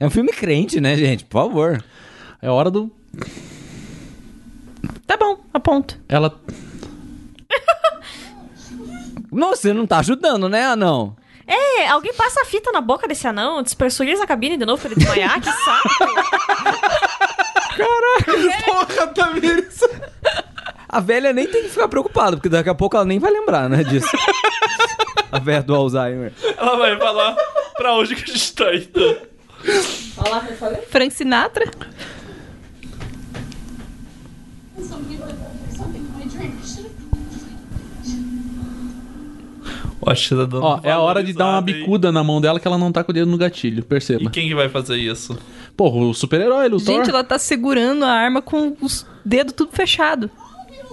S4: É um filme crente, né, gente? Por favor.
S2: É hora do.
S5: Tá bom, aponto.
S2: Ela.
S4: Nossa, você não tá ajudando, né, anão?
S6: É, alguém passa a fita na boca desse anão, despressuriza a cabine de novo pra ele desmaiar, que saco.
S2: Porra, Tamiris!
S4: A velha nem tem que ficar preocupada, porque daqui a pouco ela nem vai lembrar, né, disso. a velha do Alzheimer.
S5: Tá
S3: Ela vai falar pra onde que a gente tá indo.
S5: Frank Sinatra?
S7: Somebody put something in my drink.
S3: Ó,
S7: I should have
S3: a Sheila tá dando
S2: Ó, é a hora de dar uma
S3: valorizada, hein?
S2: bicuda na mão dela que ela não tá com o dedo no gatilho,
S3: E
S2: perceba.
S3: quem que vai fazer isso?
S2: Porra, o super-herói, o Thor.
S5: Gente, ela tá segurando a arma com os dedos tudo fechado.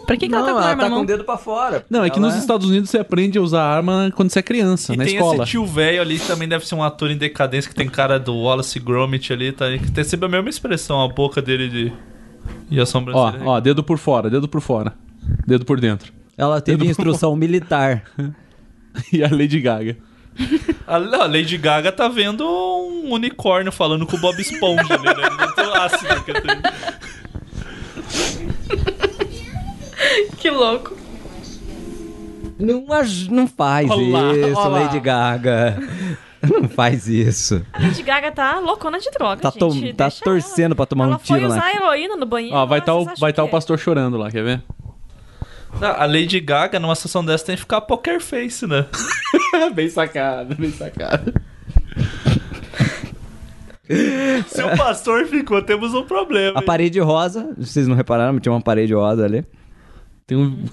S5: Pra que, que ela tá com a arma na mão?
S4: dedo pra fora.
S2: Não, é que
S4: Ela
S2: nos Estados Unidos você aprende a usar arma quando você é criança,
S3: E
S2: na
S3: tem
S2: escola.
S3: esse tio velho ali que também deve ser um ator em decadência que tem cara do Wallace Gromit ali, tá? Que tem sempre a mesma expressão, a boca dele de. E a
S2: Ó,
S3: sobrancelha.
S2: ó, dedo por fora, dedo por fora. Dedo por dentro.
S4: Ela teve instrução militar.
S2: E a Lady Gaga.
S3: A a Lady Gaga tá vendo um unicórnio falando com o Bob Esponja ali, né? Muito ácido que eu tenho.
S6: Que louco.
S4: Não, aj- não faz
S2: Olá,
S4: isso,
S2: olá.
S4: Lady Gaga. Não faz isso.
S6: A Lady Gaga tá loucona de droga,
S4: Tá,
S6: gente.
S4: tom- tá
S6: Deixa
S4: torcendo pra tomar
S6: ela.
S4: um
S6: Ela
S4: tiro
S6: foi
S4: na
S6: usar heroína no banheiro.
S2: Ó, vai
S6: lá,
S2: estar o,
S6: vocês acham
S2: vai tá o
S6: que- é?
S2: pastor chorando lá, quer ver?
S3: Não, A Lady Gaga, numa sessão dessa, tem que ficar poker face, né?
S2: bem sacado, bem sacado.
S3: Seu pastor ficou, temos um problema.
S4: A parede rosa, vocês não repararam, mas tinha uma parede rosa ali.
S2: Tem um.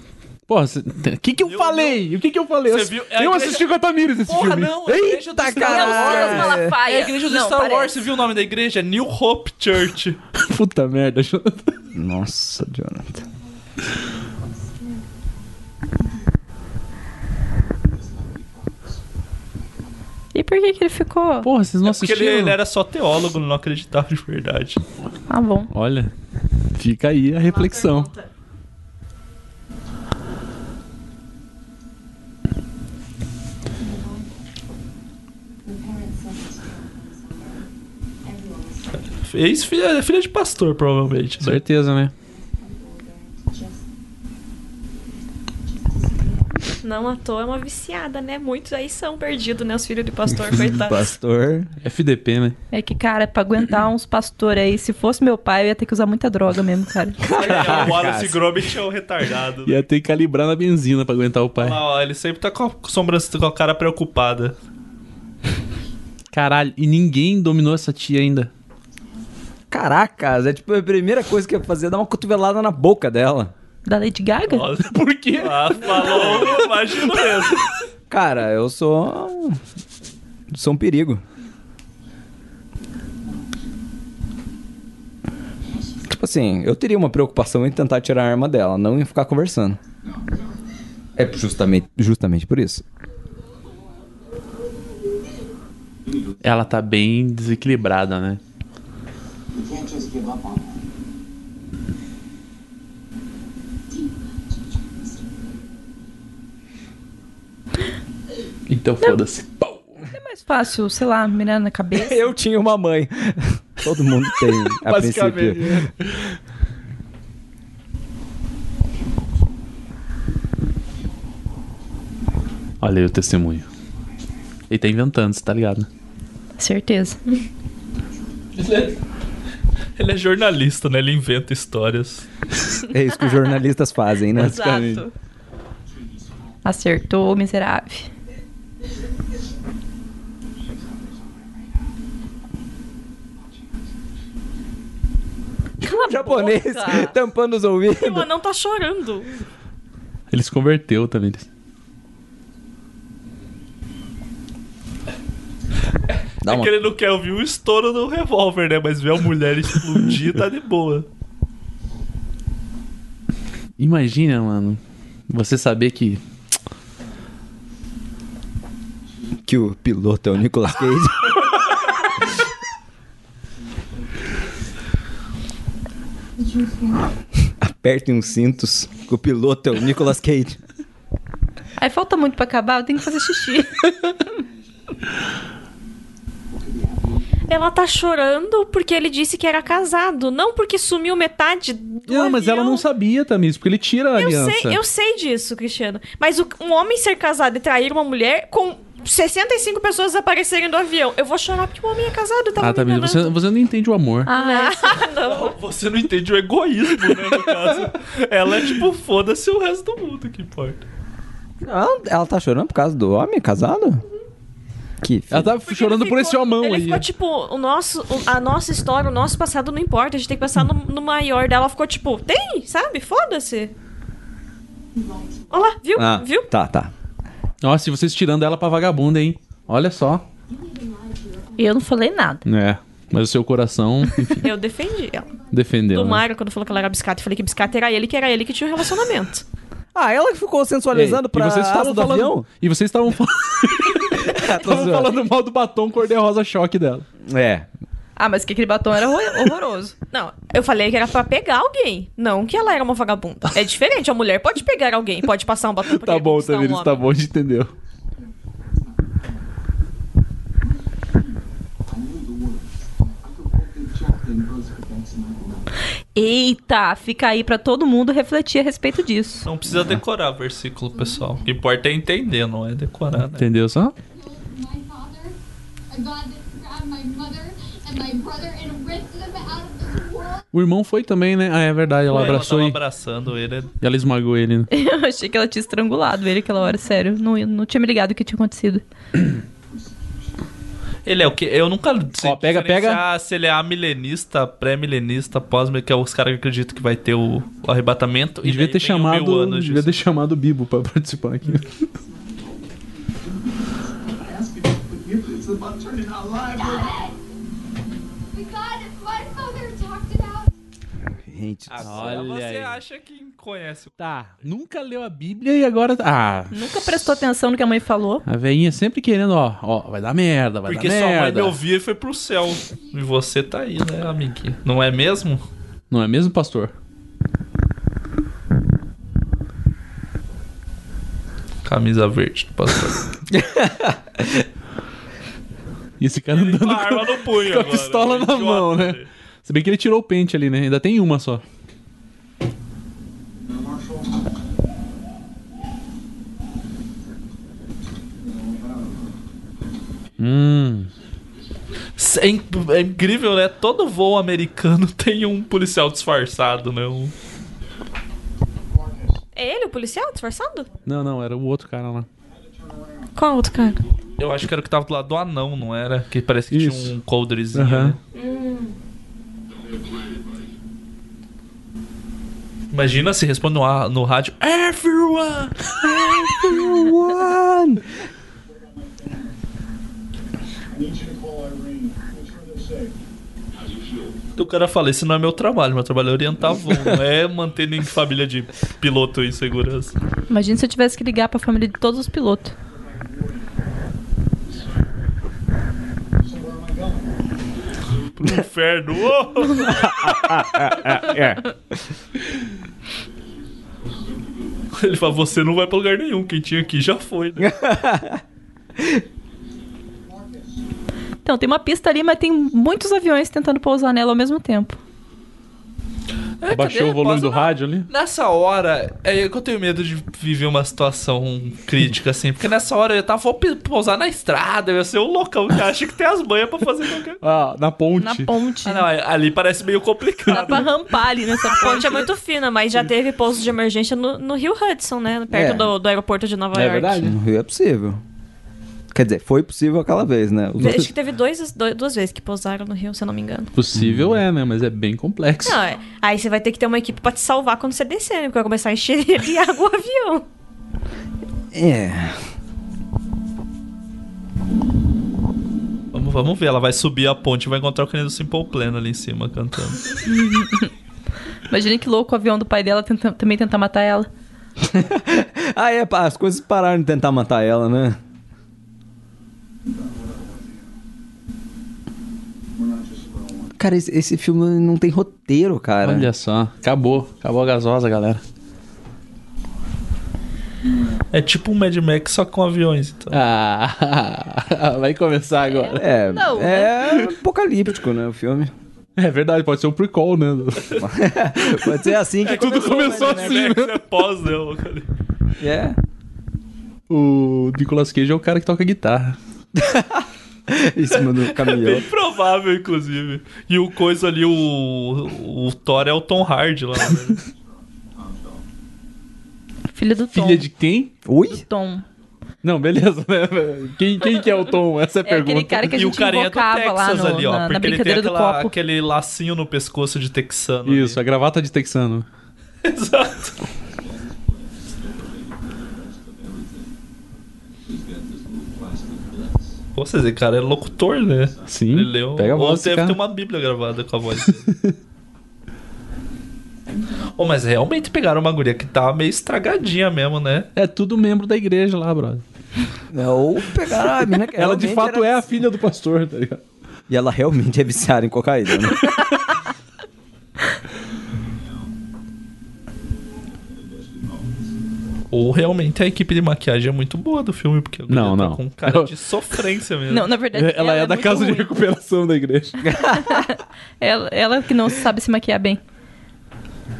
S2: Porra, cê- tem- o que que eu, falei? O que que eu falei?
S3: Cê
S2: Eu-
S3: viu? É a
S2: Eu
S3: igreja-
S2: assisti com a Tamires esse
S3: Porra,
S2: filme.
S3: não, a igreja do Star
S6: Meu Deus,
S4: caralho.
S3: Wars.
S6: Malafaia.
S5: É a
S3: igreja do
S5: Não,
S3: Star Wars,
S5: parece.
S3: você viu o nome da igreja? New Hope Church.
S2: Puta merda, Jonathan.
S4: Nossa, Jonathan.
S5: E por que que ele ficou?
S2: Porra, vocês não
S3: É porque
S2: assistiram?
S3: ele, ele era só teólogo, não acreditava de verdade.
S5: Ah, bom.
S2: Olha, fica aí a reflexão.
S3: Fez filha, é filha de pastor, provavelmente. né?
S2: Certeza, né?
S6: Não à toa é uma viciada, né? Muitos aí são perdidos, né? Os filhos de pastor, coitados.
S4: Pastor.
S2: FDP, né?
S5: É que, cara, pra aguentar uns pastores aí, se fosse meu pai, eu ia ter que usar muita droga mesmo, cara.
S3: o Wallace Gromit é o retardado. Né?
S2: Ia ter que calibrar na benzina pra aguentar o pai.
S3: Lá, ó, ele sempre tá com a, sobrancelha- com a cara preocupada.
S2: Caralho, e ninguém dominou essa tia ainda.
S4: Caracas, é tipo a primeira coisa que eu ia fazer é dar uma cotovelada na boca dela.
S5: Da Lady Gaga?
S3: Nossa, Por quê? Ah, falou, imagino mesmo.
S4: Cara, eu sou. Sou um perigo. Tipo assim, eu teria uma preocupação em tentar tirar a arma dela, não em ficar conversando. É justamente, justamente por isso.
S2: Ela tá bem desequilibrada, né?
S8: You can't just give up on that.
S2: Então foda-se. Pau.
S5: É mais fácil, sei lá, mirar na cabeça.
S4: Eu tinha uma mãe. Todo mundo tem, a princípio.
S2: Olha aí o testemunho. Ele tá inventando, você tá ligado? né?
S5: Certeza.
S3: Ele é jornalista, né? Ele inventa histórias.
S4: É isso que os jornalistas fazem, né?
S6: Exato.
S5: Acertou, miserável.
S6: Cala a
S4: Japonês
S6: boca.
S4: tampando os
S6: O
S4: ouvidos.
S6: anão tá chorando.
S2: Ele se converteu também.
S4: Dá
S3: É
S4: uma
S3: que ele não quer ouvir o estouro do revólver, né? Mas ver a mulher explodir tá de boa.
S2: Imagina, mano. Você saber que.
S4: que o piloto é o Nicolas Cage. Apertem os cintos que o piloto é o Nicolas Cage.
S5: Aí falta muito pra acabar, eu tenho que fazer xixi.
S6: Ela tá chorando porque ele disse que era casado, não porque sumiu metade do
S2: Não, Ah, mas ela
S6: avião.
S2: não sabia, Tamires, porque ele tira a
S6: um- Eu
S2: aliança.
S6: sei, eu sei disso, Cristiano. Mas o- um homem ser casado e trair uma mulher com 65 pessoas desaparecerem do avião. Eu vou chorar porque um homem é casado, tá
S2: Ah, Tamires, você, você não entende o amor.
S5: Ah,
S6: não.
S3: Você não entende o egoísmo, né? No caso. Ela é tipo, foda-se o resto do mundo, que importa.
S4: Ela, ela tá chorando por causa do homem casado? Que filho.
S2: Ela tá chorando
S6: Ele
S2: por esse
S6: ficou-
S2: homão
S6: ele
S2: aí.
S6: ficou tipo, o nosso, o- a nossa história, o nosso passado não importa, a gente tem que pensar no, no maior dela. Ela ficou tipo, tem, sabe? Foda-se. Olha lá, viu?
S4: Ah,
S6: viu?
S4: Tá, tá.
S2: Nossa, e vocês tirando ela pra vagabunda, hein? Olha só.
S5: eu não falei nada.
S2: É. Mas o seu coração
S6: Eu defendi ela.
S2: defendeu.
S6: Do
S2: né?
S6: Mário, quando falou que ela era biscate, eu falei que biscate era ele, que era ele que tinha um relacionamento.
S4: Ah, ela que ficou sensualizando
S2: Ei,
S4: pra
S2: e vocês
S4: asa
S2: estavam
S4: do
S2: falando, é.
S4: avião?
S2: E vocês estavam falando, estavam falando mal do batom cor-de-rosa choque dela.
S4: É.
S5: Ah, mas que aquele batom era horro- horroroso.
S6: Não, eu falei que era pra pegar alguém, não que ela era uma vagabunda. É diferente, a mulher pode pegar alguém, pode passar um batom pra
S2: Tá
S6: ele
S2: bom,
S6: conquistar um
S2: Tamires,
S6: homem.
S2: tá bom, a gente entendeu.
S5: Eita, fica aí pra todo mundo refletir a respeito disso.
S3: Não precisa decorar versículo, pessoal. O que importa é entender, não é decorar, né?
S2: Entendeu só?
S7: My father, a god that grabbed my mother and my brother and ripped them out of this world.
S2: O irmão foi também, né? Ah, é verdade,
S4: Um
S2: ela abraçou
S3: Ela
S2: e
S3: tava abraçando ele.
S2: e ela esmagou ele. né?
S5: Eu achei que ela tinha estrangulado ele aquela hora, sério. Não, não tinha me ligado o que tinha acontecido.
S3: Ele é o que? Eu nunca sei
S4: Ó, pega,
S3: diferenciar se ele é amilenista, pré-milenista, pós que é os caras que acreditam que vai ter o, o arrebatamento.
S2: Devia ter
S3: daí vem o assim. mil
S2: chamado,
S3: anos
S2: devia
S3: disso.
S2: ter chamado o Bibo pra participar aqui.
S8: I ask you to forgive me. It's about turning out lives.
S7: The god that my mother talked about.
S4: Gente,
S3: Agora
S2: Olha
S3: você
S2: aí.
S3: acha que conhece o
S2: Tá, nunca leu a Bíblia e agora ah,
S5: Nunca prestou atenção no que a mãe falou.
S2: a veinha sempre querendo, ó, ó, vai dar merda, vai
S3: Porque
S2: dar
S3: sua mãe é
S2: merda.
S3: me ouvia e foi pro céu. E você tá aí, né, amiguinho? Não é mesmo?
S2: Não é mesmo, pastor?
S3: Camisa verde do pastor.
S2: E esse cara andando
S3: Com a
S2: com,
S3: arma no punho
S2: com a
S3: agora,
S2: pistola
S3: um
S2: na
S3: idiota,
S2: mão, né?
S3: velho.
S2: Se bem que ele tirou o pente ali, né? Ainda tem uma só.
S8: Marshall.
S2: Hum.
S3: É, in- é incrível, né? Todo voo americano tem um policial disfarçado, né? Um-
S6: É ele, o policial, disfarçado?
S2: Não, não, era o outro cara lá.
S6: Qual outro cara?
S3: Eu acho que era o que tava do lado do anão, não era? Que parece que
S2: Isso.
S3: tinha um coldrezinho,
S2: Aham.
S3: né? Imagina se responde no, ar- no rádio Everyone!
S4: One!
S8: I need you to call Irene. Make sure they're safe. How do you feel?
S3: O cara fala, esse não é meu trabalho, meu trabalho é orientar voo, não é manter nem família de piloto em segurança.
S5: Imagina se eu tivesse que ligar pra família de todos os pilotos.
S8: So where am I going?
S3: Pro inferno! Oh! Ele fala, você não vai pra lugar nenhum, quem tinha aqui já foi, né?
S8: Marcus.
S5: Então, tem uma pista ali, mas tem muitos aviões tentando pousar nela ao mesmo tempo.
S3: É,
S2: Abaixou o volume do
S3: rádio.
S2: rádio ali.
S3: Nessa hora, é que eu tenho medo de viver uma situação crítica, assim. Porque nessa hora eu tava, vou pi- pousar na estrada, eu ia ser o loucão que acha que tem as banhas pra fazer qualquer coisa.
S2: Ah, na ponte.
S5: Na ponte.
S3: Ah, não, ali parece meio
S5: Dá
S3: complicado.
S5: é pra rampar ali nessa
S6: A
S5: ponte.
S6: ponte é muito fina, mas já teve pouso de emergência no, no Rio Hudson, né? Perto
S4: É.
S6: do, do aeroporto de Nova
S2: É
S6: York.
S2: verdade.
S4: No Rio é possível. Quer dizer, foi possível aquela vez, né? Os
S6: Acho
S4: outros-
S6: que teve dois, dois- duas vezes que pousaram no Rio, se eu não me engano.
S2: Possível é, né? Mas é bem complexo.
S6: Não, é- aí você vai ter que ter uma equipe pra te salvar quando você descer, né? Porque vai começar a encher de água o avião.
S4: É.
S3: Vamos, vamos ver, ela vai subir a ponte e vai encontrar o carinha do Simple Pleno ali em cima cantando.
S5: Imagina que louco o avião do pai dela tenta- também tentar matar ela.
S4: Ah, é, pá, as coisas pararam de tentar matar ela, né?
S8: We're not just for one.
S4: Cara, esse, esse filme não tem roteiro, cara.
S2: Olha só, acabou. Acabou a gasosa, galera.
S3: É tipo um Mad Max só com aviões, então.
S2: Ah, vai começar agora.
S4: É,
S5: Não,
S4: é apocalíptico, né, o filme.
S2: É verdade, pode ser um prequel, né?
S4: Pode ser assim que
S2: É Tudo começou assim, né?
S3: É pós, né? o cara?
S4: É.
S2: O Nicolas Cage é o cara que toca guitarra.
S4: Em cima do caminhão.
S3: Bem provável, inclusive. E o coisa ali, o, o Thor é o Tom Hardy lá. Né?
S5: Filha do Tom.
S2: Filha de quem?
S4: Ui?
S5: Tom.
S2: Não, beleza, né? Quem, quem que é o Tom? Essa é a
S5: É aquele
S2: pergunta.
S5: cara que a
S3: e o
S5: gente
S3: carinha do
S5: invocava
S3: Texas
S5: lá no-
S3: ali, ó.
S5: na, na
S3: porque ele tem
S5: brincadeira do
S3: aquela-
S5: copo.
S3: aquele lacinho no pescoço de texano. ali.
S2: Isso, a gravata de texano.
S3: Exato. Pô, Vocês esse cara é locutor, né?
S2: Sim.
S3: Ele leu.
S2: Pega a
S3: Ou
S2: voz, desse
S3: deve
S2: cara.
S3: ter uma bíblia gravada com a voz dele. Ô, mas realmente pegaram uma guria que tava meio estragadinha mesmo, né?
S2: É tudo membro da igreja lá, brother.
S4: É, Ou pegaram a mina que
S2: Ela de
S4: realmente
S2: fato é
S4: era- assim.
S2: a filha do pastor, tá ligado?
S4: E ela realmente é viciada em cocaína, né?
S3: Ou realmente a equipe de maquiagem é muito boa do filme, porque a guria
S2: Não,
S3: tá
S2: não.
S3: com cara de sofrência mesmo.
S5: Não, na verdade,
S2: Ela, é, da
S5: muito
S2: casa de
S5: ruim.
S2: recuperação da igreja.
S5: Ela, ela que não sabe se maquiar bem.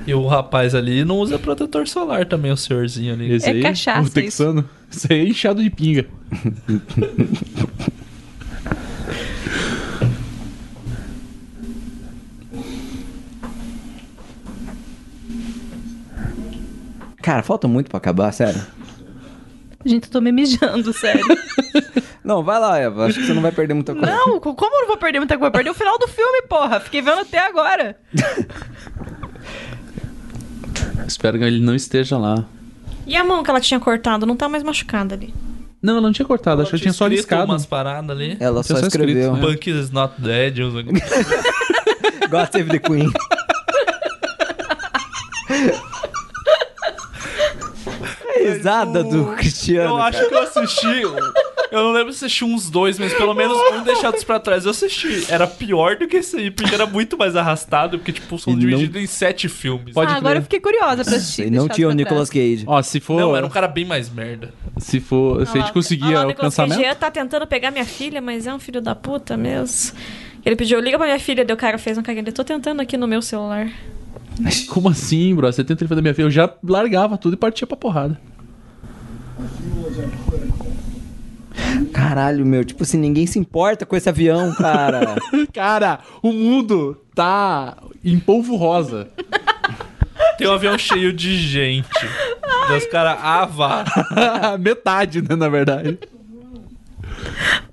S3: E o rapaz ali não usa protetor solar também, o senhorzinho ali.
S2: Esse
S5: É cachaça
S2: o texano. Isso. aí é inchado de pinga.
S4: Cara, falta muito pra acabar, sério.
S5: Gente, eu tô me mijando, sério.
S4: Não, vai lá, Eva. Acho que você não vai perder muita coisa.
S5: Não, co- como eu não vou perder muita coisa? Perdi o final do filme, porra. Fiquei vendo até agora.
S2: Espero que ele não esteja lá.
S6: E a mão que ela tinha cortado não tá mais machucada ali.
S2: Não, ela não tinha cortado, achei que tinha só
S3: Escrito
S2: riscado.
S3: umas paradas ali.
S4: Ela
S2: Tinha
S4: só
S2: só escrito,
S4: escreveu.
S2: né?
S3: Punk is not dead. uns-
S4: God Save the Queen. A risada do Cristiano.
S3: Eu acho que eu assisti. um, Eu não lembro se assisti uns dois, mas pelo menos um deixados pra trás eu assisti. Era pior do que esse aí, porque era muito mais arrastado, porque, tipo, são
S4: E não-
S3: divididos em sete filmes.
S2: Pode
S5: ah,
S2: crer.
S5: agora eu fiquei curiosa pra assistir.
S4: E não
S5: deixado
S4: tinha o
S5: pra trás.
S4: Nicolas Cage.
S2: Ó, se for.
S3: Não, era um cara bem mais merda.
S2: Se for. Se a
S6: Olha
S2: gente
S6: lá, olha
S2: conseguir
S6: lá, o Nicolas
S2: alcançar a
S6: Cage
S2: meta.
S6: tá tentando pegar minha filha, mas é um filho da puta mesmo. Ele pediu, liga pra minha filha, deu cara, fez um cagueiro. Eu tô tentando aqui no meu celular.
S2: Como assim, bro? Você tem o telefone da minha filha? Eu já largava tudo e partia pra porrada.
S4: Caralho, meu. Tipo assim, ninguém se importa com esse avião, cara.
S2: Cara, o mundo tá em polvo rosa.
S3: Tem um avião cheio de gente. Daí Os caras, ah, vá.
S2: Metade, né, na verdade.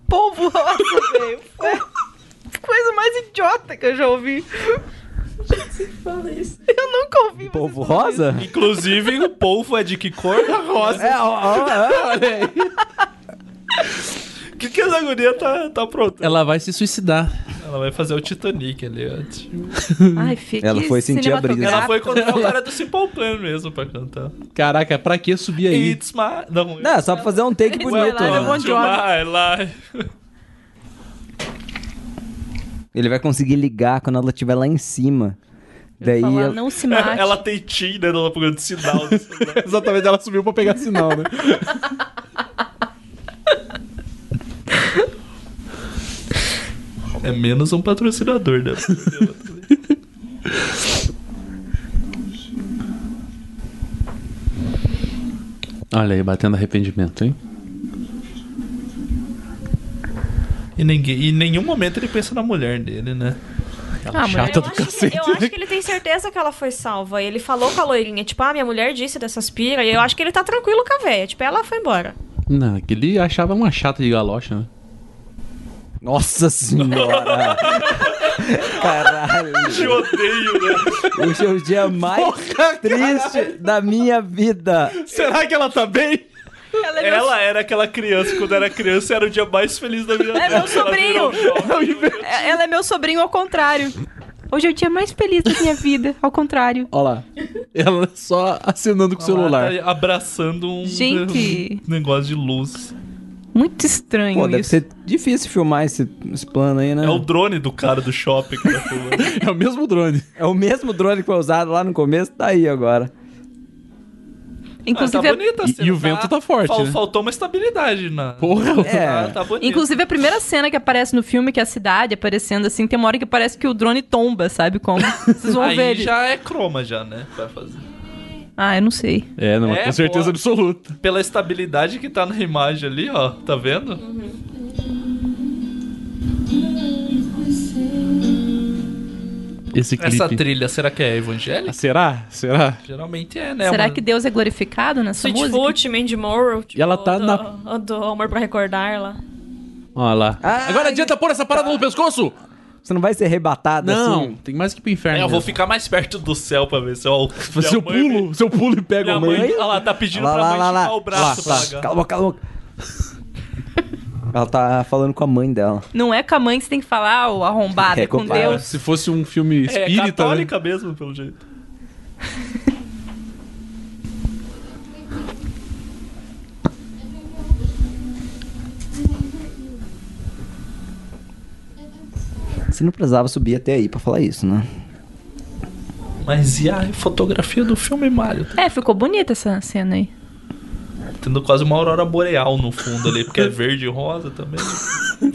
S5: Polvo rosa, velho. Coisa mais idiota que eu já ouvi. Eu nunca ouvi. vocês
S4: Povo
S5: falando
S4: rosa?
S3: Inclusive, o polvo é de que cor? Rosa.
S4: É, ó, ó, é.
S2: Olha aí.
S3: O que, que essa guria tá, tá pronta?
S2: Ela vai se suicidar.
S3: Ela vai fazer o Titanic ali antes.
S5: isso. Ai, fica.
S4: Ela foi sentir a brisa.
S3: Ela foi encontrar o cara do Simple Plan mesmo pra cantar.
S2: Caraca, pra que subir aí?
S3: It's my... Não,
S4: Não, é só pra fazer um take bonito.
S5: lá,
S4: né?
S5: Bon
S3: to
S5: Jovi.
S3: my life.
S4: Ele vai conseguir ligar quando ela estiver lá em cima. Daí ela...
S5: Não se mate.
S3: Ela tem Tinder, ela pegando sinal. do celular.
S2: Exatamente, ela subiu pra pegar sinal, né?
S3: É menos um patrocinador, né?
S2: Olha aí, batendo arrependimento, hein?
S3: E ninguém, em nenhum momento ele pensa na mulher dele, né?
S5: Ah, mulher,
S2: Chata
S6: Eu
S2: Tá do
S6: acho, que,
S2: cacete. né?
S6: eu acho que ele tem certeza que ela foi salva. Ele falou com a loirinha, tipo, ah, minha mulher disse dessas pira. E eu acho que ele tá tranquilo com a véia. Tipo, ela foi embora.
S2: Não, que ele achava uma chata de galocha, né?
S4: Nossa senhora! Caralho!
S3: Te odeio, né?
S4: Hoje é o dia mais triste da minha vida.
S2: Será que ela tá bem?
S5: Ela é meu
S3: Ela era aquela criança, quando era criança, era o dia mais feliz da minha vida. um
S5: É meu sobrinho! É- Ela é meu sobrinho ao contrário. Hoje é o dia mais feliz da minha vida, ao contrário.
S2: Olha lá. Ela é só assim, acenando com o celular.
S3: Tá abraçando um,
S5: Gente.
S3: um negócio de luz.
S5: Muito estranho
S4: Pô, deve
S5: isso.
S4: ser difícil filmar esse, esse plano aí, né?
S3: É o drone do cara do shopping que tá pulando.
S2: É o mesmo drone.
S4: É o mesmo drone que foi usado lá no começo, tá aí agora.
S3: Ah, tá
S5: Inclusive, a...
S3: bonita a
S2: E-
S3: cena,
S2: e o vento tá forte,
S3: fal-
S2: né?
S3: Faltou uma estabilidade na...
S2: Porra.
S4: É.
S3: Ah, tá bonito.
S5: Inclusive, a primeira cena que aparece no filme, que é a cidade aparecendo assim, tem uma hora que parece que o drone tomba, sabe como? Vocês vão
S3: Aí
S5: ver. ele.
S3: já é croma já, né? Vai fazer.
S5: Ah, eu não sei.
S2: É, não,
S3: É,
S2: com certeza
S3: porra.
S2: absoluta.
S3: Pela estabilidade que tá na imagem ali, ó. Tá vendo?
S2: Esse
S3: Essa
S2: clipe.
S3: trilha, será que é evangélica?
S2: Será? Será?
S3: Geralmente é, né?
S5: Será
S3: Uma-
S5: que Deus é glorificado nessa
S6: Sweet
S5: música?
S6: Foot, Mandy Morrow. Tipo,
S2: E ela tá
S6: do,
S2: na-
S6: Do Amor Pra Recordar lá.
S2: Olha lá. Agora adianta pôr essa parada no pescoço?
S4: Você não vai ser arrebatado
S2: Não,
S4: assim.
S2: tem mais que ir pro inferno.
S3: É, eu vou
S2: mesmo.
S3: ficar mais perto do céu pra ver se eu...
S2: Se eu pulo, se eu pulo e pego
S3: Minha
S2: a
S3: mãe,
S2: mãe.
S3: olha lá, tá pedindo
S4: Lá,
S3: pra
S4: lá,
S3: mãe
S4: lá,
S3: esticar
S4: lá. Tá
S3: o braço
S2: Lá,
S3: pra
S2: lá.
S3: cá.
S4: Cala a boca, cala a boca. Ela tá falando com a mãe dela.
S5: Não é com a mãe que você tem que falar, ou arrombada,
S4: É,
S5: é com
S4: compadre.
S5: Deus.
S2: Se fosse um filme
S3: É
S2: espírita. né?
S3: católica mesmo, pelo jeito.
S4: Você não precisava subir até aí pra falar isso, né?
S3: Mas e a fotografia do filme Mario?
S5: É, ficou bonita essa cena aí.
S3: Tendo quase uma aurora boreal no fundo ali, porque é verde e rosa também.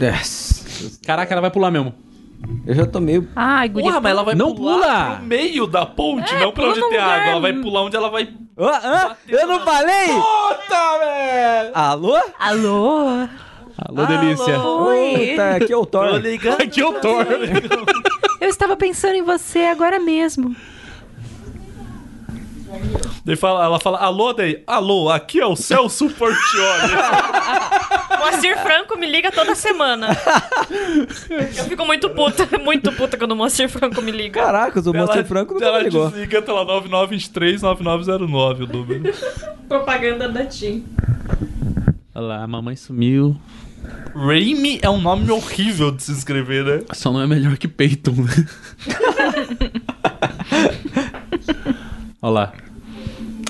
S4: Yes.
S2: Caraca, ela vai pular mesmo.
S4: Eu já tô meio.
S5: Ai, guria.
S3: Porra, mas ela vai
S2: Não
S3: pular
S2: pula!
S3: pro meio da ponte, não pra
S5: É, pula
S3: onde
S5: num
S3: tem
S5: lugar-
S3: água. Ela vai pular onde ela vai.
S4: Ah, ah, eu não falei!
S3: Puta, velho!
S4: Alô?
S5: Alô?
S2: Alô, delícia.
S5: Oi.
S4: Tá, aqui é o Thor.
S3: Tô ligando.
S2: Aqui eu tô.
S5: Eu estava pensando em você agora mesmo.
S3: Daí fala- ela fala, alô, daí, alô, aqui é o Celso Portioli.
S6: Moacir Franco me liga toda semana. Eu fico muito puta, muito puta quando o Moacir Franco me liga.
S4: Caraca, o Monster Franco nunca
S3: ela
S4: me ligou.
S3: desliga tá pela um 9923-9909 o número.
S6: Propaganda da Tim.
S2: Olha lá, a mamãe sumiu.
S3: Raimi é um nome horrível de se escrever, né?
S2: Só não é melhor que Peyton, né? Olha lá.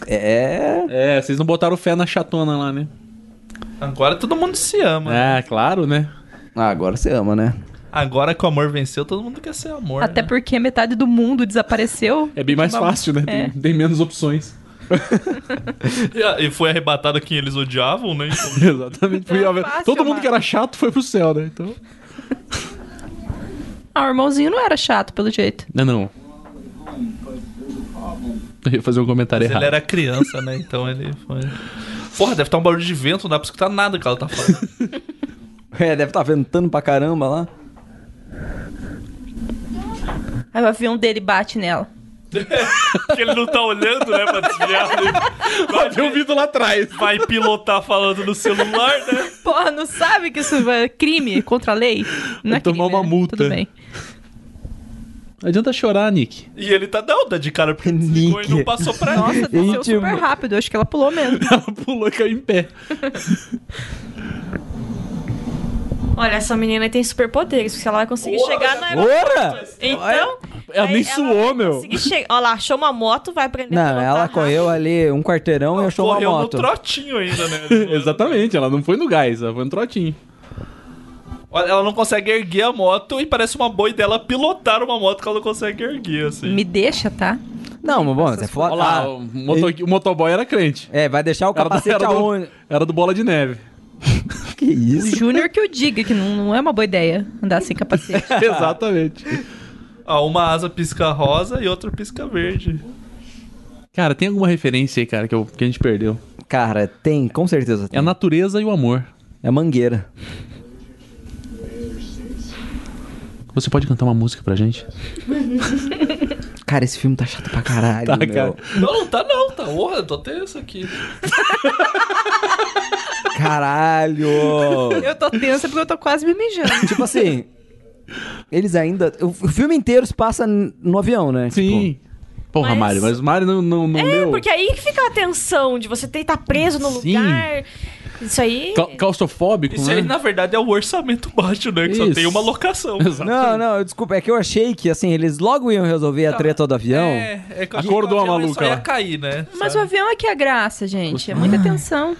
S4: É.
S2: É, vocês não botaram fé na chatona lá, né?
S3: Agora todo mundo se ama.
S2: É, claro, né?
S4: Ah, agora você ama, né?
S3: Agora que o amor venceu, todo mundo quer ser amor.
S5: Até
S3: né?
S5: porque metade do mundo desapareceu.
S2: É bem mais
S5: Uma-
S2: fácil, né? Tem,
S5: É.
S2: tem menos opções.
S3: E foi arrebatado quem eles odiavam, né? Então,
S2: Exatamente. Foi-
S6: Tão é fácil,
S2: Todo mundo
S6: mano.
S2: que era chato foi pro céu, né? Então...
S5: Ah, o irmãozinho não era chato, pelo jeito.
S2: Não, não. Eu ia fazer um comentário
S3: mas ele
S2: errado.
S3: era criança, né? Então ele foi. Porra, deve estar um barulho de vento, não dá pra escutar nada que ela tá falando.
S4: É, deve estar ventando pra caramba lá.
S5: Aí o avião dele bate nela.
S3: Porque ele não tá olhando, né? Pra desviar. né? Vai,
S2: ouvido lá atrás.
S3: vai pilotar falando no celular, né?
S5: Porra, não sabe que isso é crime contra a lei? Não
S2: Vai
S5: é crime,
S2: tomar uma
S5: né?
S2: multa.
S5: Tudo bem.
S2: Não adianta chorar, Nick.
S3: E ele tá, não, dá de cara porque desligou e não
S4: Nick.
S3: passou pra mim.
S5: Nossa, desceu
S4: Íntimo.
S5: super rápido. Eu acho que ela pulou mesmo.
S2: Ela pulou e caiu em pé.
S6: Olha, essa menina aí tem superpoderes, porque ela vai conseguir chegar na aeroporto.
S4: Ora!
S6: Então,
S2: Ela
S6: aí
S2: nem
S6: ela
S2: suou,
S6: vai
S2: meu.
S6: conseguir che- Olha lá, achou uma moto, vai aprender a
S4: Não,
S5: um
S6: pilotar
S4: ela
S6: rápido.
S4: correu ali um quarteirão e achou uma
S3: Correu no
S4: moto.
S3: trotinho ainda, né?
S2: Exatamente, ela não foi no gás, ela foi no trotinho.
S3: Olha, Ela não consegue erguer a moto e parece uma boi dela pilotar uma moto que ela não consegue erguer, assim.
S5: Me deixa, tá?
S4: Não, mas bom, você é foda.
S2: Olha lá,
S4: Ah,
S2: o, moto- o motoboy era crente.
S4: É, vai deixar o
S2: Era do,
S4: capacete
S2: era do-
S4: aonde?
S2: era do Bola de Neve.
S4: Que
S5: O
S4: isso?
S5: Júnior que eu diga, que não, não é uma boa ideia andar sem capacete.
S2: Exatamente.
S3: Ah, uma asa pisca rosa e outra pisca verde.
S2: Cara, tem alguma referência aí, cara, que, eu- que a gente perdeu?
S4: Cara, tem, com certeza
S2: É a
S4: tem.
S2: natureza e o amor.
S4: É mangueira.
S2: Você pode cantar uma música pra gente?
S4: Cara, esse filme tá chato pra caralho,
S2: Tá,
S4: meu.
S2: cara.
S3: Não, não tá não, tá. Porra, eu tô tenso aqui.
S4: Caralho!
S5: eu tô tensa porque eu tô quase me mijando.
S4: tipo assim, eles ainda... O o filme inteiro se passa n- no avião, né?
S2: Sim. Porra,
S6: Mas-
S2: Mário, mas o Mário não, não, não
S4: um
S6: É,
S2: leu.
S6: porque aí que fica a tensão de você tentar preso no
S2: Sim.
S6: lugar. Isso aí.
S2: Ca- claustrofóbico,
S3: Isso
S2: né?
S3: aí, na verdade, é o orçamento baixo, né? Que só
S2: Isso.
S3: tem uma locação.
S4: Tipo, não, não, eu- desculpa, é que eu achei que, assim, eles logo iam resolver
S5: Tá.
S4: a treta do avião.
S3: É, é que eu achei
S2: Acordou
S3: que o
S2: a
S3: avião
S2: maluca
S3: Só ia
S2: lá.
S3: cair, né?
S5: Mas o
S3: sabe?
S5: avião é que é a graça, gente. É muita atenção.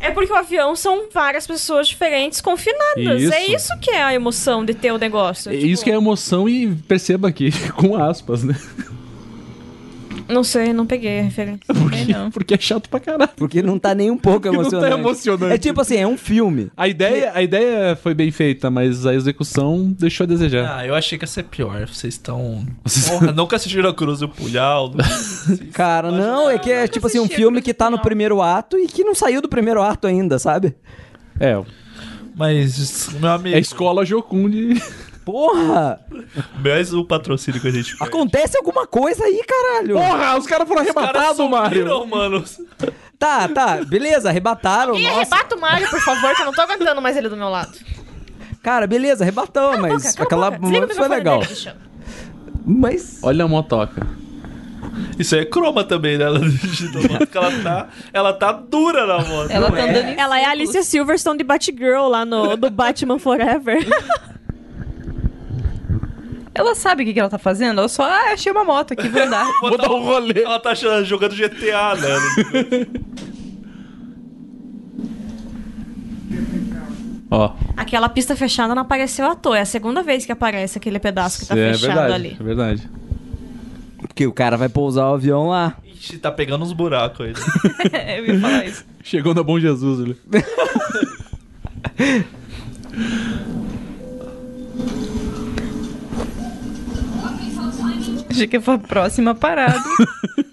S6: É porque o avião são várias pessoas diferentes confinadas.
S2: Isso.
S6: É isso que é a emoção de ter o negócio. Tipo,
S2: É Isso que é emoção e perceba aqui, com aspas, né?
S4: é-
S6: Não sei, não peguei a referência.
S5: Sei não.
S2: Porque é chato pra caralho.
S4: Porque não tá nem um pouco
S2: não tá
S4: emocionante.
S2: emocionante.
S4: É tipo assim, é um filme.
S2: A ideia, a ideia foi bem feita, mas a execução deixou a desejar.
S3: Ah, eu achei que ia ser pior. Vocês estão. Porra, nunca assistiram a Cruz e o Punhal. não-
S4: Cara, não, é que é tipo assim, um
S5: assisti,
S4: filme
S5: porque
S4: que tá no
S5: não.
S4: primeiro ato e que não saiu do primeiro ato ainda, sabe?
S2: É,
S3: Mas, meu amigo.
S2: é escola Jocunde.
S4: Porra!
S3: Mais o patrocínio que a gente
S2: Tá
S3: faz.
S4: Acontece alguma coisa aí, caralho!
S2: Porra, os caras foram
S3: Caras
S2: arrebatados,
S3: sumiram,
S2: Mário.
S3: mano.
S4: Tá, tá, beleza, arrebataram,
S6: E
S4: nossa.
S6: arrebata o Mário, por favor, que eu não tô aguentando mais ele do meu lado.
S4: Cara, beleza, arrebatamos, mas
S6: Cala a
S4: aquela
S6: boca, desliga
S4: momento
S6: o
S4: foi
S6: microfone
S4: legal.
S6: dele, Cristiano.
S4: Mas.
S2: Olha a motoca.
S3: Isso aí é croma também, né? Ela, da moto, que ela, tá, ela tá dura na moto.
S5: Ela tá andando em
S6: Ela é a Alicia Silverstone de Batgirl lá no do Batman Forever.
S5: Ela sabe o que que ela tá fazendo? Ela só, ah, achei uma moto aqui, vou andar.
S3: Vou dar um rolê. Ela tá achando- jogando GTA, né?
S2: Ó,
S6: Aquela pista fechada não apareceu à toa. É a segunda vez que aparece aquele pedaço que tá
S2: é
S6: fechado
S2: verdade,
S6: ali.
S2: é verdade.
S4: Porque o cara vai pousar o avião lá.
S3: Ixi, tá pegando uns buracos aí.
S5: É, eu ia falar isso.
S2: Chegou na Bom Jesus ali.
S5: Achei que foi a próxima parada.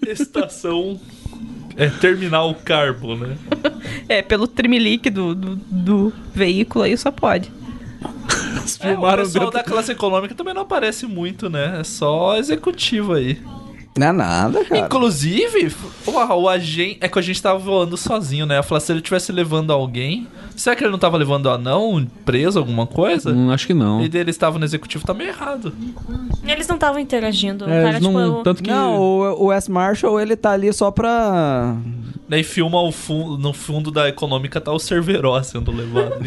S3: Estação é terminal carbo, né?
S5: É, pelo trimelique do, do, do veículo aí só pode.
S2: Eles
S3: É, o
S2: filmaram um
S3: pessoal
S2: dentro-
S3: da classe econômica também não aparece muito, né? É só executivo aí.
S4: Não é nada, cara.
S3: Inclusive, f- uau, o agente. É que a gente tava voando sozinho, né? Eu falei, se ele tivesse levando alguém. Será que ele não tava levando anão, preso, alguma coisa?
S2: Hum, acho que não.
S3: E dele estava no executivo, tá meio errado.
S6: Eles não estavam interagindo. o
S2: É,
S6: cara,
S2: eles
S6: tipo,
S2: não,
S6: eu-
S2: tanto que
S4: Não, o, o S. Marshall, ele tá ali só pra...
S3: Daí filma o fundo, no fundo da econômica tá o Cerveró sendo levado.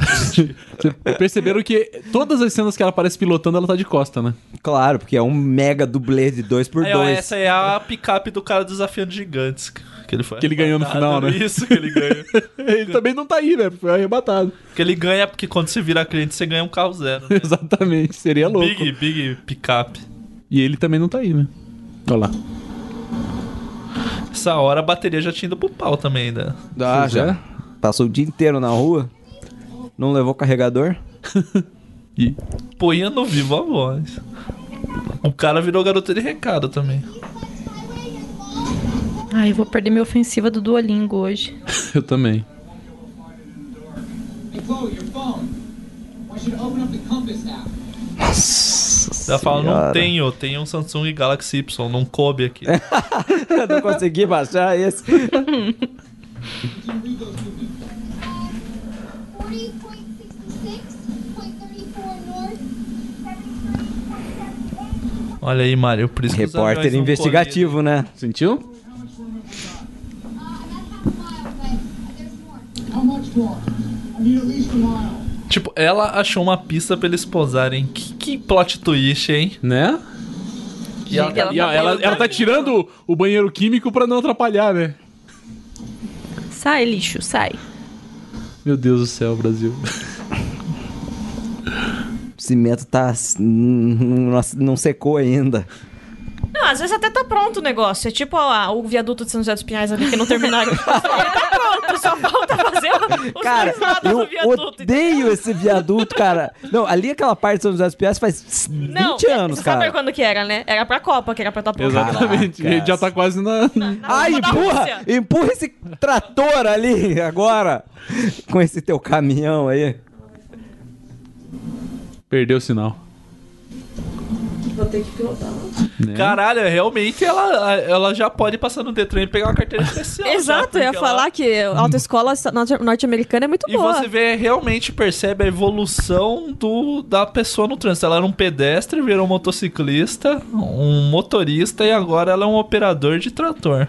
S2: perceberam que todas as cenas que ela aparece pilotando, ela tá de costa, né?
S4: Claro, porque é um mega dublê de dois por
S3: Aí, ó,
S4: dois.
S3: essa é a picape do cara desafiando gigantes. Que ele, foi
S2: Que ele ganhou no
S3: arrebatado.
S2: final, né?
S3: Isso que ele ganha.
S2: Ele também não tá aí, né? Foi arrebatado.
S3: que ele ganha porque quando você vira cliente, você ganha um carro zero. né?
S2: Exatamente, seria Tá louco.
S3: Big, big picape.
S2: E ele também não tá aí, né? Olha lá.
S3: Essa hora a bateria já tinha ido pro pau também, né?
S4: Ah,
S2: Pois é.
S4: já. Passou o dia inteiro na rua, não levou carregador.
S2: E
S3: Apoiando vivo a voz. O cara virou garoto de recado também.
S5: Ai, eu vou perder minha ofensiva do Duolingo hoje.
S2: eu também.
S8: Hey, Chloe, your phone. I want you to open up the Compass app.
S3: Ela fala,
S4: Senhora.
S3: Tá
S4: É.
S3: não tenho, tenho um Samsung Galaxy Y, não coube aqui.
S4: não consegui baixar esse.
S8: Could you read those to me?
S7: um, 40.66.34 north, 73.78.
S3: Olha aí, Mário, por isso que os aviões
S4: Repórter
S3: não
S4: investigativo, né?
S2: Sentiu?
S7: Uh, about half a mile, but uh, there's more.
S8: How much more? I need at least a mile.
S3: colidem. Tipo, ela achou uma pista pra eles posarem. Que, que plot twist, hein?
S2: Né?
S3: E ela,
S2: E ó, ela, ela tá tirando o banheiro químico pra não atrapalhar, né?
S5: Sai, lixo, sai.
S2: Meu Deus do céu, Brasil.
S4: O cimento tá. hum, Não não secou ainda.
S6: Não, às vezes até tá pronto o negócio. É tipo ó, o viaduto de São José dos Pinhais ali que não terminaram. Ele tá pronto, só falta fazer os
S4: Cara,
S6: dois lados do
S4: eu
S6: viaduto.
S4: odeio esse viaduto, cara. Não, ali aquela parte de São José dos Pinhais faz 20
S6: Não, é,
S4: anos,
S6: você
S4: cara.
S6: sabe quando que era, né? Era pra Copa, que era pra estar pronto.
S2: Exatamente.
S4: Caraca.
S2: A gente já tá quase na.
S6: Na
S4: Ai,
S6: Copa da
S4: empurra!
S6: Rússia.
S4: Empurra esse trator ali agora! Com esse teu caminhão aí.
S2: Perdeu o sinal.
S3: Caralho, realmente ela, ela já pode passar no Detran e pegar uma carteira especial.
S6: Exato,
S3: já,
S6: eu ia
S3: porque ela-
S6: falar que a autoescola norte- norte-americana é muito
S3: E
S6: boa.
S3: você vê, realmente percebe a evolução do, da pessoa no trânsito. Ela era um pedestre, virou um motociclista, um motorista e agora ela é um operador de trator.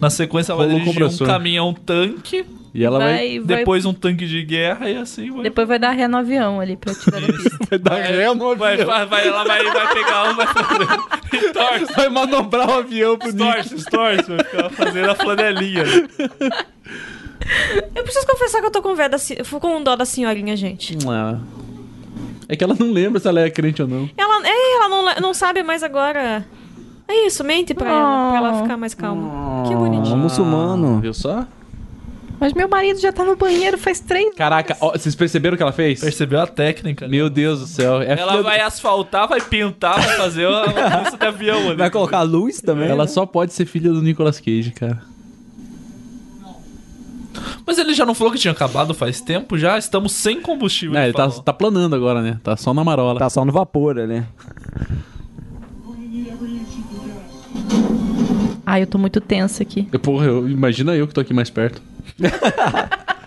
S3: Na sequência, ela vai
S2: Rolou
S3: dirigir um
S2: compressor.
S3: caminhão tanque,
S2: E ela vai,
S5: vai, vai-
S3: depois um tanque de guerra e assim vai.
S5: Depois vai dar ré no avião ali pra eu tirar da pista.
S2: vai dar ré no
S3: Vai,
S2: avião.
S3: vai, vai, ela vai, vai pegar um, vai fazer. E torce,
S2: Vai manobrar o avião pro Nick.
S3: torce, torce, vai ficar fazendo a flanelinha. né?
S6: Eu preciso confessar que eu tô com, veda, com um dó da senhorinha, gente.
S2: Ah. É que ela não lembra se ela é crente ou não.
S6: Ela, é, ela não, le- não sabe mais agora. É isso, mente pra ela, pra ela ficar mais calma. Que
S4: Um
S6: bonitinho.
S4: muçulmano.
S2: Viu só?
S5: Mas meu marido já tá no banheiro faz três.
S2: Caraca, ó, vocês perceberam o que ela fez?
S3: Percebeu a técnica? né?
S2: Meu Deus do céu. É
S3: Ela
S2: filha-
S3: vai asfaltar, vai pintar, vai fazer a pista de avião ali.
S4: Vai colocar luz também?
S2: Ela só pode ser filha do Nicolas Cage, cara.
S3: Mas ele já não falou que tinha acabado faz tempo já? Estamos sem combustível.
S2: Não, ele tá,
S3: falou.
S2: tá planando agora, né? Tá só na marola.
S4: tá só no vapor ali.
S8: Going to need every inch you can get us.
S5: Ai, eu tô muito tensa aqui.
S2: Eu, Porra, eu, imagina eu que tô aqui mais perto.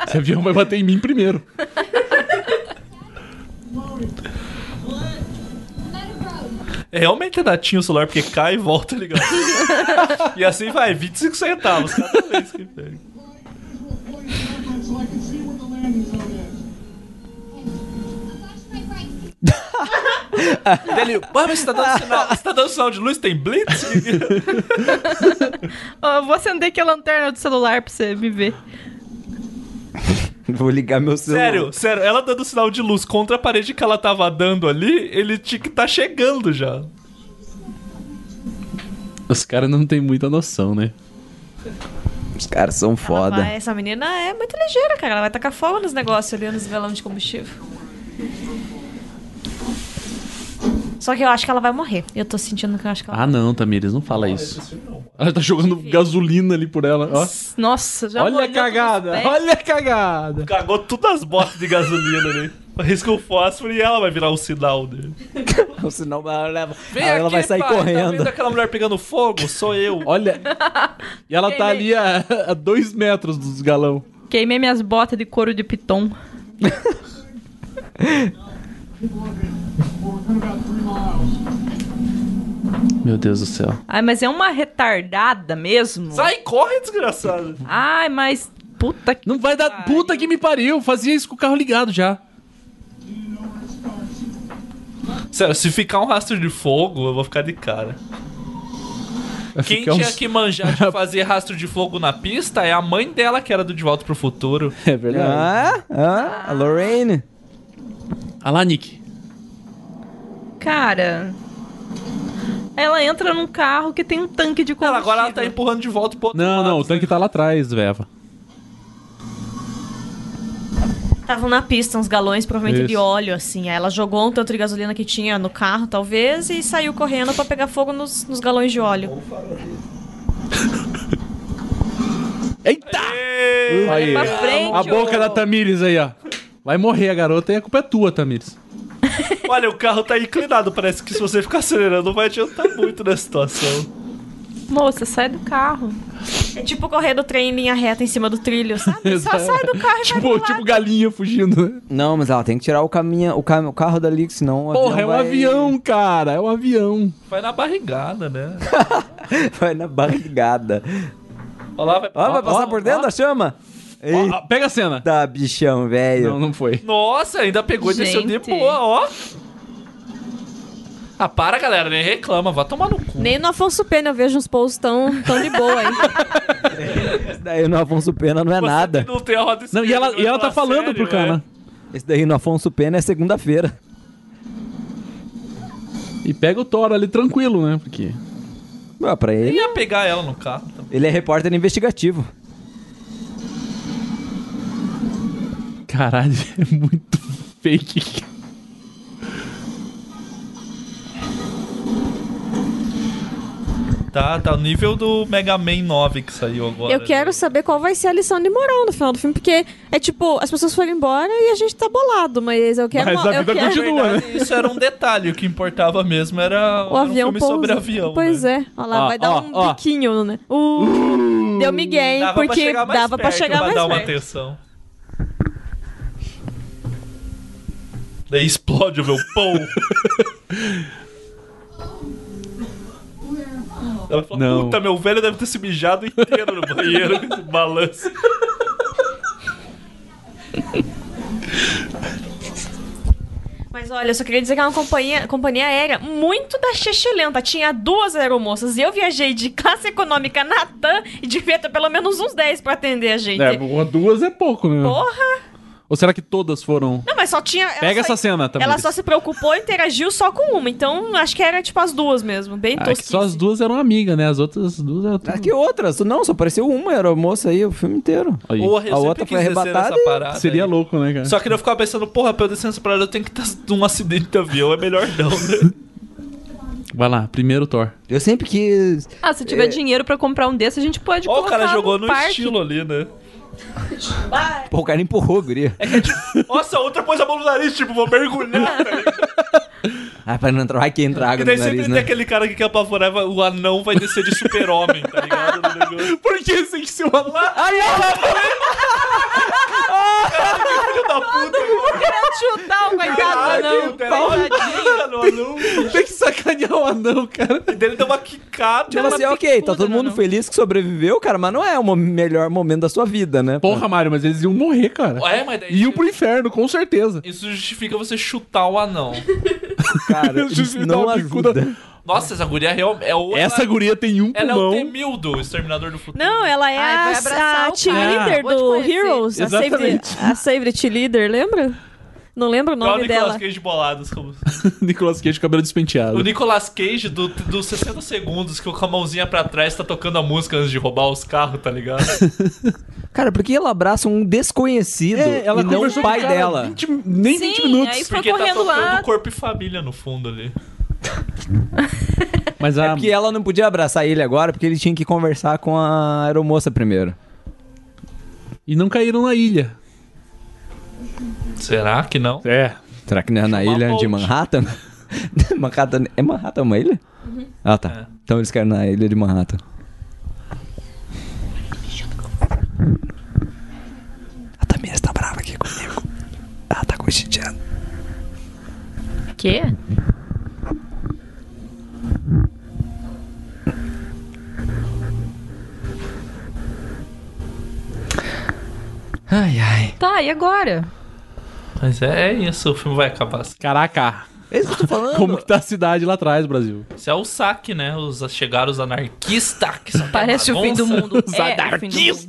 S2: Esse avião vai bater em mim primeiro.
S3: Realmente é datinho o celular, porque cai e volta tá ligado. e assim vai, 25 centavos cada vez que pega.
S8: Visual point outline so I can see where the landing zone is.
S7: I watched my right.
S3: Daí Ele, "Ué, mas você tá dando sinal, você tá dando sinal de luz, tem blitz?
S5: Ó, eu vou acender aqui a lanterna do celular pra você me ver.
S4: Vou ligar meu celular.
S3: sério, sério, ela dando sinal de luz contra a parede que ela tava dando ali, ele tinha que tá chegando já.
S2: Os caras não tem muita noção, né?
S4: Os caras são foda.
S6: Vai, essa menina é muito ligeira, cara. Ela vai tacar fogo nos negócios ali, nos galões de combustível. Só que eu acho que ela vai morrer. Eu tô sentindo que eu acho que ela
S2: Ah, não, Tamires, não fala isso. Ela tá jogando gasolina ali por ela. ó.
S5: Nossa, já
S2: Olha a
S5: molhou
S2: cagada,
S5: todos os pés.
S2: olha a cagada.
S3: Cagou todas as botas de gasolina ali. Risca o fósforo e ela vai virar o sinal dele.
S4: O sinal ela, leva, ela vai sair correndo.
S3: tá aquela mulher pegando fogo? Sou eu.
S2: Olha. E ela tá ali a, a dois metros dos galão.
S5: Queimei minhas botas de couro de piton.
S8: Well, within about three miles.
S2: Meu Deus do céu.
S5: Ai, mas é uma retardada mesmo.
S3: Sai, corre, desgraçado.
S5: Ai, mas puta que
S2: Não vai dar. Puta que me pariu. Fazia isso com o carro ligado já.
S3: Sério, se ficar um rastro de fogo, eu vou ficar de cara. Quem
S2: Fica um
S3: tinha
S2: uns-
S3: que manjar de fazer rastro de fogo na pista é a mãe dela, que era do De Volta pro Futuro.
S2: É verdade.
S4: Ah, ah, a Lorraine.
S2: Ah lá, Nick.
S5: cara. Ela entra num carro que tem um tanque de combustível.
S3: Ela, agora ela tá empurrando de volta pro outro
S2: Não,
S3: lado.
S2: não, o tanque tá lá atrás, Veva.
S6: Estavam na pista uns galões, provavelmente de
S2: Isso.
S6: óleo, assim. Aí ela jogou um tanto de gasolina que tinha no carro, talvez, e saiu correndo pra pegar fogo nos, nos galões de óleo.
S2: Eita!
S3: Ei,
S2: Aí.
S5: pra frente,
S2: A boca
S5: ô.
S2: da Tamires aí, ó. Vai morrer a garota e a culpa é tua, Tamires.
S3: Olha, o carro tá inclinado. Parece que se você ficar acelerando, não vai adiantar muito nessa situação.
S5: Moça, sai do carro.
S6: É tipo correr do trem em linha reta em cima do trilho, sabe? Só
S2: Exato.
S6: sai do carro e vai
S2: Tipo,
S6: pro
S2: tipo
S6: lado.
S2: galinha fugindo. né?
S4: Não, mas ela tem que tirar o, caminha, o, cam- o carro dali, que senão o
S2: Porra, é um
S4: avião vai-
S2: avião, cara. É um avião.
S3: Vai na barrigada, né?
S4: Vai na barrigada.
S3: Olha lá, vai,
S4: Ó, vai passar
S3: ó,
S4: por dentro
S3: ó.
S4: da chama?
S2: Ó, ó, Ah, pega a cena.
S4: Eita, bichão,
S2: Não,
S4: velho.
S2: não foi.
S3: Nossa, ainda pegou e desceu de
S5: Gente.
S3: boa, ó. Ah, para, galera. Nem reclama. Vai tomar no cu.
S6: Nem no Afonso Pena eu vejo uns posts tão, tão de boa aí.
S4: Isso daí no Afonso Pena não é
S3: Você
S4: nada.
S3: que Não tem a roda
S2: Não, e
S3: esquerda,
S2: ela,
S3: vai
S2: e ela tá
S3: falar
S2: falando
S3: sério,
S2: pro cara.
S3: né?
S4: Esse daí no Afonso Pena é segunda-feira.
S2: E pega o Toro ali tranquilo, né? Porque.
S4: Ué, pra
S3: Ele
S4: ele,
S3: é. ia pegar ela no carro. também.
S4: ele é repórter investigativo.
S2: Caralho, é muito fake.
S3: Tá, tá o nível do Mega Man 9 que saiu agora.
S6: Eu quero saber qual vai ser a lição de moral no final do filme, porque é tipo, as pessoas foram embora e a gente tá bolado, mas eu quero.
S2: Mas a
S6: eu
S2: vida
S6: quero...
S2: continua.
S3: Na verdade, Isso era um detalhe. O que importava mesmo era
S6: O
S3: era
S6: avião
S3: um filme sobre
S6: pousa.
S3: avião.
S6: Pois é. Olha lá,
S2: Ó,
S6: vai dar
S2: ó,
S6: um
S2: ó.
S6: biquinho, né? Uh, deu migué, hein?
S3: Dava pra
S6: porque
S3: chegar mais
S6: dava pra
S3: perto
S6: chegar mais
S3: dar uma
S6: perto.
S3: atenção. Daí explode o meu pão. Ela fala,
S2: Não.
S3: puta, meu velho deve ter se mijado inteiro no banheiro, esse balanço.
S6: Mas olha, eu só queria dizer que é uma companhia, companhia aérea muito da lenta. Tinha duas aeromoças. E eu viajei de classe econômica na TAM e devia ter pelo menos uns 10 pra atender a gente.
S2: É, porra, duas é pouco, né?
S6: Porra!
S2: Ou será que todas foram.
S6: Não, mas só tinha. ela
S2: Pega
S6: só-
S2: essa cena também.
S6: Ela só se preocupou e interagiu só com uma. Então, acho que era tipo as duas mesmo. Bem
S2: Ah, é que
S6: tosquice.
S2: só as duas eram amigas, né? As outras duas eram.
S4: Ah,
S2: Tudo...
S4: que outras? Não, só apareceu uma, era a moça aí o filme inteiro.
S2: Aí.
S3: Porra, eu
S4: A
S3: sempre
S4: outra
S3: quis
S4: foi
S3: descer nessa
S4: arrebatada e
S3: parada
S2: Seria
S3: aí.
S2: louco, né, cara?
S3: Só que eu ficava pensando, porra, pra eu descer nessa parada eu tenho que estar num acidente de avião, é melhor não, né?
S2: Vai lá, primeiro Thor.
S4: Eu sempre quis.
S5: Ah, se tiver dinheiro pra comprar um desse, a gente pode
S3: Ó, É. o
S5: colocar
S3: cara jogou no
S5: parque.
S3: estilo ali, né?
S4: Pô, o cara empurrou, guria.
S3: Nossa, a outra pôs a mão no nariz, tipo, vou mergulhar, tá ligado?
S4: Ah, pra não entrar, vai que entra água
S3: E
S4: no
S3: daí sempre
S4: nariz,
S3: tem
S4: né?
S3: aquele cara que quer apavorar, vai- o anão vai descer de super-homem, tá ligado? No negócio.
S2: Por que tem que ser uma lá?
S4: Ai, ai,
S3: Filho da puta, Ah,
S5: Querendo chutar o coitado,
S3: caralho,
S5: não.
S3: o cara olha no anão.
S2: Tem que sacanear o anão, cara.
S3: E dele deu uma quicada.
S2: Então,
S4: Tipo assim,
S3: uma
S4: ok, tá
S6: picuda,
S4: todo
S6: né,
S4: mundo
S6: não?
S4: feliz que sobreviveu, cara, mas não é o mo- melhor momento da sua vida, né?
S2: Porra, Mário, mas eles iam morrer, cara.
S3: picuda. É, mas daí
S2: Iam pro inferno, com certeza.
S3: isso justifica você chutar o anão.
S4: cara,
S2: Deixa eu
S4: isso
S2: te dar
S4: não
S2: uma bicuda.
S4: ajuda.
S3: Nossa, essa guria é, real- é outra...
S2: Essa guria tem um
S3: Ela é o
S2: pulmão.
S3: Temildo, o Exterminador do Futuro.
S6: Não, ela é
S5: Ai, vai
S6: a-
S5: abraçar
S6: a,
S5: o cara.
S6: team
S2: Ah,
S6: leader
S5: vou te
S6: do
S5: conhecer.
S6: Heroes. A save,
S2: Exatamente.
S6: a save team leader, lembra? Não lembro o
S3: É o
S6: nome
S3: Nicolas
S6: dela.
S3: Cage bolados. Como...
S2: Nicolas Cage, cabelo despenteado.
S3: O Nicolas Cage do- dos 60 segundos que com a mãozinha pra trás tá tocando a música antes de roubar os carros, tá ligado?
S4: Cara, por que ela abraça um desconhecido
S2: É, ela
S4: e não
S2: conversou
S4: o
S2: com
S4: pai
S2: cara
S4: dela?
S2: 20 nem
S5: Sim,
S6: É
S2: 20 minutos.
S5: aí foi
S3: Porque tá
S5: correndo
S3: tocando
S5: lá.
S3: corpo e família no fundo ali.
S2: Mas a.
S4: É porque ela não podia abraçar ele agora, porque ele tinha que conversar com a aeromoça primeiro.
S2: E não caíram na ilha.
S3: Será que não?
S2: É.
S4: Será que não é na
S3: Uma
S4: ilha de
S3: ponte.
S4: Manhattan? Manhattan? É Manhattan uma ilha?
S2: Uhum.
S4: Ah, tá.
S3: É.
S4: Então eles caíram na ilha de Manhattan. A Tamires tá brava aqui comigo. Ela tá cochichando.
S5: Quê?
S4: Ai, ai.
S5: Tá, e agora?
S3: Mas é, é isso, o filme vai acabar. assim.
S2: Caraca.
S4: É isso que eu tô falando.
S2: Como que tá a cidade lá atrás, Brasil?
S3: Isso é o saque, né? Os, chegaram os anarquistas. Que só tem
S5: Parece o fim do
S3: bagunça.
S5: mundo. É o fim do mundo.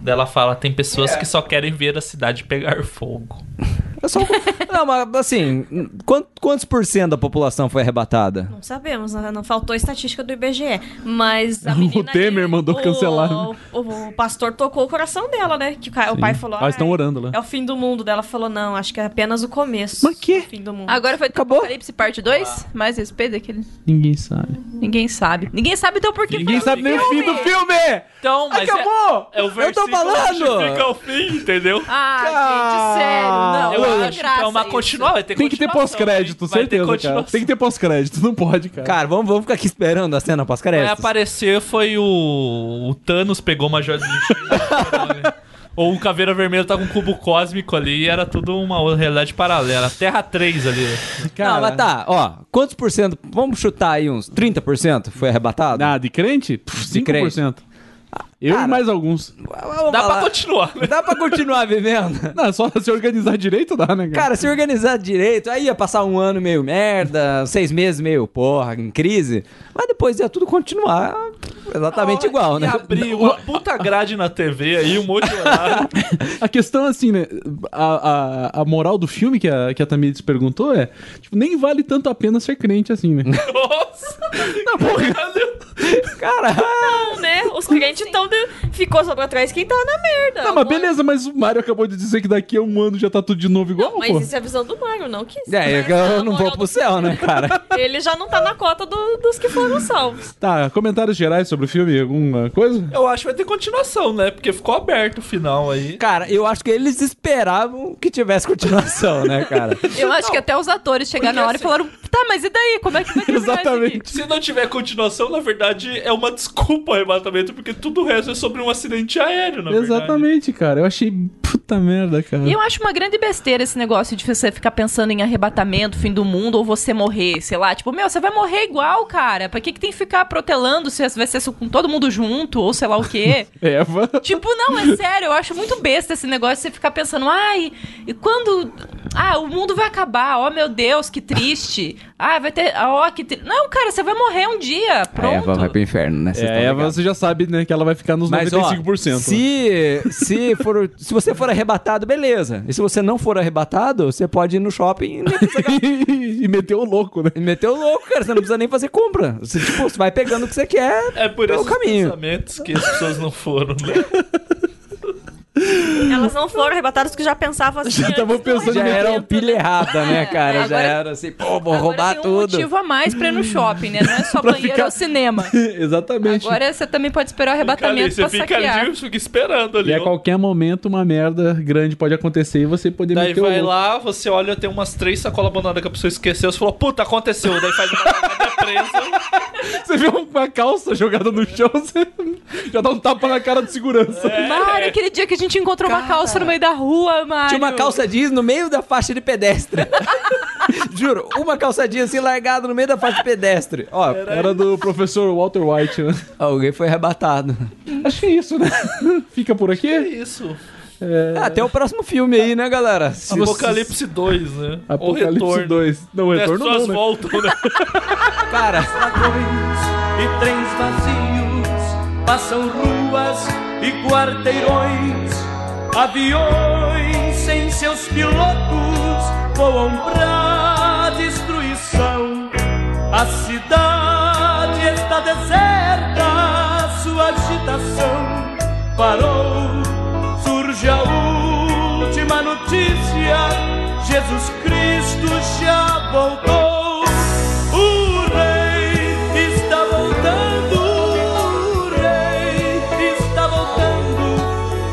S3: Daí Ela fala, tem
S2: É.
S3: pessoas que só querem ver a cidade pegar fogo.
S4: É só... Não, mas assim, quant- quantos por cento da população foi arrebatada?
S6: Não sabemos, né? não faltou estatística do IBGE. Mas a menina.
S2: Temer mandou cancelar. né?
S6: O, o- o pastor tocou o coração dela, né? Que o, ca- o pai falou.
S2: Elas estão
S6: "Ai,
S2: Ah, orando lá.
S6: É o fim do mundo dela. Falou, não, acho que é apenas o começo.
S2: Mas quê?
S6: O fim do mundo.
S5: Agora foi
S4: Acabou?
S5: Apocalipse parte 2?
S3: Ah.
S5: Mais respeito daquele.
S2: Ninguém sabe.
S5: Ninguém sabe. Ninguém sabe então por que
S2: Ninguém
S5: foi
S2: sabe nem o fim do
S5: filme.
S2: filme!
S3: Então, mas é-
S4: Acabou!
S3: É, o
S4: eu
S3: versículo
S4: tô
S3: que
S4: falando!
S3: Fica o fim, entendeu?
S5: Ah,
S4: Ah,
S5: gente, sério. Não,
S3: Eu
S5: não tem
S3: acho que
S5: graça
S3: é uma
S5: isso.
S3: continuação. vai
S2: Tem que ter
S3: continuação,
S2: pós-crédito,
S3: Então, vai ter
S2: certeza, cara.
S3: continuação.
S2: Tem que ter pós-crédito, não pode, cara.
S4: Cara, vamos, vamos ficar aqui esperando a cena
S3: Vai
S4: pós-crédito.
S3: aparecer foi o. O Thanos pegou uma joia de enxerga. Ou o Caveira Vermelho tá com um cubo cósmico ali e era tudo uma realidade paralela. Terra 3 ali.
S4: Não, mas tá, ó, quantos por cento, vamos chutar aí uns 30% foi arrebatado?
S2: Ah, de crente? Pff, 5%.
S4: De crente.
S2: Eu
S4: cara.
S2: e mais alguns.
S4: Vamos
S3: Dá pra
S4: falar.
S3: continuar, né?
S4: Dá pra continuar vivendo?
S2: Não, só se organizar direito dá, né, cara?
S4: Cara, se organizar direito, aí ia passar um ano meio merda, seis meses meio porra, em crise, mas depois ia tudo continuar exatamente igual, né?
S3: E abrir uma puta grade na TV aí, um monte de horário.
S2: A questão é assim, né? A, a, a moral do filme que a, que a Tamiris perguntou é: tipo, nem vale tanto a pena ser crente assim, né?
S3: Nossa! Tá Caralho.
S4: Cara,
S6: Não, né? Os clientes estão. Ficou só pra trás quem tá na merda.
S2: Não, Ah, mas
S6: Bom,
S2: beleza, mas o Mario acabou de dizer que daqui a um ano já tá tudo de novo igual,
S6: Não, mas
S2: pô.
S6: isso é a visão do Mario, não que isso.
S4: é, eu,
S6: Essa é
S4: eu
S6: a
S4: não
S6: moral
S4: vou pro
S6: do-
S4: céu, né, cara?
S6: Ele já não tá na cota do- dos que foram salvos.
S2: Tá, comentários gerais sobre o filme, alguma coisa?
S3: Eu acho que vai ter continuação, né? Porque ficou aberto o final aí.
S4: Cara, eu acho que eles esperavam que tivesse continuação, né, cara?
S5: Eu acho que até os atores chegaram na hora e
S3: assim-
S5: falaram: tá, mas e daí? Como é que vai terminar Isso aqui?
S2: Exatamente.
S3: Se não tiver continuação, na verdade, é uma desculpa o arrebatamento, porque tudo o resto é sobre um acidente aéreo, na
S2: É
S3: verdade.
S2: Exatamente, cara. Eu achei puta merda, cara.
S5: E eu acho uma grande besteira esse negócio de você ficar pensando em arrebatamento, fim do mundo, ou você morrer, sei lá. Tipo, meu, você vai morrer igual, cara. Pra que, que tem que ficar protelando se vai ser com todo mundo junto, ou sei lá o quê?
S2: Eva.
S5: Tipo, não, é sério, eu acho muito besta esse negócio de você ficar pensando, ai, e quando. Ah, o mundo vai acabar, ó meu Deus, que triste. Ah, vai ter. ah, Ó, que triste. Não, cara, você vai morrer um dia. Pronto.
S4: inferno, né?
S2: É, a Eva, você já sabe, né, que ela vai ficar nos
S4: Mas, ó,
S2: 95%. né?
S4: se, se, for, se você for arrebatado, beleza. E se você não for arrebatado, você pode ir no shopping e nem precisa
S2: e meteu o louco, né?
S4: E Meteu o louco, cara. Você não precisa nem fazer compra. Você, tipo, você vai pegando o que você quer.
S3: É por
S4: É o
S3: esses
S4: caminho.
S3: pensamentos que as pessoas não foram, né?
S6: Elas não foram arrebatadas que já pensavam assim.
S2: Já
S6: antes
S2: tava
S6: do
S2: pensando
S4: Já
S2: em
S4: era um pilha errada, né, cara? Já
S5: Agora-
S4: era assim, pô, vou
S5: Agora
S4: roubar
S5: tem um
S4: tudo.
S5: motivo a mais pra ir no shopping, né? Não é só
S2: Pra
S5: banheiro
S2: ficar-
S5: ou cinema.
S2: Exatamente.
S5: Agora você também pode esperar o
S3: Cara,
S5: arrebatamento
S3: você
S5: pra
S3: fica
S5: saquear.
S3: ali, fica esperando ali.
S2: E a qualquer momento uma merda grande pode acontecer e você poder
S3: Daí
S2: meter o
S3: vai
S2: louco.
S3: lá, você olha, tem umas três sacolas abandonadas que a pessoa esqueceu, você falou, puta, aconteceu. Daí faz uma jogada presa.
S2: Você vê uma calça jogada no chão, você já dá um tapa na cara de segurança.
S5: Mário, aquele dia que a gente encontrou uma calça no meio da rua, Mário.
S4: É. Tinha uma calça jeans no meio da faixa de pedestre. Juro, uma calça jeans assim largada no meio da faixa de pedestre. Ó,
S2: Era do professor Walter White, né?
S4: alguém foi arrebatado.
S2: Acho que é isso, né? Fica por
S3: É
S2: aqui.
S3: isso.
S2: É...
S4: Até Ah, o próximo filme aí, né, galera? Se-
S3: Apocalipse 2, né? Ou
S2: Apocalipse
S3: retorno.
S2: 2. Não,
S3: E As
S2: retorno
S3: pessoas
S2: não, né?
S3: voltam, né?
S4: Cara,
S9: e trens vazios, passam ruas e quarteirões, aviões sem seus pilotos voam pra destruição. A cidade está deserta, sua agitação parou. Surge a última notícia: Jesus Cristo
S3: Cristo já voltou. O rei está voltando. O rei está voltando.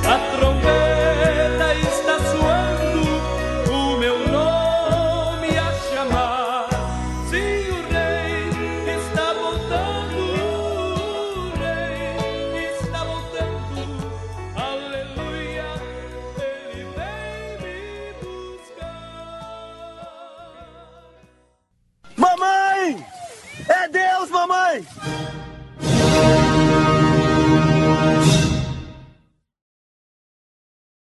S3: A trombeta está soando. O meu nome a chamar. Sim, o rei está voltando. O rei está voltando. Aleluia. Ele vem me buscar.
S10: Mamãe! É Deus, mamãe!